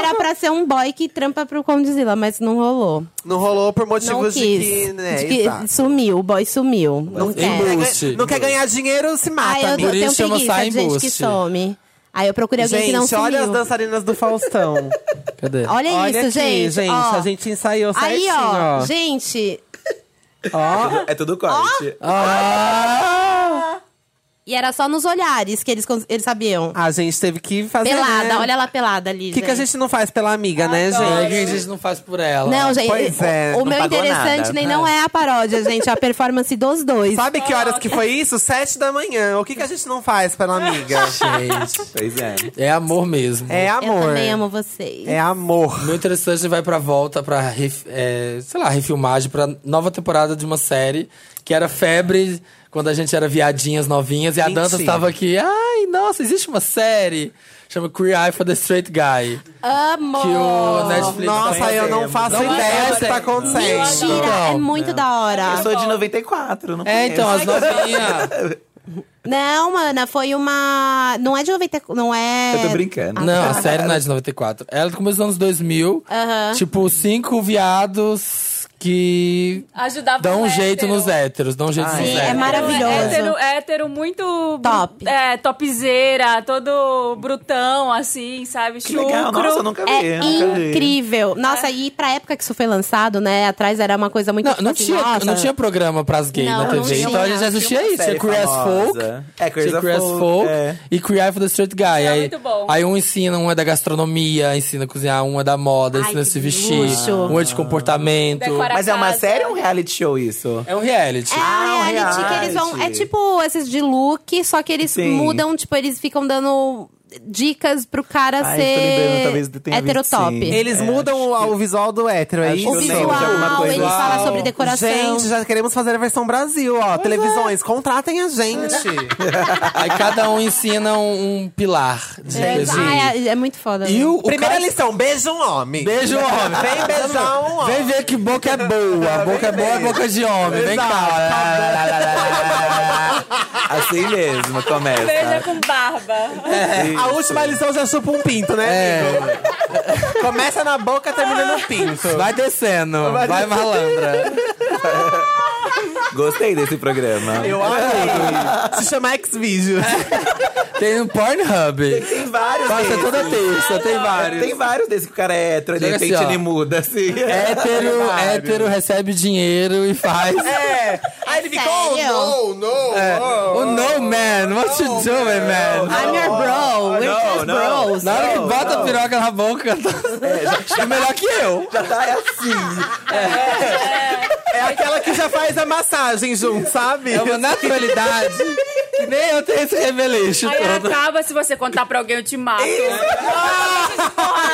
C: Era pra ser um boy que trampa pro Condizila, mas não rolou.
B: Não rolou por
C: Não
B: motivos
C: quis.
B: de que, né,
C: De que
B: exato.
C: sumiu, o boy sumiu. Não
D: Em
C: quer.
D: Boost.
B: Não
D: Embuste.
B: quer- Não quer ganhar dinheiro, se mata.
C: Aí eu, eu
D: Por
B: amiga.
D: isso
C: tenho
D: chama
C: preguiça de
D: Simon
C: gente
D: Boost.
C: que some. Aí eu procurei alguém que não
B: Gente,
C: sumiu.
B: olha as dançarinas do Faustão.
D: Cadê?
C: Olha,
B: olha
C: isso,
B: aqui,
C: gente. ó.
B: a gente ensaiou
C: Aí,
B: certinho,
C: ó,
B: ó.
C: gente.
B: Ó,
E: É tudo corte.
C: E era só nos olhares que eles, cons- eles sabiam.
B: a gente teve que fazer,
C: pelada,
B: Ah, né?
C: olha lá pelada ali.
B: O que, que a gente não faz pela amiga, né,
D: É, o
B: gente?
D: que a gente não faz por ela?
C: Não, gente,
B: Pois é,
C: o
B: não
C: meu
E: pagou
C: interessante
E: nada.
C: nem não é a paródia, gente, é a performance dos dois.
B: Sabe que horas que foi isso? Sete da manhã. O que, que a gente não faz pela amiga?
D: Gente,
E: Pois é.
D: é amor mesmo.
B: É
C: Eu
B: amor.
C: também amo vocês.
B: É amor.
D: O meu interessante é vai pra volta, pra, ref- é, sei lá, refilmagem, pra nova temporada de uma série que era febre quando a gente era viadinhas novinhas e a
B: Mentira.
D: Dantas estava aqui. Ai, nossa, existe uma série. Chama Queer Eye for the Straight Guy.
C: Amo!
D: Que
C: Oh,
D: o Netflix.
B: Nossa,
E: tem
B: eu não
E: tema.
B: faço
D: Não
B: ideia
D: tem
B: do que tá
D: tema.
B: acontecendo.
C: Mentira,
D: Então,
C: é muito da hora.
E: né? Eu sou de 94, não
D: É,
E: conheço.
D: então, as novinhas.
C: Não, mana, foi uma. Não é de 94. Não é.
E: Eu tô brincando.
D: Não, a série não é de 94. Ela começou nos anos 2000.
C: Aham.
D: Tipo, cinco viados que
A: Ajudava
D: dão um
A: os
D: jeito
A: héteros.
D: nos héteros. Dão um
E: Ah,
D: jeito nos
C: Sim,
D: héteros.
C: Tá é maravilhoso.
A: Hétero, hétero muito. bru-
C: Top.
A: É, topzeira, todo brutão, assim, sabe?
E: Que legal, nossa, eu
A: Chucro.
E: nunca vi.
C: É
E: nunca vi.
C: incrível. Nossa, e pra época que isso foi lançado, né? Atrás era uma coisa muito.
D: Não,
C: tipo
D: não,
C: assim,
D: tinha,
C: nossa.
D: não tinha programa pras gays
C: Não,
D: na
C: não
D: TV.
C: tinha.
D: então a gente
E: Tinha
D: assistia
E: uma
D: isso. Tinha
E: série
D: Queer as Folk.
E: famosa. É, Queer
D: Tinha
E: as
D: Queer as
E: Folk,
D: Folk.
E: é.
D: E Queer Eye for the Straight Guy.
C: é
A: Era
D: aí,
A: muito bom.
D: aí um ensina, um é da gastronomia, ensina a cozinhar, um é da moda,
C: Ai,
D: ensina a
C: que
D: se vestir.
C: luxo.
D: Um é de comportamento.
A: Decorar
E: Mas é uma
A: casa.
E: série ou um reality show isso?
D: É um reality.
C: É a
E: Ah, um
C: reality que eles vão. É
E: reality.
C: tipo esses de look, só que eles
E: Sim.
C: mudam, tipo, eles ficam dando dicas pro cara
E: Ai, tô lembrando, talvez
C: ser
E: tenha visto,
C: heterotop.
E: sim.
B: Eles
E: É,
B: mudam o, o visual do hétero, é
E: Acho
B: isso?
E: que
C: O
E: eu lembro de alguma
C: visual,
E: coisa. assim.
C: eles falam sobre decoração.
B: Gente, já queremos fazer a versão Brasil, ó. Televisões, contratem a gente.
D: Aí cada um ensina um, um pilar. de
C: é,
D: coisa.
C: ah, é, é muito foda.
D: E o, o
B: Primeira
D: cara-
B: lição, beija um homem.
D: Beijo, homem.
B: Vem beijar um homem.
D: Vem ver que boca é boa. Boca é boa é boca de homem. Vem cá.
E: Assim mesmo, começa.
A: Beija com barba.
B: A última lição já chupa um pinto,
E: É.
B: né? amigo? Começa na boca, termina no pinto.
D: Vai descendo. Vai malandra.
E: Gostei desse programa.
B: Eu amei. Se chama X-Videos.
D: Tem no Pornhub.
E: Tem vários
D: Passa
E: desses.
D: toda terça, tem
E: Tem
D: vários.
E: vários desses que o cara é hétero e de
D: Joga
E: repente
D: assim, ó.
E: ele muda, assim.
D: Hétero, hétero recebe dinheiro e faz.
B: É. Aí ele fica, oh,
C: Sério?
B: no, no.
D: É. Oh no, man. What you doing, man?
C: I'm your bro, we're just
E: não.
C: bros.
D: Na hora que bota a piroca na boca, é melhor que eu.
E: Já tá assim.
B: É aquela que já faz a massagem junto, sabe?
D: É uma naturalidade que nem eu tenho esse revelation
A: Aí
D: todo.
A: acaba, se você contar pra alguém, eu te mato.
B: Ah!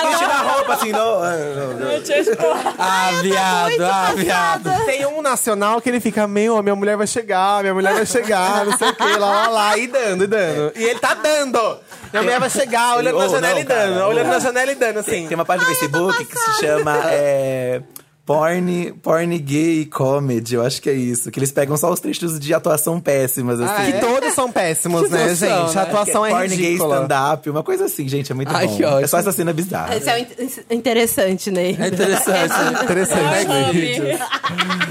E: Ele tira a roupa assim, não. não, não.
A: Eu te escorro.
D: Ah, viado, ah, viado.
B: Tá Tem um nacional que ele fica, meu, minha mulher vai chegar, minha mulher vai chegar, não sei o que, lá, lá, lá, e dando, e dando. E ele tá dando! Minha mulher vai chegar, olhando na
E: Oh,
B: janela
E: não,
B: e dando,
E: cara,
B: olhando
E: oh.
B: na janela e dando, assim.
E: Tem uma página no Facebook que se chama é, Porn, Porn Gay Comedy, eu acho que é isso. Que eles pegam só os trechos de atuação péssimas, assim.
B: Que todos são péssimos,
D: Ah, é? Que
B: né, gente?
D: noção,
B: Ah, é? A
D: né?
B: atuação é,
E: Porn gay
B: ridícula.
E: stand-up, uma coisa assim, gente, é muito
D: Ai,
E: bom.
D: que ótimo.
E: É só essa cena bizarra.
C: Isso é in- interessante, né? Ney.
D: É interessante.
B: Interessante.
C: é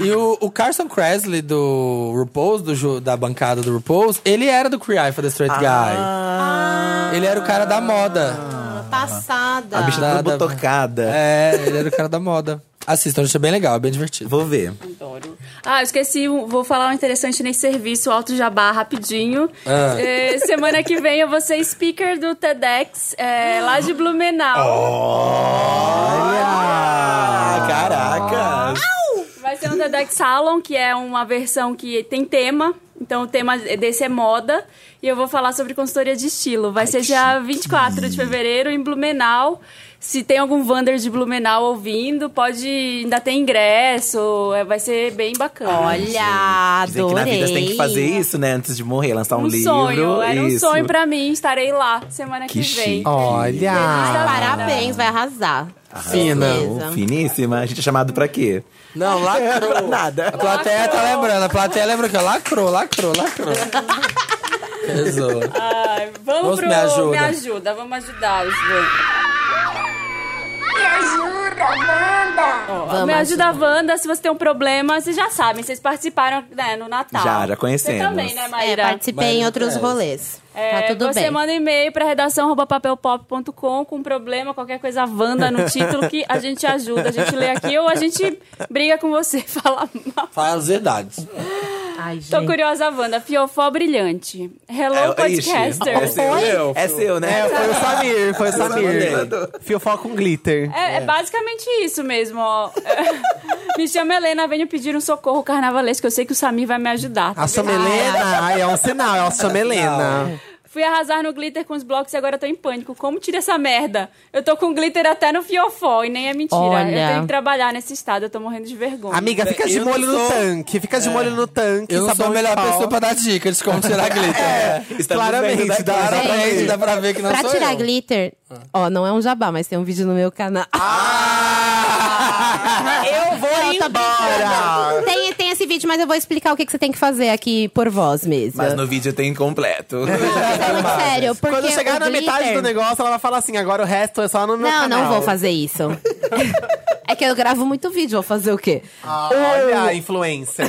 D: e o, o Carson Kressley do RuPaul's, do, ju- da bancada do
C: Ah.
D: RuPaul's, ele era do Cry for the Straight Guy. Ele era o cara da moda.
C: passada.
E: A bicha
D: Dá-
E: toda
D: dá-
E: botocada.
D: É, ele era o cara da moda. Assistam, isso é bem legal, é bem divertido.
E: Vou ver.
A: Adoro. Ah, eu esqueci, um- vou falar um interessante nesse serviço, alto jabá, rapidinho.
D: Ah.
A: É, semana que vem eu vou ser speaker do TEDx, é, lá de
E: Oh.
A: Blumenau.
E: Ah, caraca!
A: Vai ser um TEDx Salon, que é uma versão que tem tema. Então o tema desse é moda. E eu vou falar sobre consultoria de estilo. Vai ser dia 24 de fevereiro em Blumenau. Se tem algum Wander de Blumenau ouvindo, pode. Ainda tem ingresso. é, vai ser bem bacana.
C: Olha, adorei.
E: Dizem que na vida você tem que fazer isso, né? Antes de morrer, lançar um,
A: um
E: livro.
A: sonho, era um
E: isso.
A: sonho pra mim, estarei lá semana
E: Que
A: que,
E: chique.
A: vem.
C: Ai,
B: Olha!
C: parabéns, vai arrasar.
D: Fina.
E: Oh, finíssima. A gente é chamado pra quê?
D: Não, lacrou.
E: Pra nada.
D: A plateia tá lembrando, a plateia lembra que eu lacrou, lacrou, lacrou. Pesou.
A: Ai, vamos
D: Vamos,
A: pro
D: me ajuda.
A: Me Ajuda, vamos ajudar os dois.
G: Me ajuda, Wanda!
A: Ó, me ajuda, Wanda, se você tem um problema, vocês já sabem, vocês participaram né, no Natal.
E: Já, já conhecemos.
A: Você também, né,
C: É,
A: Maíra?
C: participei
D: Mas-
C: em outros
D: é.
C: rolês.
A: É,
C: tá tudo
A: você
C: bem.
A: manda e-mail pra redação arroba papelpop.com com problema, qualquer coisa Wanda no título que a gente ajuda. A gente lê aqui ou a gente briga com você, fala mal.
D: Fala as verdades.
C: Ai, gente.
A: Tô curiosa, Wanda. Fiofó brilhante. Hello,
E: É, ixi,
A: podcaster.
E: é seu, é seu, né?
B: É, foi o Samir, foi o
E: mandei.
B: Samir. Fiofó com glitter.
A: É, é basicamente isso mesmo, ó. É. me chama Helena, venho pedir um socorro carnavalesco, que eu sei que o Samir vai me ajudar. tá
B: A
D: Ah,
B: chamelena, ai, é um sinal, é uma chamelena.
A: Fui arrasar no glitter com os blocos e agora tô em pânico. Como tira essa merda? Eu tô com glitter até no fiofó e nem é mentira.
C: Olha.
A: Eu tenho que trabalhar nesse estado, eu tô morrendo de vergonha.
B: Amiga, fica de
D: Eu não
B: molho no
D: sou-
B: tanque, fica de molho no tanque.
D: Eu não sou
B: sabão
D: a
B: de
D: melhor
B: pau.
D: pessoa pra dar dicas de como tirar glitter. É,
E: Estamos
B: Claramente,
E: vendo daqui.
B: dá-
D: dá, pra
C: Gente,
D: ver, dá pra ver que não
C: pra
D: sou
C: tirar
D: eu.
C: glitter, ó, não é um jabá, mas tem um vídeo no meu canal.
B: Ah, Eu vou
D: tá
C: Não, eu tô brincando. Tem, tem esse vídeo, mas eu vou explicar o que, que você tem que fazer aqui por voz mesmo.
E: Mas no vídeo tem completo.
C: Não, mas é muito sério, porque
B: Quando chegar
C: o
B: na metade
C: glitter-
B: do negócio, ela vai falar assim: agora o resto é só no meu
C: Não,
B: canal.
C: não vou fazer isso. é que eu gravo muito vídeo, vou fazer o quê?
B: Olha, influencer.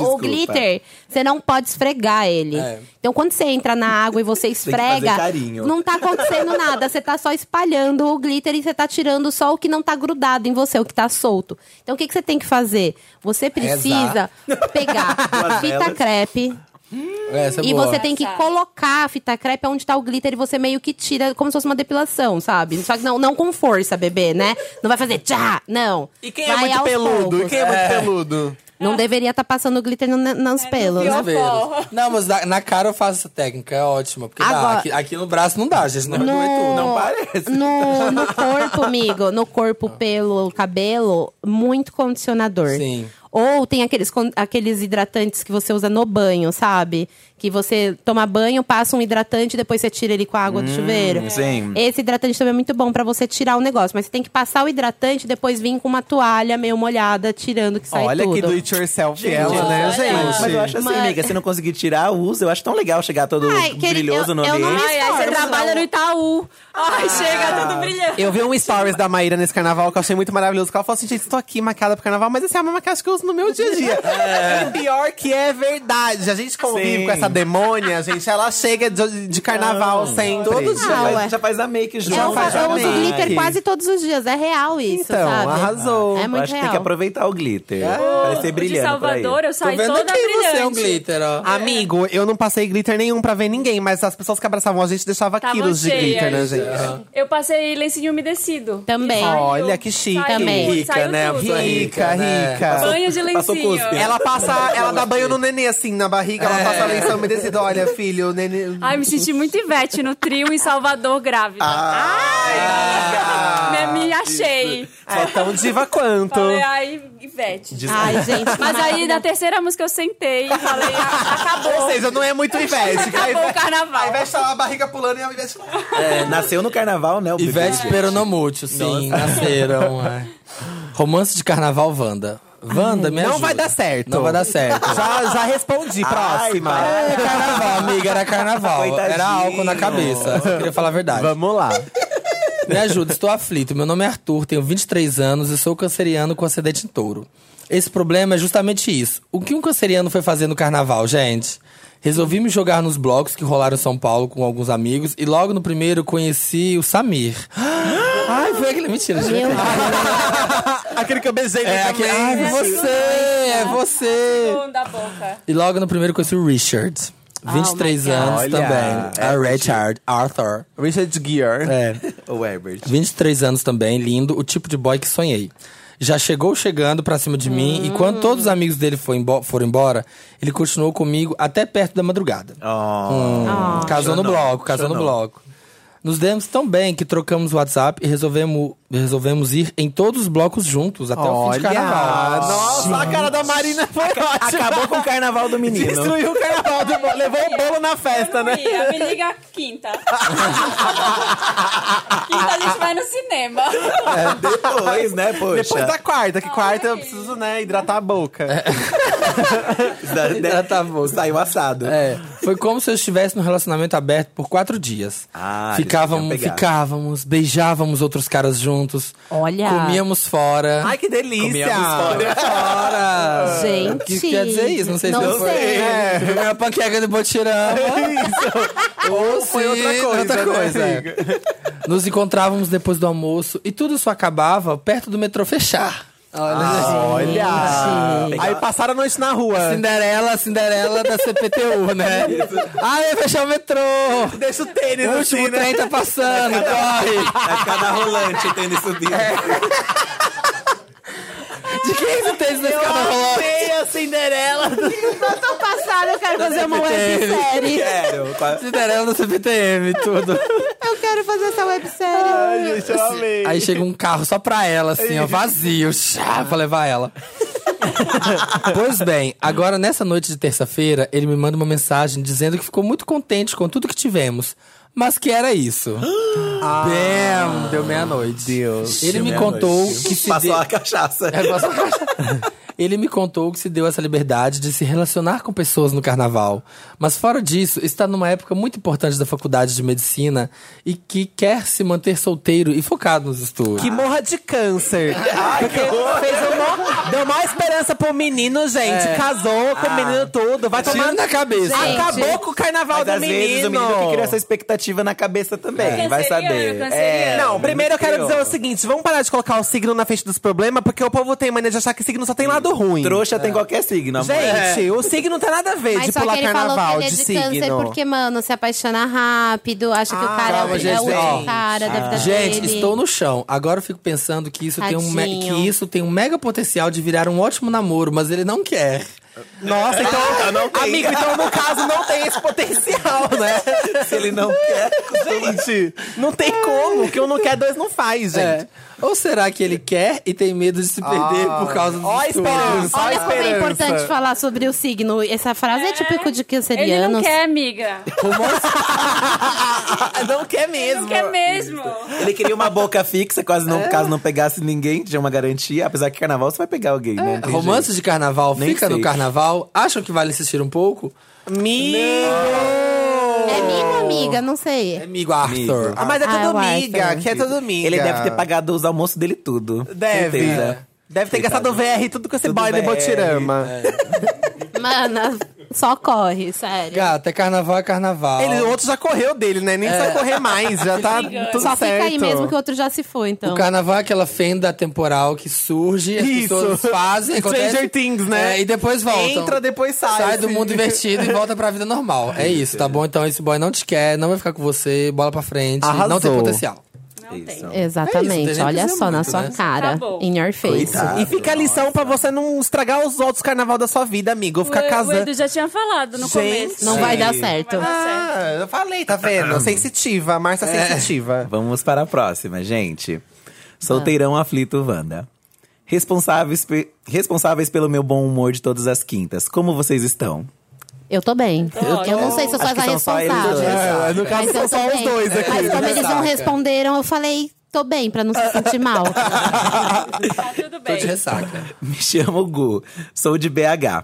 C: O glitter, você não pode esfregar ele.
D: É.
C: Então, quando você entra na água e você esfrega,
E: fazer carinho.
C: não tá acontecendo nada. Você tá só espalhando o glitter e você tá tirando só o que não tá grudado em você, o que tá solto. Então, o que, que você tem que fazer? Você precisa pegar fita
E: velas.
C: crepe,
D: Essa é
C: e
D: boa.
C: você tem que colocar a fita crepe onde tá o glitter e você meio que tira como se fosse uma depilação, sabe? Só que não, não com força, bebê, né? Não vai fazer tchá, não.
B: E quem é
C: Vai
B: muito
C: aos
B: peludo? E
C: poucos.
B: quem é muito peludo?
C: Não deveria estar passando glitter no, nos pelos, né?
D: Primeiros. Não, mas na, na cara eu faço essa técnica, é ótima. Porque
C: Agora-
D: dá, aqui, aqui no braço não dá, gente. Não, é
C: No,
D: aguento, não.
E: parece.
C: no, no corpo, amigo. No corpo, pelo, cabelo, muito condicionador.
D: Sim.
C: Ou tem aqueles, con- aqueles hidratantes que você usa no banho, sabe? Que você toma banho, passa um hidratante, depois você tira ele com a água do chuveiro.
E: sim.
C: Esse hidratante também é muito bom pra você tirar o negócio. Mas você tem que passar o hidratante, depois vir com uma toalha meio molhada, tirando que sai
B: Olha
C: tudo.
B: que do it yourself ela, né, gente?
E: Mas eu acho assim,
C: Mas-
E: amiga, se não conseguir tirar, usa. Eu acho tão legal chegar todo
C: Ai, querido,
E: brilhoso
C: eu-
E: no
C: eu não
E: ambiente.
C: me
A: Ai, aí você
C: esforço,
A: trabalha
C: não.
A: no Itaú. Ai, chega, tá tudo brilhante.
B: Eu vi um stories da Maíra nesse carnaval que eu achei muito maravilhoso. Que ela falou assim: gente, estou aqui maquiada pro carnaval, mas essa é a mesma maquiagem que eu uso no meu dia a dia. E o pior que é verdade. A gente convive
E: Sim.
B: com essa demônia, gente. Ela chega de, de carnaval sempre.
E: Todo dia,
C: Ah,
E: mas
C: ué.
E: já faz a make junto.
C: Eu,
B: faz
C: É um fa- eu uso
B: também.
C: glitter quase todos os dias. É real isso,
B: Então,
C: sabe?
B: arrasou.
C: É
E: Eu
C: muito
E: acho que tem que
C: real.
E: aproveitar o glitter.
B: É.
E: Parece ser
A: De
E: brilhante por aí.
A: Salvador, eu
D: Tô
A: saí
D: vendo
A: toda
D: aqui você é um
A: brilhante.
D: glitter, ó.
C: Ah,
B: Amigo, eu não passei glitter nenhum pra ver ninguém, mas as pessoas que abraçavam a gente deixavam
A: Tavam
B: quilos de
A: cheias.
B: glitter, né, gente?
A: Eu passei lencinho umedecido.
C: Também.
A: E saiu.
B: Olha, que chique.
C: Também.
A: tudo,
D: Rica,
A: saiu
D: né?
A: tudo.
C: é
D: Rica.
B: Rica,
C: né?
B: rica.
A: Banho de
E: Passou
A: lencinho.
E: cuspe.
B: Ela passa, ela dá banho no nenê, assim, na barriga, ela passa a lençol umedecido. Olha, filho, o nenê.
A: Ai, me senti muito Ivete no trio em Salvador grávida.
D: Ah.
A: Ai, me, me achei.
B: É tão diva quanto.
A: Falei, ai, Ivete.
C: Ai, gente.
A: Mas aí na terceira música eu sentei e falei, "Ah,
B: Ou
A: acabou.
B: seja, não é muito Ivete. que a
A: Acabou o
B: Ivete-
A: carnaval.
B: A Ivete tá lá, a barriga pulando e a Ivete...
E: É, nasceu no carnaval, né? O bebê.
D: Ivete Peronomútil, sim, nasceram. é. Romance de carnaval, Wanda. Wanda, me
B: Não
D: ajuda.
B: vai dar certo.
D: Não vai dar certo.
B: Já, já respondi, próxima.
E: Ai,
D: Era carnaval, amiga, era carnaval.
E: Coitadinho.
D: Era álcool na cabeça. Eu queria falar a verdade.
B: Vamos lá.
D: Me ajuda, estou aflito. Meu nome é Arthur, tenho 23 anos e sou canceriano com acidente em touro. Esse problema é justamente isso. O que um canceriano foi fazer no carnaval, gente? Resolvi me jogar nos blocos que rolaram em São Paulo com alguns amigos e logo no primeiro conheci o Samir. Ai, foi aquele. Mentira, gente.
B: Aquele que eu beijei
D: É, aquele. Ai,
B: também.
D: você! É você!
A: Fundo da boca.
D: E logo no primeiro conheci o Richard. 23
C: my God.
D: anos
E: Olha,
D: também.
E: é,
D: a Richard Arthur.
B: Richard Gere.
D: É.
E: O Herbert.
D: 23 anos também, lindo, o tipo de boy que sonhei. Já chegou chegando pra cima de mim e quando todos os amigos dele foi embo- foram embora, ele continuou comigo até perto da madrugada. Hum,
E: Oh.
D: Casou no
E: Chonou,
D: bloco, casou no
E: chonou.
D: bloco. Nos demos tão bem que trocamos o WhatsApp e resolvemos, resolvemos ir em todos os blocos juntos até o fim de carnaval.
B: Nossa, a cara da Marina foi ótima.
E: Acabou com o carnaval do menino.
B: Destruiu o carnaval, do- levou o bolo na festa, né?
A: Ia, me liga quinta. quinta a gente vai no cinema.
E: Depois, né, poxa?
B: Depois da quarta, que quarta eu preciso, né, hidratar a boca.
E: Da-
D: Já tá bom.
E: Saiu assado.
D: É, foi como se eu estivesse num relacionamento aberto por quatro dias.
E: Ah, eles
D: ficávamos,
E: queriam pegar.
D: ficávamos, beijávamos outros caras juntos.
C: Olha.
D: Comíamos fora.
B: Ai, que delícia!
D: Fora!
C: Gente.
D: Que quer dizer isso? Não sei se
C: Não
D: foi.
C: sei.
D: É. Primeira panqueca do Botirama. Ou
B: Foi outra
D: sim,
B: coisa,
D: outra
B: né,
D: coisa.
B: amiga?
D: Nos encontrávamos depois do almoço e tudo só acabava perto do metrô fechar. Ah,
B: Olha!
C: Gente.
B: Aí passaram a noite na rua.
D: Cinderela, Cinderela da CPTU,
B: É
D: né? Ai, fechar o metrô!
B: Deixa o tênis assim,
D: O último
B: né?
D: trem tá passando,
B: um.
D: corre!
E: Vai ficar na rolante tendo isso dito.
D: De quem esse tênis da escada rolante?
B: a né? Cinderela.
C: Eu tô passada, eu quero fazer uma websérie.
D: É.
E: Quero. Qua-
D: Cinderela da CPTM, tudo.
C: Eu quero fazer essa websérie.
B: Gente, eu amei.
D: Aí chega um carro só pra ela, assim, ó, vazio, chá, pra levar ela. pois bem, agora nessa noite de terça-feira, ele me manda uma mensagem dizendo que ficou muito contente com tudo que tivemos. Mas que era isso. Bam! Deu meia-noite. Deus. Ele me
E: Meia-noite.
D: contou que se
E: Passou
D: deu-
E: a cachaça.
D: É, passou a caixa. Ele me contou que se deu essa liberdade de se relacionar com pessoas no carnaval. Mas fora disso, está numa época muito importante da faculdade de medicina e que quer se manter solteiro e focado nos estudos.
B: Que morra de câncer. Porque fez um mo- deu maior esperança pro menino, gente. Casou com o menino tudo. Vai
D: Tiro
B: tomar.
D: na cabeça.
C: Gente.
B: Acabou com o carnaval
E: Mas
B: do
E: às
B: menino.
E: vezes o menino que cria essa expectativa na cabeça também.
A: É.
E: Vai
A: Canceriano,
E: saber.
A: canceriano. Não,
E: É, o
B: Não,
E: menino
B: primeiro eu quero
E: criou.
B: dizer o seguinte: vamos parar de colocar o signo na frente dos problemas, porque o povo tem mania de achar que signo só tem lado ruim.
E: Trouxa tem qualquer signo, amor. É,
B: Gente, o signo não tem nada a ver de
C: Mas só
B: pular
C: que ele falou
B: carnaval,
C: que ele é
B: de
C: de câncer
B: signo.
C: porque, mano, se apaixona rápido, acha que o cara
D: calma,
C: é,
D: gente,
C: o último
D: gente. Ah.
C: cara da vida
D: Gente,
C: dele.
D: estou no chão. Agora eu fico pensando que isso, tem um me-
C: Tadinho.
D: que isso tem um mega potencial de virar um ótimo namoro, mas ele não quer.
B: Nossa, então.
E: Ah, tá, não tem.
B: amigo, então no caso não tem esse potencial, né?
E: Se ele não quer.
B: Gente, não tem como. O que um não quer, dois não faz, gente.
D: É. Ou será que ele quer e tem medo de se perder por causa do
B: Ó a esperança, ó a
C: Olha como é
B: esperança.
C: importante falar sobre o signo. Essa frase é, típico de
A: Ele não
C: cancerianos.
A: quer, amiga.
B: Não quer
A: Ele não
B: mesmo.
A: quer mesmo.
E: Ele queria uma boca fixa, quase não, caso não pegasse ninguém, tinha uma garantia. Apesar que carnaval você vai pegar alguém, né? Tem
D: É. Romance de carnaval
E: Nem
D: fica no
E: sei.
D: carnaval? Acham que vale insistir um pouco?
B: Amigo!
C: É minha amiga, não sei.
D: Amigo Arthur.
E: Amigo.
B: Ah, mas é
C: Ah,
B: tudo
C: eu acho,
B: amiga,
C: eu
B: que é tudo amiga.
E: Ele deve ter pagado os almoços dele tudo.
B: Deve.
E: Certeza.
B: Deve ter gastado VR tudo com esse
E: Tudo É.
B: boy do
E: VR,
B: Botirama.
C: Mana, só corre, sério.
D: Gata, é carnaval, é carnaval.
B: Ele, o outro já correu dele, né? Nem precisa correr mais, já tá tudo
C: Só
B: certo.
C: fica aí mesmo que o outro já se foi, então.
D: O carnaval é aquela fenda temporal que surge, as
B: Isso.
D: pessoas fazem. acontece,
B: Stranger Things, né?
D: É, e depois voltam.
B: Entra, depois sai. assim.
D: Sai do mundo invertido e volta pra vida normal. É isso, tá bom? Então esse boy não te quer, não vai ficar com você, bola pra frente. Não tem
B: Arrasou.
D: potencial.
A: Não
E: Isso.
A: tem.
D: É isso,
C: Exatamente,
D: tem nem
C: olha
D: que dizer
C: só na
D: muito,
C: sua
D: né?
C: cara.
A: Tá bom.
C: in your face.
E: Coitado.
B: E fica a lição pra você não estragar os outros carnaval da sua vida, amigo. Ou
A: O-
B: Ficar
A: O
B: casando.
A: Edu já tinha falado no
B: Gente,
A: começo.
C: Não
E: Sim.
C: vai dar certo.
A: Não
E: tá.
A: vai dar certo.
B: Ah, eu falei, tá vendo? sensitiva, a Marcia sensitiva.
E: Vamos para a próxima, gente. Solteirão aflito Wanda. Responsáveis, pe- responsáveis pelo meu bom humor de todas as quintas. Como vocês estão?
C: Eu tô bem. Eu,
A: ótimo.
C: não sei se eu sou
E: Acho
C: essa
E: que são só eles
C: responsável.
D: né?
E: dois. É,
B: no
C: Mas eu tô bem. Mas como eles não responderam, eu falei, tô bem, pra não se sentir mal.
A: Tá tudo
D: Tô
A: bem.
D: de ressaca.
E: Me chamo Gu, sou de BH.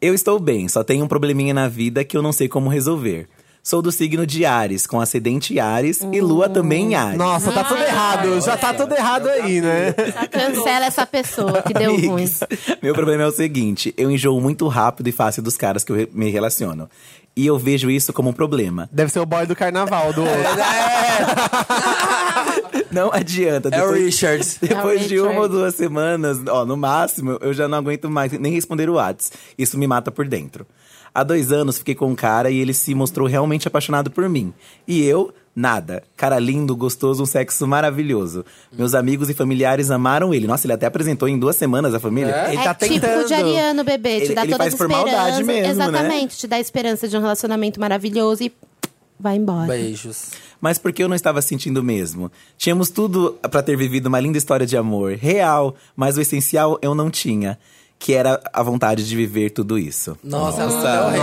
E: Eu estou bem, só tenho um probleminha na vida que eu não sei como resolver. Sou do signo de Ares, com acidente em Ares e lua também em Ares.
B: Nossa, tá tudo errado. Já tá tudo errado aí, né?
C: Cancela essa pessoa que deu ruim.
E: Amigos, Meu problema é o seguinte: eu enjoo muito rápido e fácil dos caras que eu re- me relaciono. E eu vejo isso como um problema.
B: Deve ser o boy do carnaval do
D: É, né?
B: outro.
E: Não adianta.
D: É o
E: depois-
D: Richard.
E: Depois de uma ou
C: Richard.
E: duas semanas, ó, no máximo, eu já não aguento mais nem responder o Whats. Isso me mata por dentro. Há dois anos fiquei com um cara e ele se mostrou realmente apaixonado por mim. E eu, nada. Cara lindo, gostoso, um sexo maravilhoso. Meus amigos e familiares amaram ele. Nossa, ele até apresentou em duas semanas a família.
D: É?
B: Ele tá
C: é tipo
B: tentando.
C: de Ariano, bebê. Te
E: Ele-
C: dá
E: ele
C: todas
E: faz
C: as
E: por maldade
C: esperanças.
E: mesmo, né?
C: Exatamente. Te dá a esperança de um relacionamento maravilhoso e vai embora.
D: Beijos.
E: Mas porque eu não estava sentindo mesmo. Tínhamos tudo pra ter vivido uma linda história de amor, real, mas o essencial eu não tinha, que era a vontade de viver tudo isso.
D: Nossa, ela é o rei.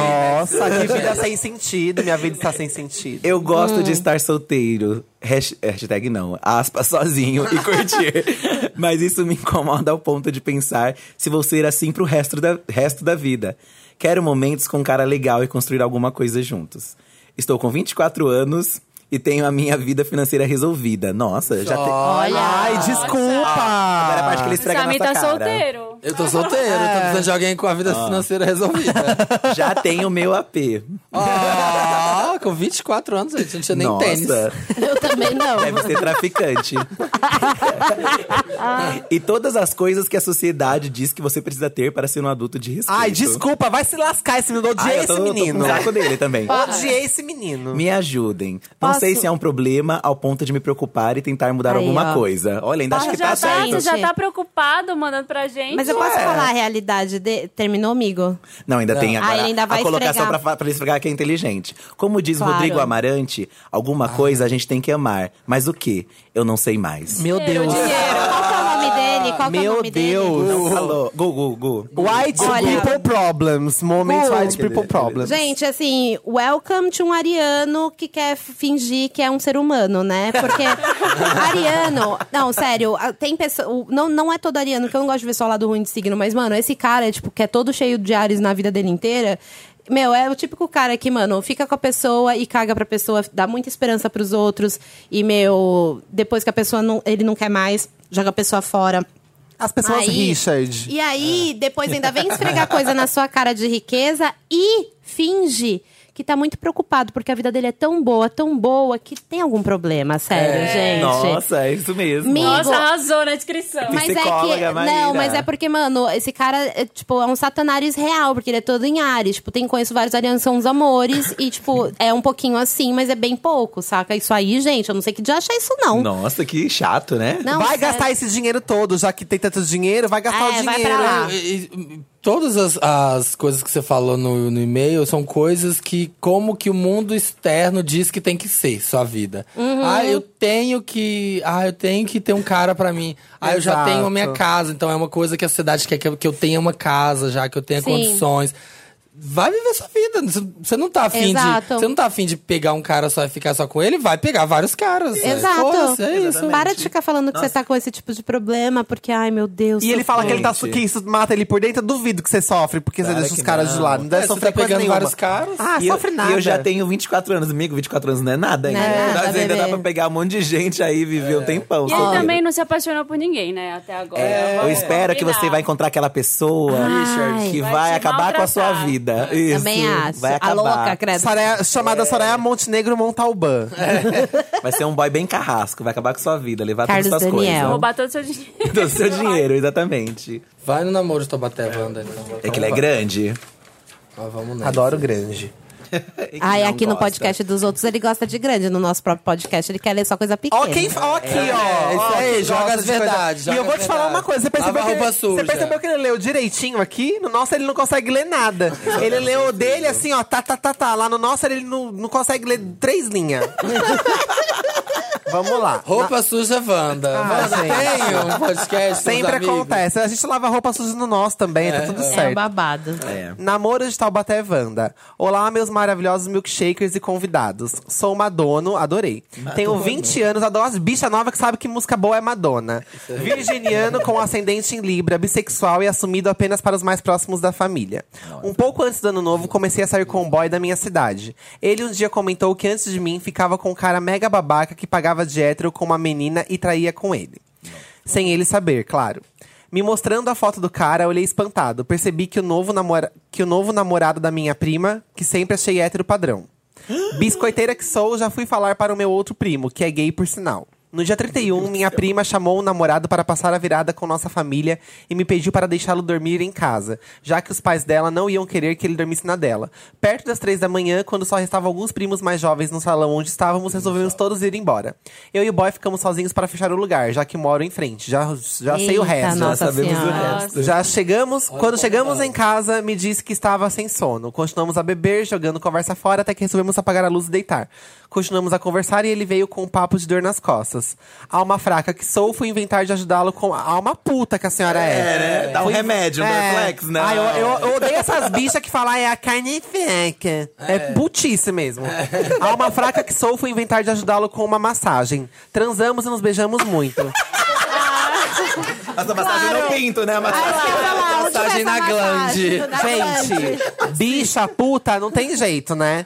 B: Nossa, que vida sem sentido. Minha vida está sem sentido.
E: Eu gosto de estar solteiro. Hash- Hashtag não, aspas, sozinho e curtir. Mas isso me incomoda ao ponto de pensar se vou ser assim pro resto da, resto da vida. Quero momentos com um cara legal e construir alguma coisa juntos. Estou com 24 anos e tenho a minha vida financeira resolvida. Nossa, já tem.
C: Olha.
B: Ai,
E: Agora é a
B: desculpa!
E: parte que
A: O
E: ele estraga a
A: Samir
E: nossa
A: tá
E: cara.
A: solteiro.
D: Eu tô solteiro, tô precisando de alguém com a vida financeira resolvida.
E: Já tem o meu AP.
D: Ah, com 24 anos, gente, não tinha nem
E: Nossa,
D: tênis.
C: Eu também não.
E: deve ser traficante. e todas as coisas que a sociedade diz que você precisa ter para ser um adulto de respeito.
B: Ai, desculpa, vai se lascar esse menino.
E: Ai,
B: Odiei
E: eu
B: esse
E: tô- eu tô com
B: menino.
E: o saco dele também.
B: Odiei esse menino.
E: Me ajudem. Não sei
C: Posso-
E: se é um problema ao ponto de me preocupar e tentar mudar
C: Aí,
E: alguma
C: ó.
E: coisa. Olha, ainda acho
C: Posso-
E: que
A: Já tá,
E: tá certo.
A: você já
C: gente.
A: tá preocupado mandando pra gente.
C: Mas eu
B: Então
C: posso
B: é.
C: falar a realidade de... Terminou, amigo?
E: Não, ainda tem agora
C: Ah, ele ainda vai
E: a colocação
C: esfregar.
E: pra, fa- pra ele esfregar que é inteligente. Como diz
C: Claro.
E: Rodrigo Amarante, alguma
B: Ah.
E: coisa a gente tem que amar. Mas o quê? Eu não sei mais.
B: Meu Deus.
C: Qual que é o nome dele? Qual que é o
B: Meu
C: nome dele?
B: Deus.
E: Alô, Gu, Gu, Gu.
B: White
C: Olha-
B: people problems. Moments
C: Pô.
B: white people problems.
C: Gente, assim, welcome to um ariano que quer f- fingir que é um ser humano, né? Porque ariano, não, sério, a- tem pessoa, não, não é todo ariano, que eu não gosto de ver só o lado ruim de signo, mas mano, esse cara, tipo, que é todo cheio de ares na vida dele inteira, meu, é o típico cara que, mano, fica com a pessoa e caga pra pessoa, dá muita esperança pros outros e meu, depois que a pessoa não, ele não quer mais, joga a pessoa fora.
B: As pessoas É.
C: Aí-
B: Richard.
C: E aí, depois ainda vem esfregar coisa na sua cara de riqueza e finge que tá muito preocupado, porque a vida dele é tão boa, tão boa, que tem algum problema, sério, gente.
E: Nossa, é isso mesmo.
C: Me-
A: Nossa,
C: Amigo.
A: arrasou na descrição.
E: Mas- Psicóloga, Maíra.
C: é Não, mas é porque, mano, esse cara é, tipo, é um satanares real, porque ele é todo em Ares. Tipo, tem conheço vários arianos, são uns amores. e, tipo, é um pouquinho assim, mas é bem pouco, saca? Isso aí, gente, eu não sei que de achar isso, não.
E: Nossa, que chato, né?
C: Não,
B: vai
C: sério.
B: gastar esse dinheiro todo, já que tem tanto dinheiro, vai gastar
C: É,
B: o
C: vai pra
B: dinheiro.
C: lá.
D: E- e- Todas as, as coisas que você falou no, no e-mail são coisas que, como que o mundo externo diz que tem que ser sua vida.
C: Uhum.
D: Ah, eu tenho que. Ah, eu tenho que ter um cara pra mim. Ah, eu já
B: Exato.
D: tenho a minha casa. Então é uma coisa que a sociedade quer que eu, que eu tenha uma casa já, que eu tenha
C: Sim.
D: condições. Vai viver sua vida. Você- Você não tá afim de.
C: Exato.
D: Você não tá afim de pegar um cara só e ficar só com ele, vai pegar vários caras. É,
C: Exato.
D: foda-se, É isso.
C: Para de ficar falando que você tá com esse tipo de problema, porque, ai meu Deus.
B: E ele
C: sofrer.
B: fala que, ele tá,
E: Gente.
B: que isso mata ele por dentro, eu duvido que você sofre, porque você
E: Claro
B: deixa os
E: que
B: caras
E: não.
B: de lado. Não deve
D: É, você
B: sofrer
D: tá
B: coisa
D: pegando
B: nenhuma.
D: vários caras.
B: Ah,
E: E eu,
B: sofre
E: e
B: nada.
E: eu já tenho 24 anos, amigo. 24 anos não é nada ainda.
C: Não é nada,
E: Mas ainda dá
C: bebê.
E: pra pegar um monte de gente aí e viver um tempão.
A: E ele
E: sabe?
A: também não se apaixonou por ninguém, né? Até agora.
E: É, eu
A: Vamos
E: espero que você
A: combinar.
E: vai encontrar aquela pessoa
C: Ai.
E: que
A: Vai
E: vai,
A: te
E: acabar com a sua
A: maltratar.
E: vida. Isso,
C: Também acho.
E: Vai
C: a
E: acabar.
C: louca, credo.
B: Soraya- chamada Soraya Montenegro Montalbán.
E: Vai ser um boy bem carrasco, vai acabar com a sua vida, levar
C: Carlos
E: todas as suas
C: Daniel.
A: Roubar todo o seu dinheiro.
E: coisas. Do seu dinheiro, exatamente.
D: Vai no namoro de Tobateva, anda. Vamos
E: É que ele é
D: lá.
E: grande.
D: Mas Ah, vamos nessa.
B: Adoro grande.
C: Ai, aqui no
E: gosta.
C: podcast dos outros ele gosta de grande. No nosso próprio podcast ele quer ler só coisa pequena.
B: Ó, quem. Ó, aqui, ó.
D: É, isso
B: Ó,
D: aí,
B: quem
D: joga
B: gosta
D: as
B: de coisa-
D: verdades,
B: E
D: joga
B: eu vou
D: as
B: te falar
D: verdades.
B: uma coisa. Você percebeu,
D: Lava
B: que
D: a
B: ele,
D: roupa
B: você
D: suja.
B: percebeu que ele leu direitinho aqui? No nosso ele não consegue ler nada.
D: é
B: ele leu o dele assim, ó, tá, tá, tá, tá. Lá no nosso ele não, não consegue ler três linhas. Vamos lá.
D: Roupa suja, Wanda.
E: Ah,
D: Wanda,
B: gente.
D: tem um podcast. com os
B: Sempre
D: amigos?
B: acontece. A gente lava roupa suja no nosso também, tá tudo
C: É um
B: certo.
C: babado.
E: É.
B: Namoro de Taubaté é Wanda. Olá, meus maravilhosos milkshakers e convidados. Sou Madono, adorei. Tenho 20 anos, adoro as bichas novas que sabem que música boa é Madonna. Virginiano com ascendente em Libra, bissexual e assumido apenas para os mais próximos da família. Um pouco antes do ano novo, comecei a sair com um boy da minha cidade. Ele um dia comentou que antes de mim ficava com um cara mega babaca que pagava de hétero com uma menina e traía com ele. Sem ele saber, claro. Me mostrando a foto do cara, olhei espantado. Percebi que o novo, namora... que o novo namorado da minha prima, que sempre achei hétero padrão. Biscoiteira que sou, já fui falar para o meu outro primo, que é gay por sinal. No dia 31, minha prima chamou o namorado para passar a virada com nossa família e me pediu para deixá-lo dormir em casa, já que os pais dela não iam querer que ele dormisse na dela. Perto das três da manhã, quando só restavam alguns primos mais jovens no salão onde estávamos, resolvemos todos ir embora. Eu e o boy ficamos sozinhos para fechar o lugar, já que moro em frente. Já, já sei o
C: Eita,
B: resto.
C: nossa
E: Já sabemos
C: senhora.
E: o resto.
B: Já chegamos, quando chegamos em casa, me disse que estava sem sono. Continuamos a beber, jogando conversa fora, até que resolvemos apagar a luz e deitar. Continuamos a conversar e ele veio com um papo de dor nas costas. Alma fraca que sou, fui inventar de ajudá-lo com a alma puta que a senhora é.
E: É, né? Dá um
B: Fui-
E: remédio, um
B: É.
E: Dorflex, né?
B: Ai, eu, eu- eu odeio essas bichas que falam, é a carne fraca. É, putice mesmo. Alma fraca que sou, fui inventar de ajudá-lo com uma massagem. Transamos e nos beijamos muito.
E: Essa massagem não pinto, né? Mas...
D: Massagem na glande.
B: Gente, bicha, puta, não tem jeito, né?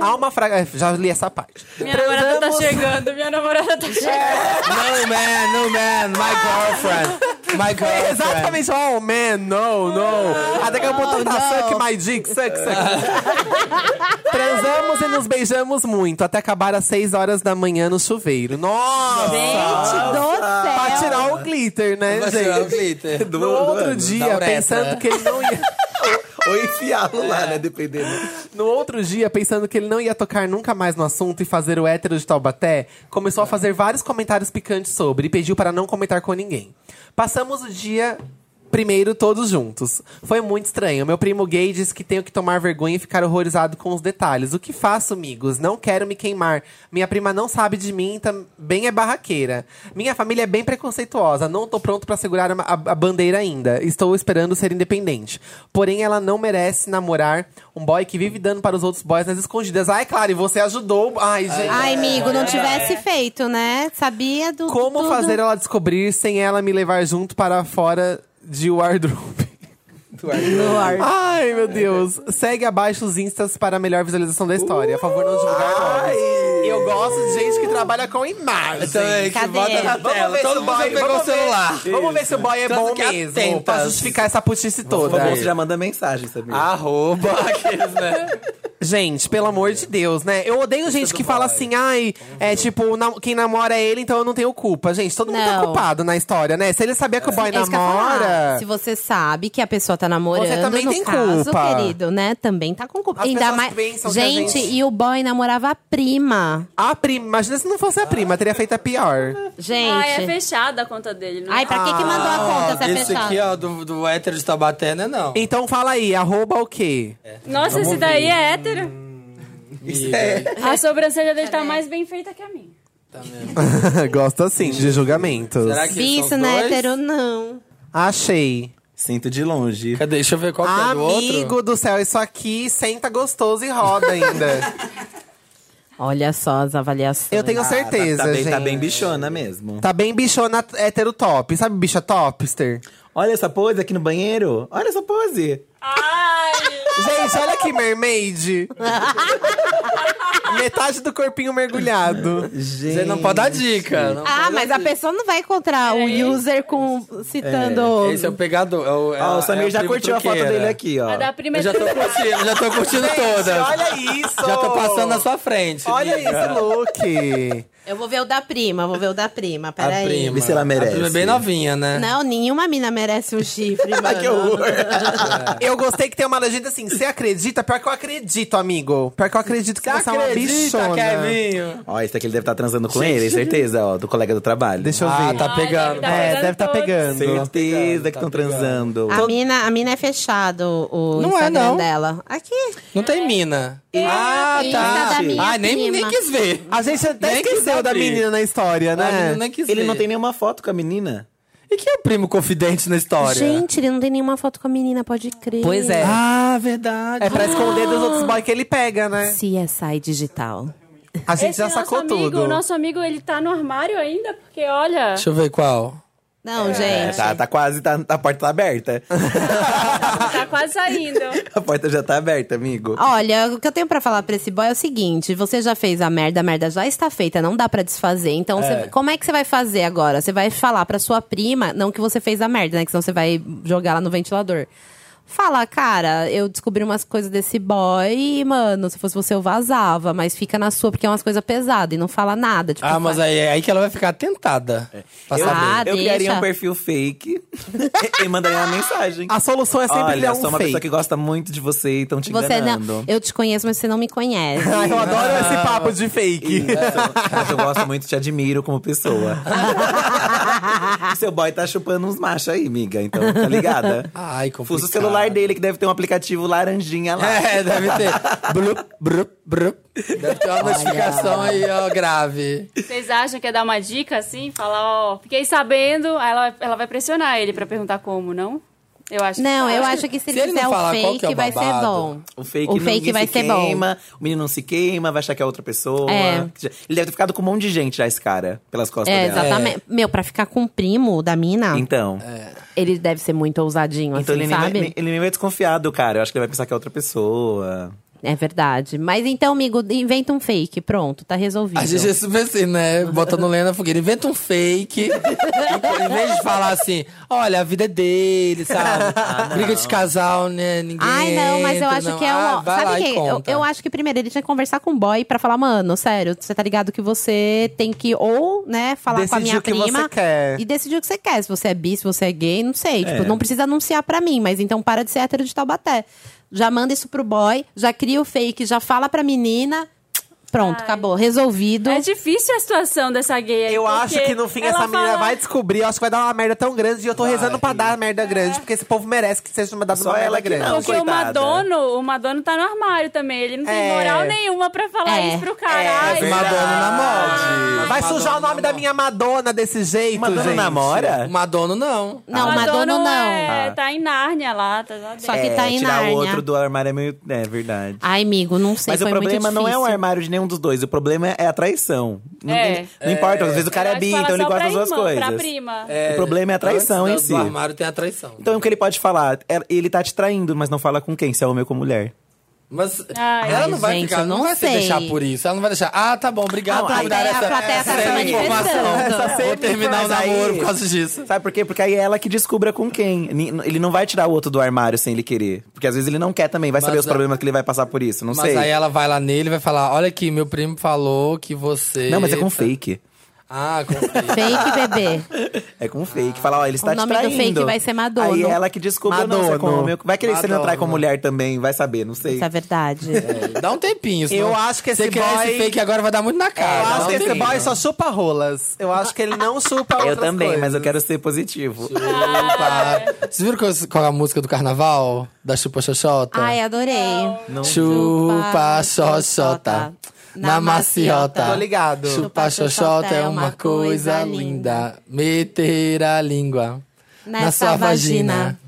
B: Alma fraca. eh, Já li essa parte.
A: Minha namorada tá chegando, minha namorada tá chegando.
D: No man, no man, my
E: Ah.
D: girlfriend. My girlfriend.
B: Exatamente, oh man, no, no. Até que eu boto tá suck my dick, suck, suck. Transamos e nos beijamos muito, até acabar às 6 horas da manhã no chuveiro. Nossa!
C: Gente do céu.
B: Pra tirar o glitter, né,
D: Vai tirar é o
B: gente?
D: glitter.
B: No outro dia,
D: uretra.
B: pensando que ele não ia.
E: Ou enfiá-lo lá, né? Dependendo.
B: No outro dia, pensando que ele não ia tocar nunca mais no assunto e fazer o hétero de Taubaté, começou a fazer vários comentários picantes sobre e pediu para não comentar com ninguém. Passamos o dia primeiro todos juntos. Foi muito estranho. Meu primo gay disse que tenho que tomar vergonha e ficar horrorizado com os detalhes. O que faço, amigos? Não quero me queimar. Minha prima não sabe de mim, e também é barraqueira. Minha família é bem preconceituosa. Não tô pronto para segurar a, a- a bandeira ainda. Estou esperando ser independente. Porém, ela não merece namorar um boy que vive dando para os outros boys nas escondidas. Ai, claro, e você ajudou. Ai, gente.
C: Ai, amigo, não tivesse feito, né? Sabia do.
B: É. Como
C: tudo.
B: fazer ela descobrir sem ela me levar junto para fora de wardrobe? Ai, meu Deus. Segue abaixo os instas para melhor visualização da história. A favor, não divulgar nomes. Eu gosto de gente que trabalha com imagem.
D: Então é que
C: Cadê?
D: bota na
B: Vamos
D: tela.
B: ver se
D: Todo
B: o boy-
D: mundo já pegou
B: vamos
D: o celular.
B: Ver, vamos ver se o boy é
D: Tanto
B: bom
D: que é
B: mesmo.
D: atentas.
B: Pra justificar essa putice
E: O
B: toda.
E: famoso já manda mensagem, sabia?
D: Arroba aqueles, né?
B: Gente, pelo amor de Deus, né? Eu odeio gente que fala assim, ai, é tipo, na- quem namora é ele, então eu não tenho culpa. Gente, todo mundo tá
C: Não.
B: culpado na história, né? Se ele sabia que o boy
C: É isso que eu ia falar.
B: namora.
C: Se você sabe que a pessoa tá namorando,
B: Você também
C: no
B: tem
C: caso,
B: culpa.
C: querido, né? Também tá com culpa.
B: As
C: Ainda
B: pessoas
C: mais.
B: pensam que a
C: Gente,
B: gente-
C: e o boy namorava a prima.
B: A prima, imagina se não fosse a prima, teria feito a pior.
C: Gente.
A: Ah, é fechada a conta dele, não é?
C: Ai, pra que que mandou a conta se é
D: Ah, Esse
C: fechado?
D: aqui, ó, do, do hétero de Tabaté, não é não.
B: Então fala aí, arroba o quê?
A: Nossa, esse daí é hétero.
E: Isso é.
A: A sobrancelha dele tá mais bem feita que a minha.
B: Gosto assim, de julgamentos.
D: Será que
C: Vi isso
D: são
C: não é
D: dois?
C: hétero, não.
B: Achei.
E: Sinto de longe. Ah,
D: Cadê? Deixa eu ver qual que é do outro.
B: Amigo do céu, isso aqui senta gostoso e roda ainda.
C: Olha só as avaliações.
B: Eu tenho certeza,
E: tá, tá bem,
B: gente.
E: tá bem bichona mesmo.
B: Tá bem bichona hétero top. Sabe bicha topster?
E: Olha essa pose aqui no banheiro. Olha essa pose.
B: Gente, olha que mermaid. Metade do corpinho mergulhado.
E: Gente.
D: Você não pode dar dica. Não
C: Ah,
D: pode
C: mas a pessoa não vai encontrar o user com citando.
D: dar- Esse é o pegador. é o- é
E: Ó,
D: a-
E: Ah. o Samir
D: é
E: já
D: primo
E: curtiu a foto
D: truqueira.
E: dele aqui, ó.
A: A da prima
D: Eu
A: é
D: já tô curtindo, já tô curtindo todas.
B: Olha isso.
D: Já tô passando na sua frente.
B: Olha
D: amiga.
B: esse look.
C: Eu vou ver o da prima, vou ver o da prima.
D: A
C: Peraí.
D: prima.
E: Vê se ela merece.
D: A prima é bem novinha, né?
C: Não, nenhuma mina merece um chifre, mano.
E: Que horror. É.
B: Eu gostei que tem uma legenda assim, assim, você acredita? Pior que eu acredito, amigo. Pior que eu acredito que você, é uma bichona.
E: Ó, esse daqui ele deve estar transando com ele, certeza, ó, do colega do trabalho.
B: Deixa eu ver.
D: Ah, tá pegando.
A: Ai,
B: É, deve
A: pegando
B: estar
A: todos.
B: pegando.
E: Certeza que
D: Tá
E: estão
D: pegando.
E: transando.
C: A mina, a mina é fechado o
D: Não é,
C: Instagram
D: não.
C: dela. Aqui.
D: Não tem mina. Ah,
C: Insta
D: tá.
C: da É minha
D: Ai, nem,
C: prima.
D: nem quis ver.
B: A gente até
D: Nem quis
B: esqueceu da
D: abrir.
B: menina na história,
D: Ah,
B: né?
D: menino, nem quis
E: Ele
D: ver.
E: não tem nenhuma foto com a menina?
D: E quem é o primo confidente na história?
C: Gente, ele não tem nenhuma foto com a menina, pode crer.
H: Pois é.
D: Ah, verdade.
B: É pra esconder dos
A: ah.
B: outros boys que ele pega, né?
C: CSI é Digital.
B: A gente
A: Esse
B: já
A: nosso
B: sacou
A: amigo,
B: tudo.
A: O nosso amigo, ele tá no armário ainda, porque olha.
D: Deixa eu ver qual.
C: Não,
E: É,
C: gente.
E: tá, tá quase, tá, a porta tá aberta.
A: Tá quase saindo.
E: a porta já tá aberta, amigo.
C: Olha, o que eu tenho pra falar pra esse boy é o seguinte: você já fez a merda, a merda já está feita, não dá pra desfazer. Então, você- como é que você vai fazer agora? Você vai falar pra sua prima, não que você fez a merda, né? Que senão você vai jogar ela no ventilador. Fala, cara, eu descobri umas coisas desse boy e, mano, se fosse você eu vazava, mas fica na sua porque é umas coisas pesadas e não fala nada. Tipo,
D: Ah, mas aí, aí que ela vai ficar tentada. Pra
E: Eu,
D: saber.
C: Ah,
E: eu criaria
C: deixa.
E: um perfil fake e mandaria uma mensagem.
B: A solução é sempre
E: Olha,
B: criar
E: eu
B: um
E: sou uma
B: fake.
E: pessoa que gosta muito de você e tão te
C: Você
E: enganando.
C: não. Eu te conheço, mas você não me conhece.
B: Ai, Ah, eu adoro
E: Ah.
B: esse papo de fake.
E: É, Mas eu gosto muito, te admiro como pessoa. Seu boy tá chupando uns machos aí, miga. Então, tá ligada?
D: Ai, complicado.
E: Usa o celular dele, que deve ter um aplicativo laranjinha lá.
D: É, deve ter. Blup, blup, blup. Deve ter uma notificação aí, ó, grave.
A: Vocês acham que é dar uma dica assim? Falar, ó, fiquei sabendo. Aí ela, ela vai pressionar ele pra perguntar como, não? Eu acho
C: Não,
A: que
C: eu acho que se
D: Se
C: ele
D: ele não
C: fizer o
D: falar qual que é
C: fake,
D: o
C: vai ser
D: babado,
C: bom.
E: O fake,
C: o
E: ninguém
C: fake vai
E: se
C: ser bom.
E: queima, O menino não se queima, vai achar que é outra pessoa.
C: É.
E: Ele deve ter ficado com um monte de gente já, esse cara, pelas costas
C: É,
E: dela.
C: exatamente. Meu, pra ficar com o primo da mina,
E: Então,
D: É.
C: ele deve ser muito ousadinho, assim,
E: então ele, nem vai,
C: sabe?
E: nem- ele nem vai desconfiar do cara. Eu acho que ele vai pensar que é outra pessoa.
C: É verdade. Mas então, amigo, inventa um fake. Pronto, tá resolvido.
D: A gente é super assim, né? Bota no lenha na fogueira. Inventa um fake. em vez de falar assim, olha, a vida é dele, sabe? Briga de casal, né? Ninguém
C: Ah, Ai, não, mas eu
D: entra,
C: acho
D: não.
C: que é um.
D: Ah, vai lá
C: sabe
D: e
C: quem? Eu,
D: conta.
C: eu acho que primeiro ele tinha que conversar com o boy pra falar, mano, sério, você tá ligado que você tem que ou, né, falar com a
B: Decidir
C: minha
B: o que
C: prima.
B: você quer.
C: E decidir o que você quer. Se você é bi, se você é gay, não sei. Tipo, não precisa anunciar pra mim, mas então para de ser hétero de Taubaté. Já manda isso pro boy, já cria o fake, já fala pra menina. Pronto, acabou. Resolvido.
A: É difícil a situação dessa gay aí.
B: Eu acho
A: porque
B: que no fim
A: ela
B: essa menina
A: fala-
B: vai descobrir. Eu acho que vai dar uma merda tão grande. E eu tô rezando pra dar
A: É.
B: merda grande, porque esse povo merece que seja uma dada
E: Só
B: uma merda
E: ela que
B: grande.
E: não.
A: Porque o
E: coitada.
A: Madono, o Madono tá no armário também. Ele não tem
B: É.
A: moral nenhuma pra falar
C: É.
A: isso pro caralho.
D: Mas Madonna namora.
B: Vai sujar o nome da minha Madonna desse jeito,
E: Madonna
B: gente.
E: namora?
D: Madonna não.
C: Não, Madonna não.
E: Ah.
A: É, Tá em Nárnia lá, tá lá dentro.
C: Só
B: É,
C: que tá em
E: É, tirar
C: Nárnia.
E: o outro do armário é meio... É verdade.
C: Ai, amigo, não sei.
E: Mas o
C: foi
E: problema
C: muito
E: não é o
C: difícil.
E: armário de nenhum dos dois. O problema é a traição. Não,
A: É.
E: tem- não importa, às vezes o cara
A: Eu
E: é
A: acho
E: bi,
A: que fala
E: então ele
A: só
E: gosta
A: pra
E: das duas
A: irmã,
E: coisas.
A: Pra prima.
E: O problema é a traição
D: Antes
E: em
D: do-
E: si.
D: Do armário tem a traição.
E: Então o que ele pode falar? Ela- Ele tá te traindo, mas não fala com quem, se é homem ou com mulher.
D: Mas
A: Ai,
D: ela não vai
C: gente,
D: ficar,
C: eu
D: não,
C: não
D: vai se
C: sei.
D: deixar por isso. Ela não vai deixar. Ah, tá bom, obrigado
E: Não,
D: por
E: aí
D: me dar
C: a
D: essa,
C: plateia tá se
D: essa informação.
C: manifestando.
D: Vou terminar o
E: Mas aí-
D: namoro por causa disso.
E: Sabe por quê? Porque aí é ela que descubra com quem. Ni- Ele não vai tirar o outro do armário sem ele querer. Porque às vezes ele não quer também, vai
D: Mas
E: saber os
D: a-
E: problemas que ele vai passar por isso, não
D: Mas
E: sei.
D: aí ela vai lá nele e vai falar: Olha aqui, meu primo falou que você. tá
E: Não, mas é com fake.
D: Ah, com fake.
C: Fake bebê.
E: É com fake. Fala, ó, ele está
C: O nome
E: te
C: do
E: traindo.
C: fake vai ser Madonna.
E: Aí ela que descobre, Madonna. não, você é com
B: Madonna.
E: homem. Vai querer que se ele não trai com
D: Madonna.
E: mulher também, vai saber, não sei.
C: Isso é verdade.
D: Dá um tempinho. senão-
B: Eu acho que esse
D: Você criar
B: boy-
D: esse fake agora vai dar muito na cara.
B: Eu
D: Dá
B: acho
D: um
B: que esse
D: tempinho.
B: boy só chupa rolas. Eu acho que ele não chupa
E: Eu
B: outras
E: também,
B: coisas.
E: mas eu quero ser positivo.
D: Chupa. Vocês viram qual- qual a música do carnaval? Da Chupa Xoxota?
C: Ai, adorei.
D: é Chupa Xoxota. Na maciota.
B: Tô ligado.
D: Chupa Xoxota é uma coisa linda. Meter a língua na sua vagina.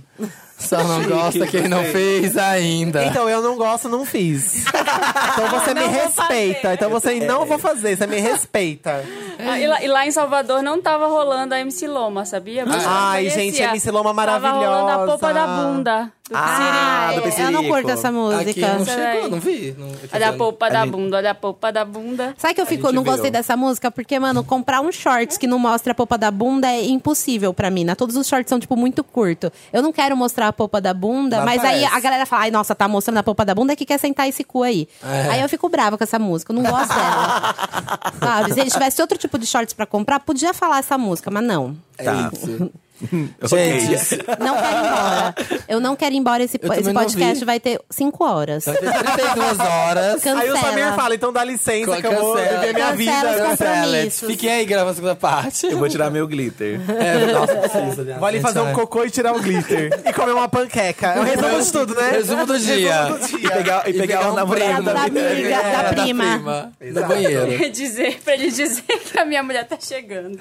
D: Só não gosta quem não fez ainda.
B: Então, eu não gosto, não fiz. então você me respeita. Então você não vou fazer, você me respeita.
A: Ah, e, lá, e lá em Salvador não tava rolando a MC Loma, sabia? Porque eu
B: Ai,
A: conhecia.
B: gente, a MC Loma maravilhosa.
A: Tava rolando a popa da bunda. Do
E: Ah, do
C: Eu não
E: Pissirico.
C: curto essa
D: Aqui não
C: música.
D: chegou, não vi. Não,
A: Olha a popa da
E: gente-
A: bunda, olha a popa da bunda.
C: Sabe que eu fico, não gostei dessa música? Porque, mano, comprar um shorts que não mostra a polpa da bunda é impossível pra mim. né? Todos os shorts são, tipo, muito curto. Eu não quero mostrar a polpa da bunda,
D: Mas
C: mas aí
D: parece.
C: a galera fala, ai, nossa, tá mostrando a polpa da bunda que quer sentar esse cu aí.
D: É.
C: Aí eu fico brava com essa música, eu não gosto dela.
E: Tá.
C: Sabe? Se ele tivesse outro tipo de shorts pra comprar, podia falar essa música, mas não.
D: É isso. Gente,
C: Não quero ir embora. Eu não quero ir embora. Esse,
D: Eu também
C: esse
D: não
C: podcast
D: vi.
C: vai ter cinco horas.
D: vai ter 32 horas.
C: Cancela.
B: Aí o Samir fala, então dá licença
D: Cancela.
B: que eu vou viver minha
C: Cancela os
B: vida.
C: compromissos.
D: Fiquem aí gravando a segunda parte.
E: Eu vou tirar meu glitter.
D: É, nossa, precisa, né?
B: Vou ali fazer um
D: Gente,
B: cocô e tirar o glitter. e comer uma panqueca. É o resumo de tudo, né?
D: Resumo do dia.
E: E pegar, e pegar
B: um
D: um
E: o namorado
C: prêmio.
E: da vida.
C: Da amiga, da
D: É,
C: prima.
D: Do banheiro.
A: dizer, pra ele dizer que a minha mulher tá chegando.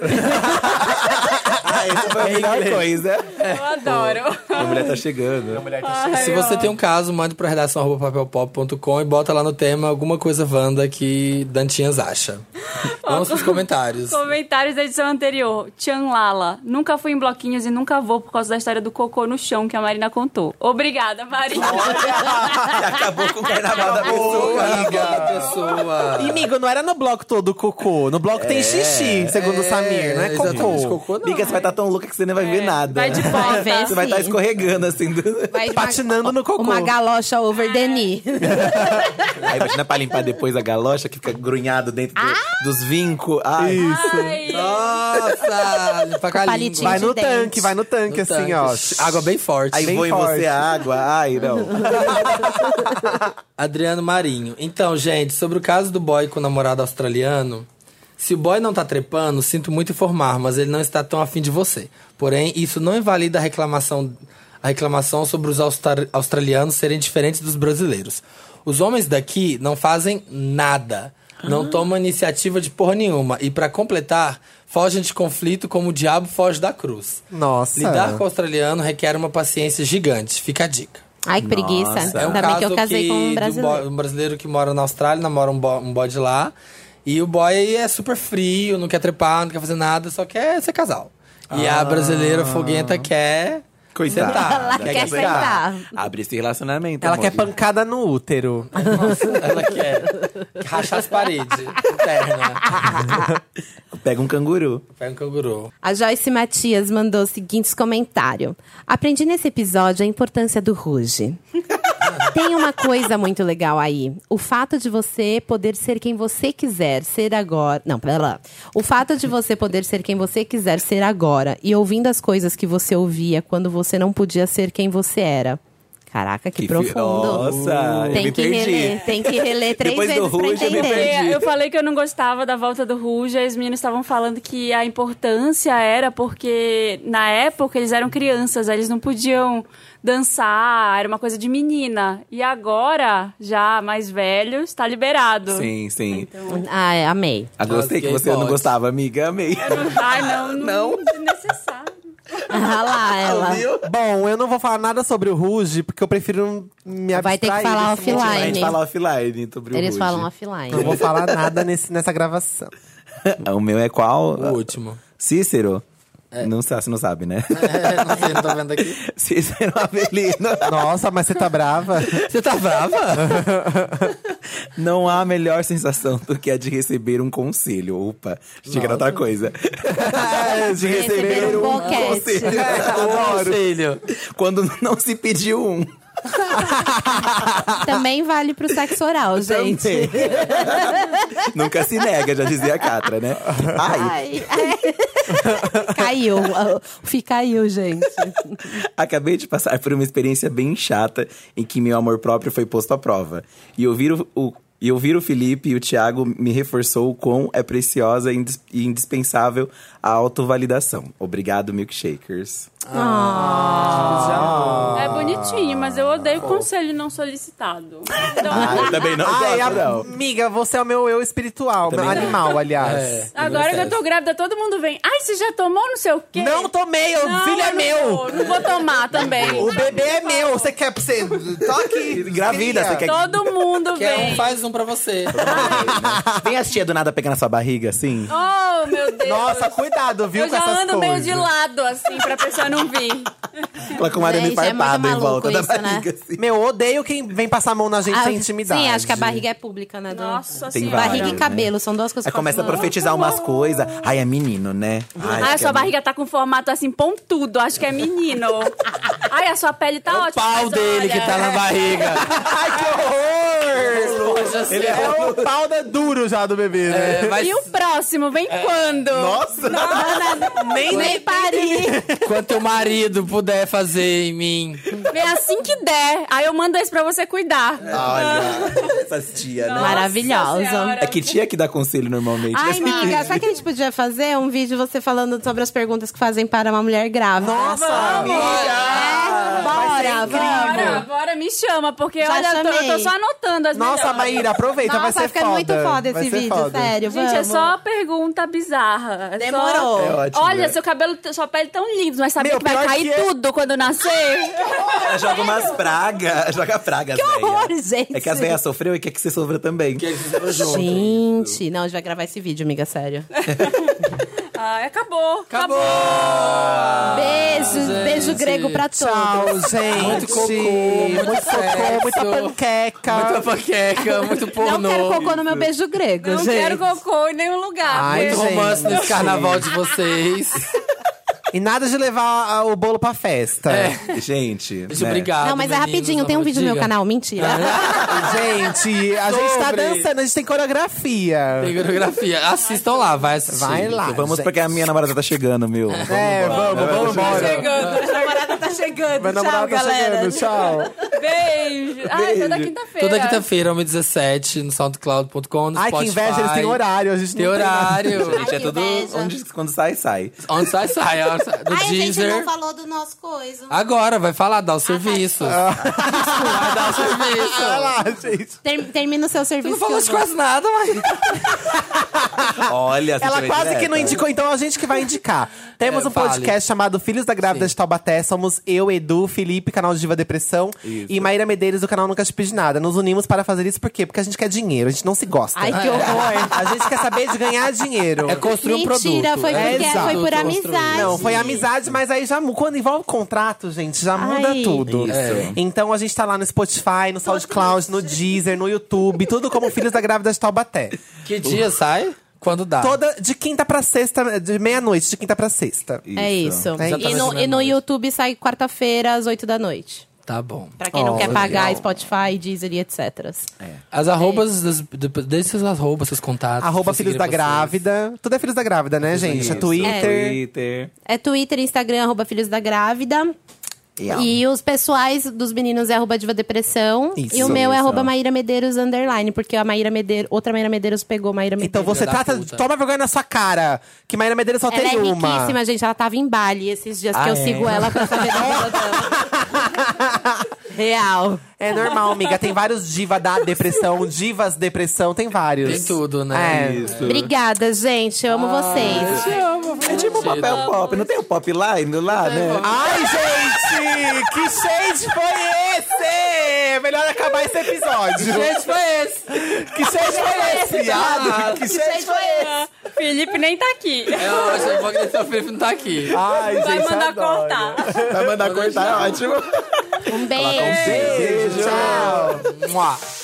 E: Ah, essa foi a melhor coisa.
A: Eu adoro.
E: A mulher tá chegando.
D: Se você tem um caso, mande pra redação.papelpop.com e bota lá no tema alguma coisa Wanda que Dantinhas acha. Vamos pros comentários.
A: Comentários da edição anterior. Tchan Lala. Nunca fui em bloquinhos e nunca vou por causa da história do cocô no chão que a Marina contou. Obrigada, Marina.
E: Acabou com o carnaval da pessoa.
D: Amiga, pessoa.
B: E, Amigo, não era no bloco todo cocô. No bloco tem xixi, segundo o Samir, não é
D: É. exatamente,
B: cocô. tá
D: cocô não. né?
E: Amiga, você vai estar tão louca que você nem vai ver nada.
A: Vai de
D: tá
C: Vai
A: volta.
C: ver
E: Você vai estar
C: sim.
E: escorregando assim. Do...
C: Vai de uma-
B: Patinando no cocô.
C: Uma galocha over the knee.
E: Aí imagina pra limpar depois a galocha que fica grunhado dentro do-
C: Ah!
E: dos vincos. Ai,
A: Ai,
D: Nossa! Limpa com a
C: Palitinho
D: língua.
B: Vai no
C: de dente.
B: tanque, vai no tanque,
D: No
B: assim,
D: tanque.
B: ó.
D: Água bem forte.
E: aí
B: bem
E: voa em
B: forte.
E: você a água. Ai, não.
D: Adriano Marinho. Então, gente, sobre o caso do boy com o namorado australiano. Se o boy não tá trepando, sinto muito informar, mas ele não está tão afim de você. Porém, isso não invalida a reclamação, a reclamação sobre os austra- australianos serem diferentes dos brasileiros. Os homens daqui não fazem nada. Não tomam iniciativa de porra nenhuma. E pra completar, fogem de conflito como o diabo foge da cruz.
B: Nossa.
D: Lidar com o australiano requer uma paciência gigante. Fica a dica.
C: Ai, que preguiça.
E: Nossa.
D: É um
C: Também
D: caso
C: que eu casei
D: que
C: com um
D: de
C: brasileiro.
D: boy- um brasileiro que mora na Austrália, namora um, bo, um boy de lá. E o boy é super frio, não quer trepar, não quer fazer nada, só quer ser casal. E a brasileira foguenta quer. Sentar.
E: Coitada.
C: Ela quer sentar.
E: Abre esse relacionamento.
B: Ela
E: amor.
B: quer pancada no útero.
D: Ela quer rachar as paredes. Interna.
E: Pega um canguru.
D: Pega um canguru.
C: A Joyce Matias mandou o seguinte comentário. Aprendi nesse episódio a importância do ruge. Tem uma coisa muito legal aí. O fato de você poder ser quem você quiser ser agora. Não, pera lá. O fato de você poder ser quem você quiser ser agora e ouvindo as coisas que você ouvia quando você não podia ser quem você era. Caraca, que,
E: Que fi-
C: profundo.
E: Nossa, eu
C: tem
E: me
C: que
E: perdi.
C: reler, tem que reler três
E: Depois do
C: vezes pra
E: ruge, eu me
C: entender.
E: perdi.
A: É, Eu falei que eu não gostava da volta do Ruge, aí os meninos estavam falando que a importância era porque na época eles eram crianças, aí eles não podiam dançar, era uma coisa de menina. E agora, já mais velho, está liberado.
C: Ah.
E: Sim, sim.
C: Então. Ai, é, amei.
E: Ah, gostei que
D: Gay
E: você não
D: pode.
E: gostava, amiga. Amei.
C: É
A: Ai, não, não, é desnecessário.
C: Ah lá, ela.
B: Bom, eu não vou falar nada sobre o Ruge, porque eu prefiro me abstrair.
C: Vai ter que falar
B: desse
C: offline.
B: momento.
E: A gente fala offline então, sobre o
C: Eles
E: Ruge.
C: falam
B: Não
C: offline.
B: vou falar nada nesse- nessa gravação.
E: O meu é qual?
D: O último.
E: Cícero? Não sabe, você não sabe, né?
D: É, não sei, não tô vendo aqui.
E: Cícero Avelino.
B: Nossa, mas você tá brava?
D: Você tá brava?
E: Não há melhor sensação do que a de receber um conselho. Opa, chega na outra coisa. É, de
C: Receber um boquete. um
E: conselho. Adoro.
D: Filho.
E: Quando não se pediu um.
C: Também vale pro sexo oral, gente.
E: Também. Nunca se nega, já dizia a Catra, né? Ai,
C: Ai, ai. caiu. o Fih caiu, gente.
E: Acabei de passar por uma experiência bem chata em que meu amor próprio foi posto à prova. E ouvir o, o- e ouvir o Felipe e o Thiago me reforçou o quão é preciosa e indis- e indispensável a autovalidação. Obrigado, milkshakers.
A: É bonitinho, mas eu odeio conselho não solicitado. Então,
B: Ah,
C: Ah,
E: eu também não
B: Ai,
E: gosto, não.
B: amiga, você é o meu eu espiritual. meu animal,
E: É.
B: aliás.
A: agora que eu tô grávida, todo mundo vem. Ai, você já tomou não sei o quê?
B: Não tomei, o
A: Não,
B: filho é
A: eu não
B: meu.
A: vou, Não vou tomar também.
B: O bebê é meu. Você quer pra você. Toque.
E: Gravida, você quer
A: Todo mundo
B: é
D: Quer
A: vem.
D: um, faz um pra você.
E: Vem as tia do nada pegando a sua barriga, assim?
A: Oh, meu Deus.
B: Nossa, cuidado, viu?
A: Eu
B: com
A: já
B: essas
A: ando meio
B: coisas.
A: de lado, assim, pra pessoa não vir.
E: Ela com uma arame
C: Gente, é muito
E: farpada em
C: maluco
E: volta da
C: isso, né?
E: barriga, assim.
B: Meu, odeio quem vem passar a mão na gente
C: Ah,
B: sem intimidade.
C: Sim, acho que a barriga é pública, né? do-
A: Nossa
E: Tem
A: senhora.
C: Barriga e
E: né?
C: cabelo, são Ah, duas coisas
E: Aí começa a
C: que eu faço,
E: profetizar umas coisas. Ai, é menino, né? Ai,
A: Ai, a
E: acho que
A: sua
E: é
A: barriga tá com formato assim pontudo, acho que é menino.
B: É
A: Ai, a sua pele tá ótima.
D: Pau
A: mas
D: dele
A: olha.
D: que tá na barriga.
B: Ai, que horror!
D: já sei.
B: Ele é o pau da duro já do bebê, né?
D: É, mas
A: E o próximo, vem quando?
B: É. Nossa!
C: Nem, nem pari.
D: quanto teu marido puder fazer em mim.
A: Vem assim que der. Aí eu mando esse pra você cuidar.
B: É.
E: Olha, essas tia, né?
C: Maravilhosa.
E: É que tia que dá conselho normalmente. né?
C: Ai, amiga, sabe que a gente podia fazer? Um vídeo você falando sobre as perguntas que fazem para uma mulher grávida.
B: Nossa,
C: É, bora,
A: Bora,
C: bora.
A: bora, me chama, porque
C: Já
A: olha, eu tô,
C: chamei.
A: eu tô só anotando as
B: Nossa,
A: melhores.
B: Maíra, aproveita, Então vai
C: Nossa,
B: ser
C: Então vai ficar
B: foda.
C: muito foda
B: Vai
C: esse
B: ser
C: vídeo,
B: foda.
C: sério.
A: Gente, é
C: vamos.
A: só pergunta bizarra. É
C: Demorou.
A: só-
E: É ótimo,
A: Olha,
E: né?
A: seu cabelo, sua pele tão linda, mas sabia
B: Meu,
A: que vai
B: pior
A: cair
B: que é-
A: tudo quando nascer?
E: Ela joga umas pragas. Joga pragas, velha.
C: horror, gente.
E: É que as velhas sofreu e quer que você sofra também.
C: Gente, não, a gente vai gravar esse vídeo, amiga, sério.
A: Ai, Ah, acabou. Acabou.
C: beijo, beijo
D: gente.
C: grego pra todos.
B: Tchau, gente.
D: Muito cocô, muito
B: muito cocô,
D: sexo.
B: muita panqueca.
D: Muita panqueca, muito pornô.
C: Ah. Não quero cocô no meu beijo grego,
A: Não
C: gente.
A: quero cocô em nenhum lugar.
B: Ai,
A: porque-
D: Muito um romance
B: Gente.
D: nesse carnaval de vocês.
B: E nada de levar ah, o bolo pra festa.
D: É.
E: Gente.
D: Muito
E: né?
D: obrigado.
C: Não, mas é
D: meninos,
C: rapidinho, tem um
D: amor,
C: vídeo no meu
D: diga.
C: canal, mentira.
B: Gente, a gente tá
D: Sobre.
B: dançando, a gente tem coreografia.
D: Tem coreografia. Assistam lá, vai assistir.
B: Vai lá.
E: Vamos
B: gente.
E: porque a minha namorada tá chegando, meu.
B: É, vamos, vamos embora.
A: Chegando.
C: tá chegando.
B: Meu namorado tá chegando, tchau.
A: tá. Beijo. Ai, é toda quinta-feira.
D: Toda quinta-feira, 1h17, no soundcloud.com, no
B: Ai, que
D: Spotify.
B: inveja, eles têm horário, a gente
D: Tem
B: não tem nada.
D: horário.
E: Gente, é
C: que
E: tudo
C: inveja.
E: onde quando sai, sai.
D: Onde sai, sai. onde sai. No
C: Ai, a gente
D: Deezer.
C: não Ah, falou do nosso coisa.
D: Agora, vai falar, dá o
C: tá.
D: serviço. vai dar o serviço.
B: Ah. Vai lá, gente.
C: Ter- termina o seu serviço.
D: Não falou
C: que
D: de
C: eu vou.
D: quase nada, mas...
B: Então,
E: Olha, você
B: Ah, Ela
E: vai
B: quase
E: direta.
B: que não indicou, então a gente que vai indicar. Temos
D: É,
B: um podcast
D: vale.
B: chamado Filhos da Grávida de Taubaté. Somos eu, Edu, Felipe, canal de Diva Depressão. E Maíra Medeiros, do canal Nunca Te Pedi Nada. Nos unimos para fazer isso por quê? Porque a gente quer dinheiro, a gente não se gosta.
C: Ai, que horror.
B: A gente quer saber de ganhar dinheiro.
D: É construir um produto.
C: Mentira, foi,
B: É,
C: porque,
B: exato.
C: foi por
D: Construir.
C: amizade.
B: Não, foi amizade, mas aí já mu- quando envolve contrato, gente, já muda
C: Ai.
B: tudo.
E: Isso.
B: Então a gente tá lá no Spotify, no SoundCloud, no Deezer, no YouTube, tudo como Filhos da Grávida de Taubaté.
D: Que dia sai? Quando dá.
B: Toda de quinta pra sexta, de meia-noite, de quinta pra sexta.
C: É isso.
B: É
C: E
D: isso.
C: no, e no YouTube sai quarta-feira às 8 da noite.
D: Tá bom.
C: Pra quem não quer pagar
E: legal.
C: Spotify, Deezer e etc.
D: As arrobas, das, de, deixe seus arrobas, seus contatos.
B: Arroba
D: pra
B: Filhos da
D: seguirem Tá vocês.
B: Grávida. Tudo é Filhos da Grávida, né, gente? É
E: Isso.
B: Twitter.
E: Twitter.
C: É Twitter, Instagram, arroba Filhos da Grávida. E os pessoais dos meninos é arroba Diva Depressão.
B: Isso,
C: e o meu é
E: isso.
C: arroba Maíra Medeiros Underline, porque a Maíra Medeiros, outra Maíra Medeiros pegou Maíra Medeiros.
B: Então você
D: da
B: trata.
D: puta.
B: Toma vergonha na sua cara. Que Maíra Medeiros só
C: ela
B: tem
C: é
B: uma.
C: riquíssima, gente. Ela tava em Bali esses dias que
D: Ah,
C: eu
D: é?
C: sigo ela pra saber da vida dela. Real.
B: É normal, amiga. Tem vários diva da depressão, divas depressão, tem vários.
D: Tem tudo, né?
B: É.
E: Isso.
C: Obrigada, gente. Eu amo vocês.
E: É tipo o papel pop. Não tem o pop line lá, né?
B: Ai, gente! Que shade foi esse? Melhor acabar esse episódio.
D: Gente, foi esse.
B: Que shade foi esse? viado? Que shade foi esse?
A: Felipe nem tá aqui.
D: É ótimo, eu vou agradecer o Felipe não tá aqui.
B: Ai,
A: Vai
B: gente,
A: mandar
B: adoro.
A: cortar.
E: Vai mandar cortar, é ótimo.
C: Um beijo.
B: Beijo, tchau.
D: Mua.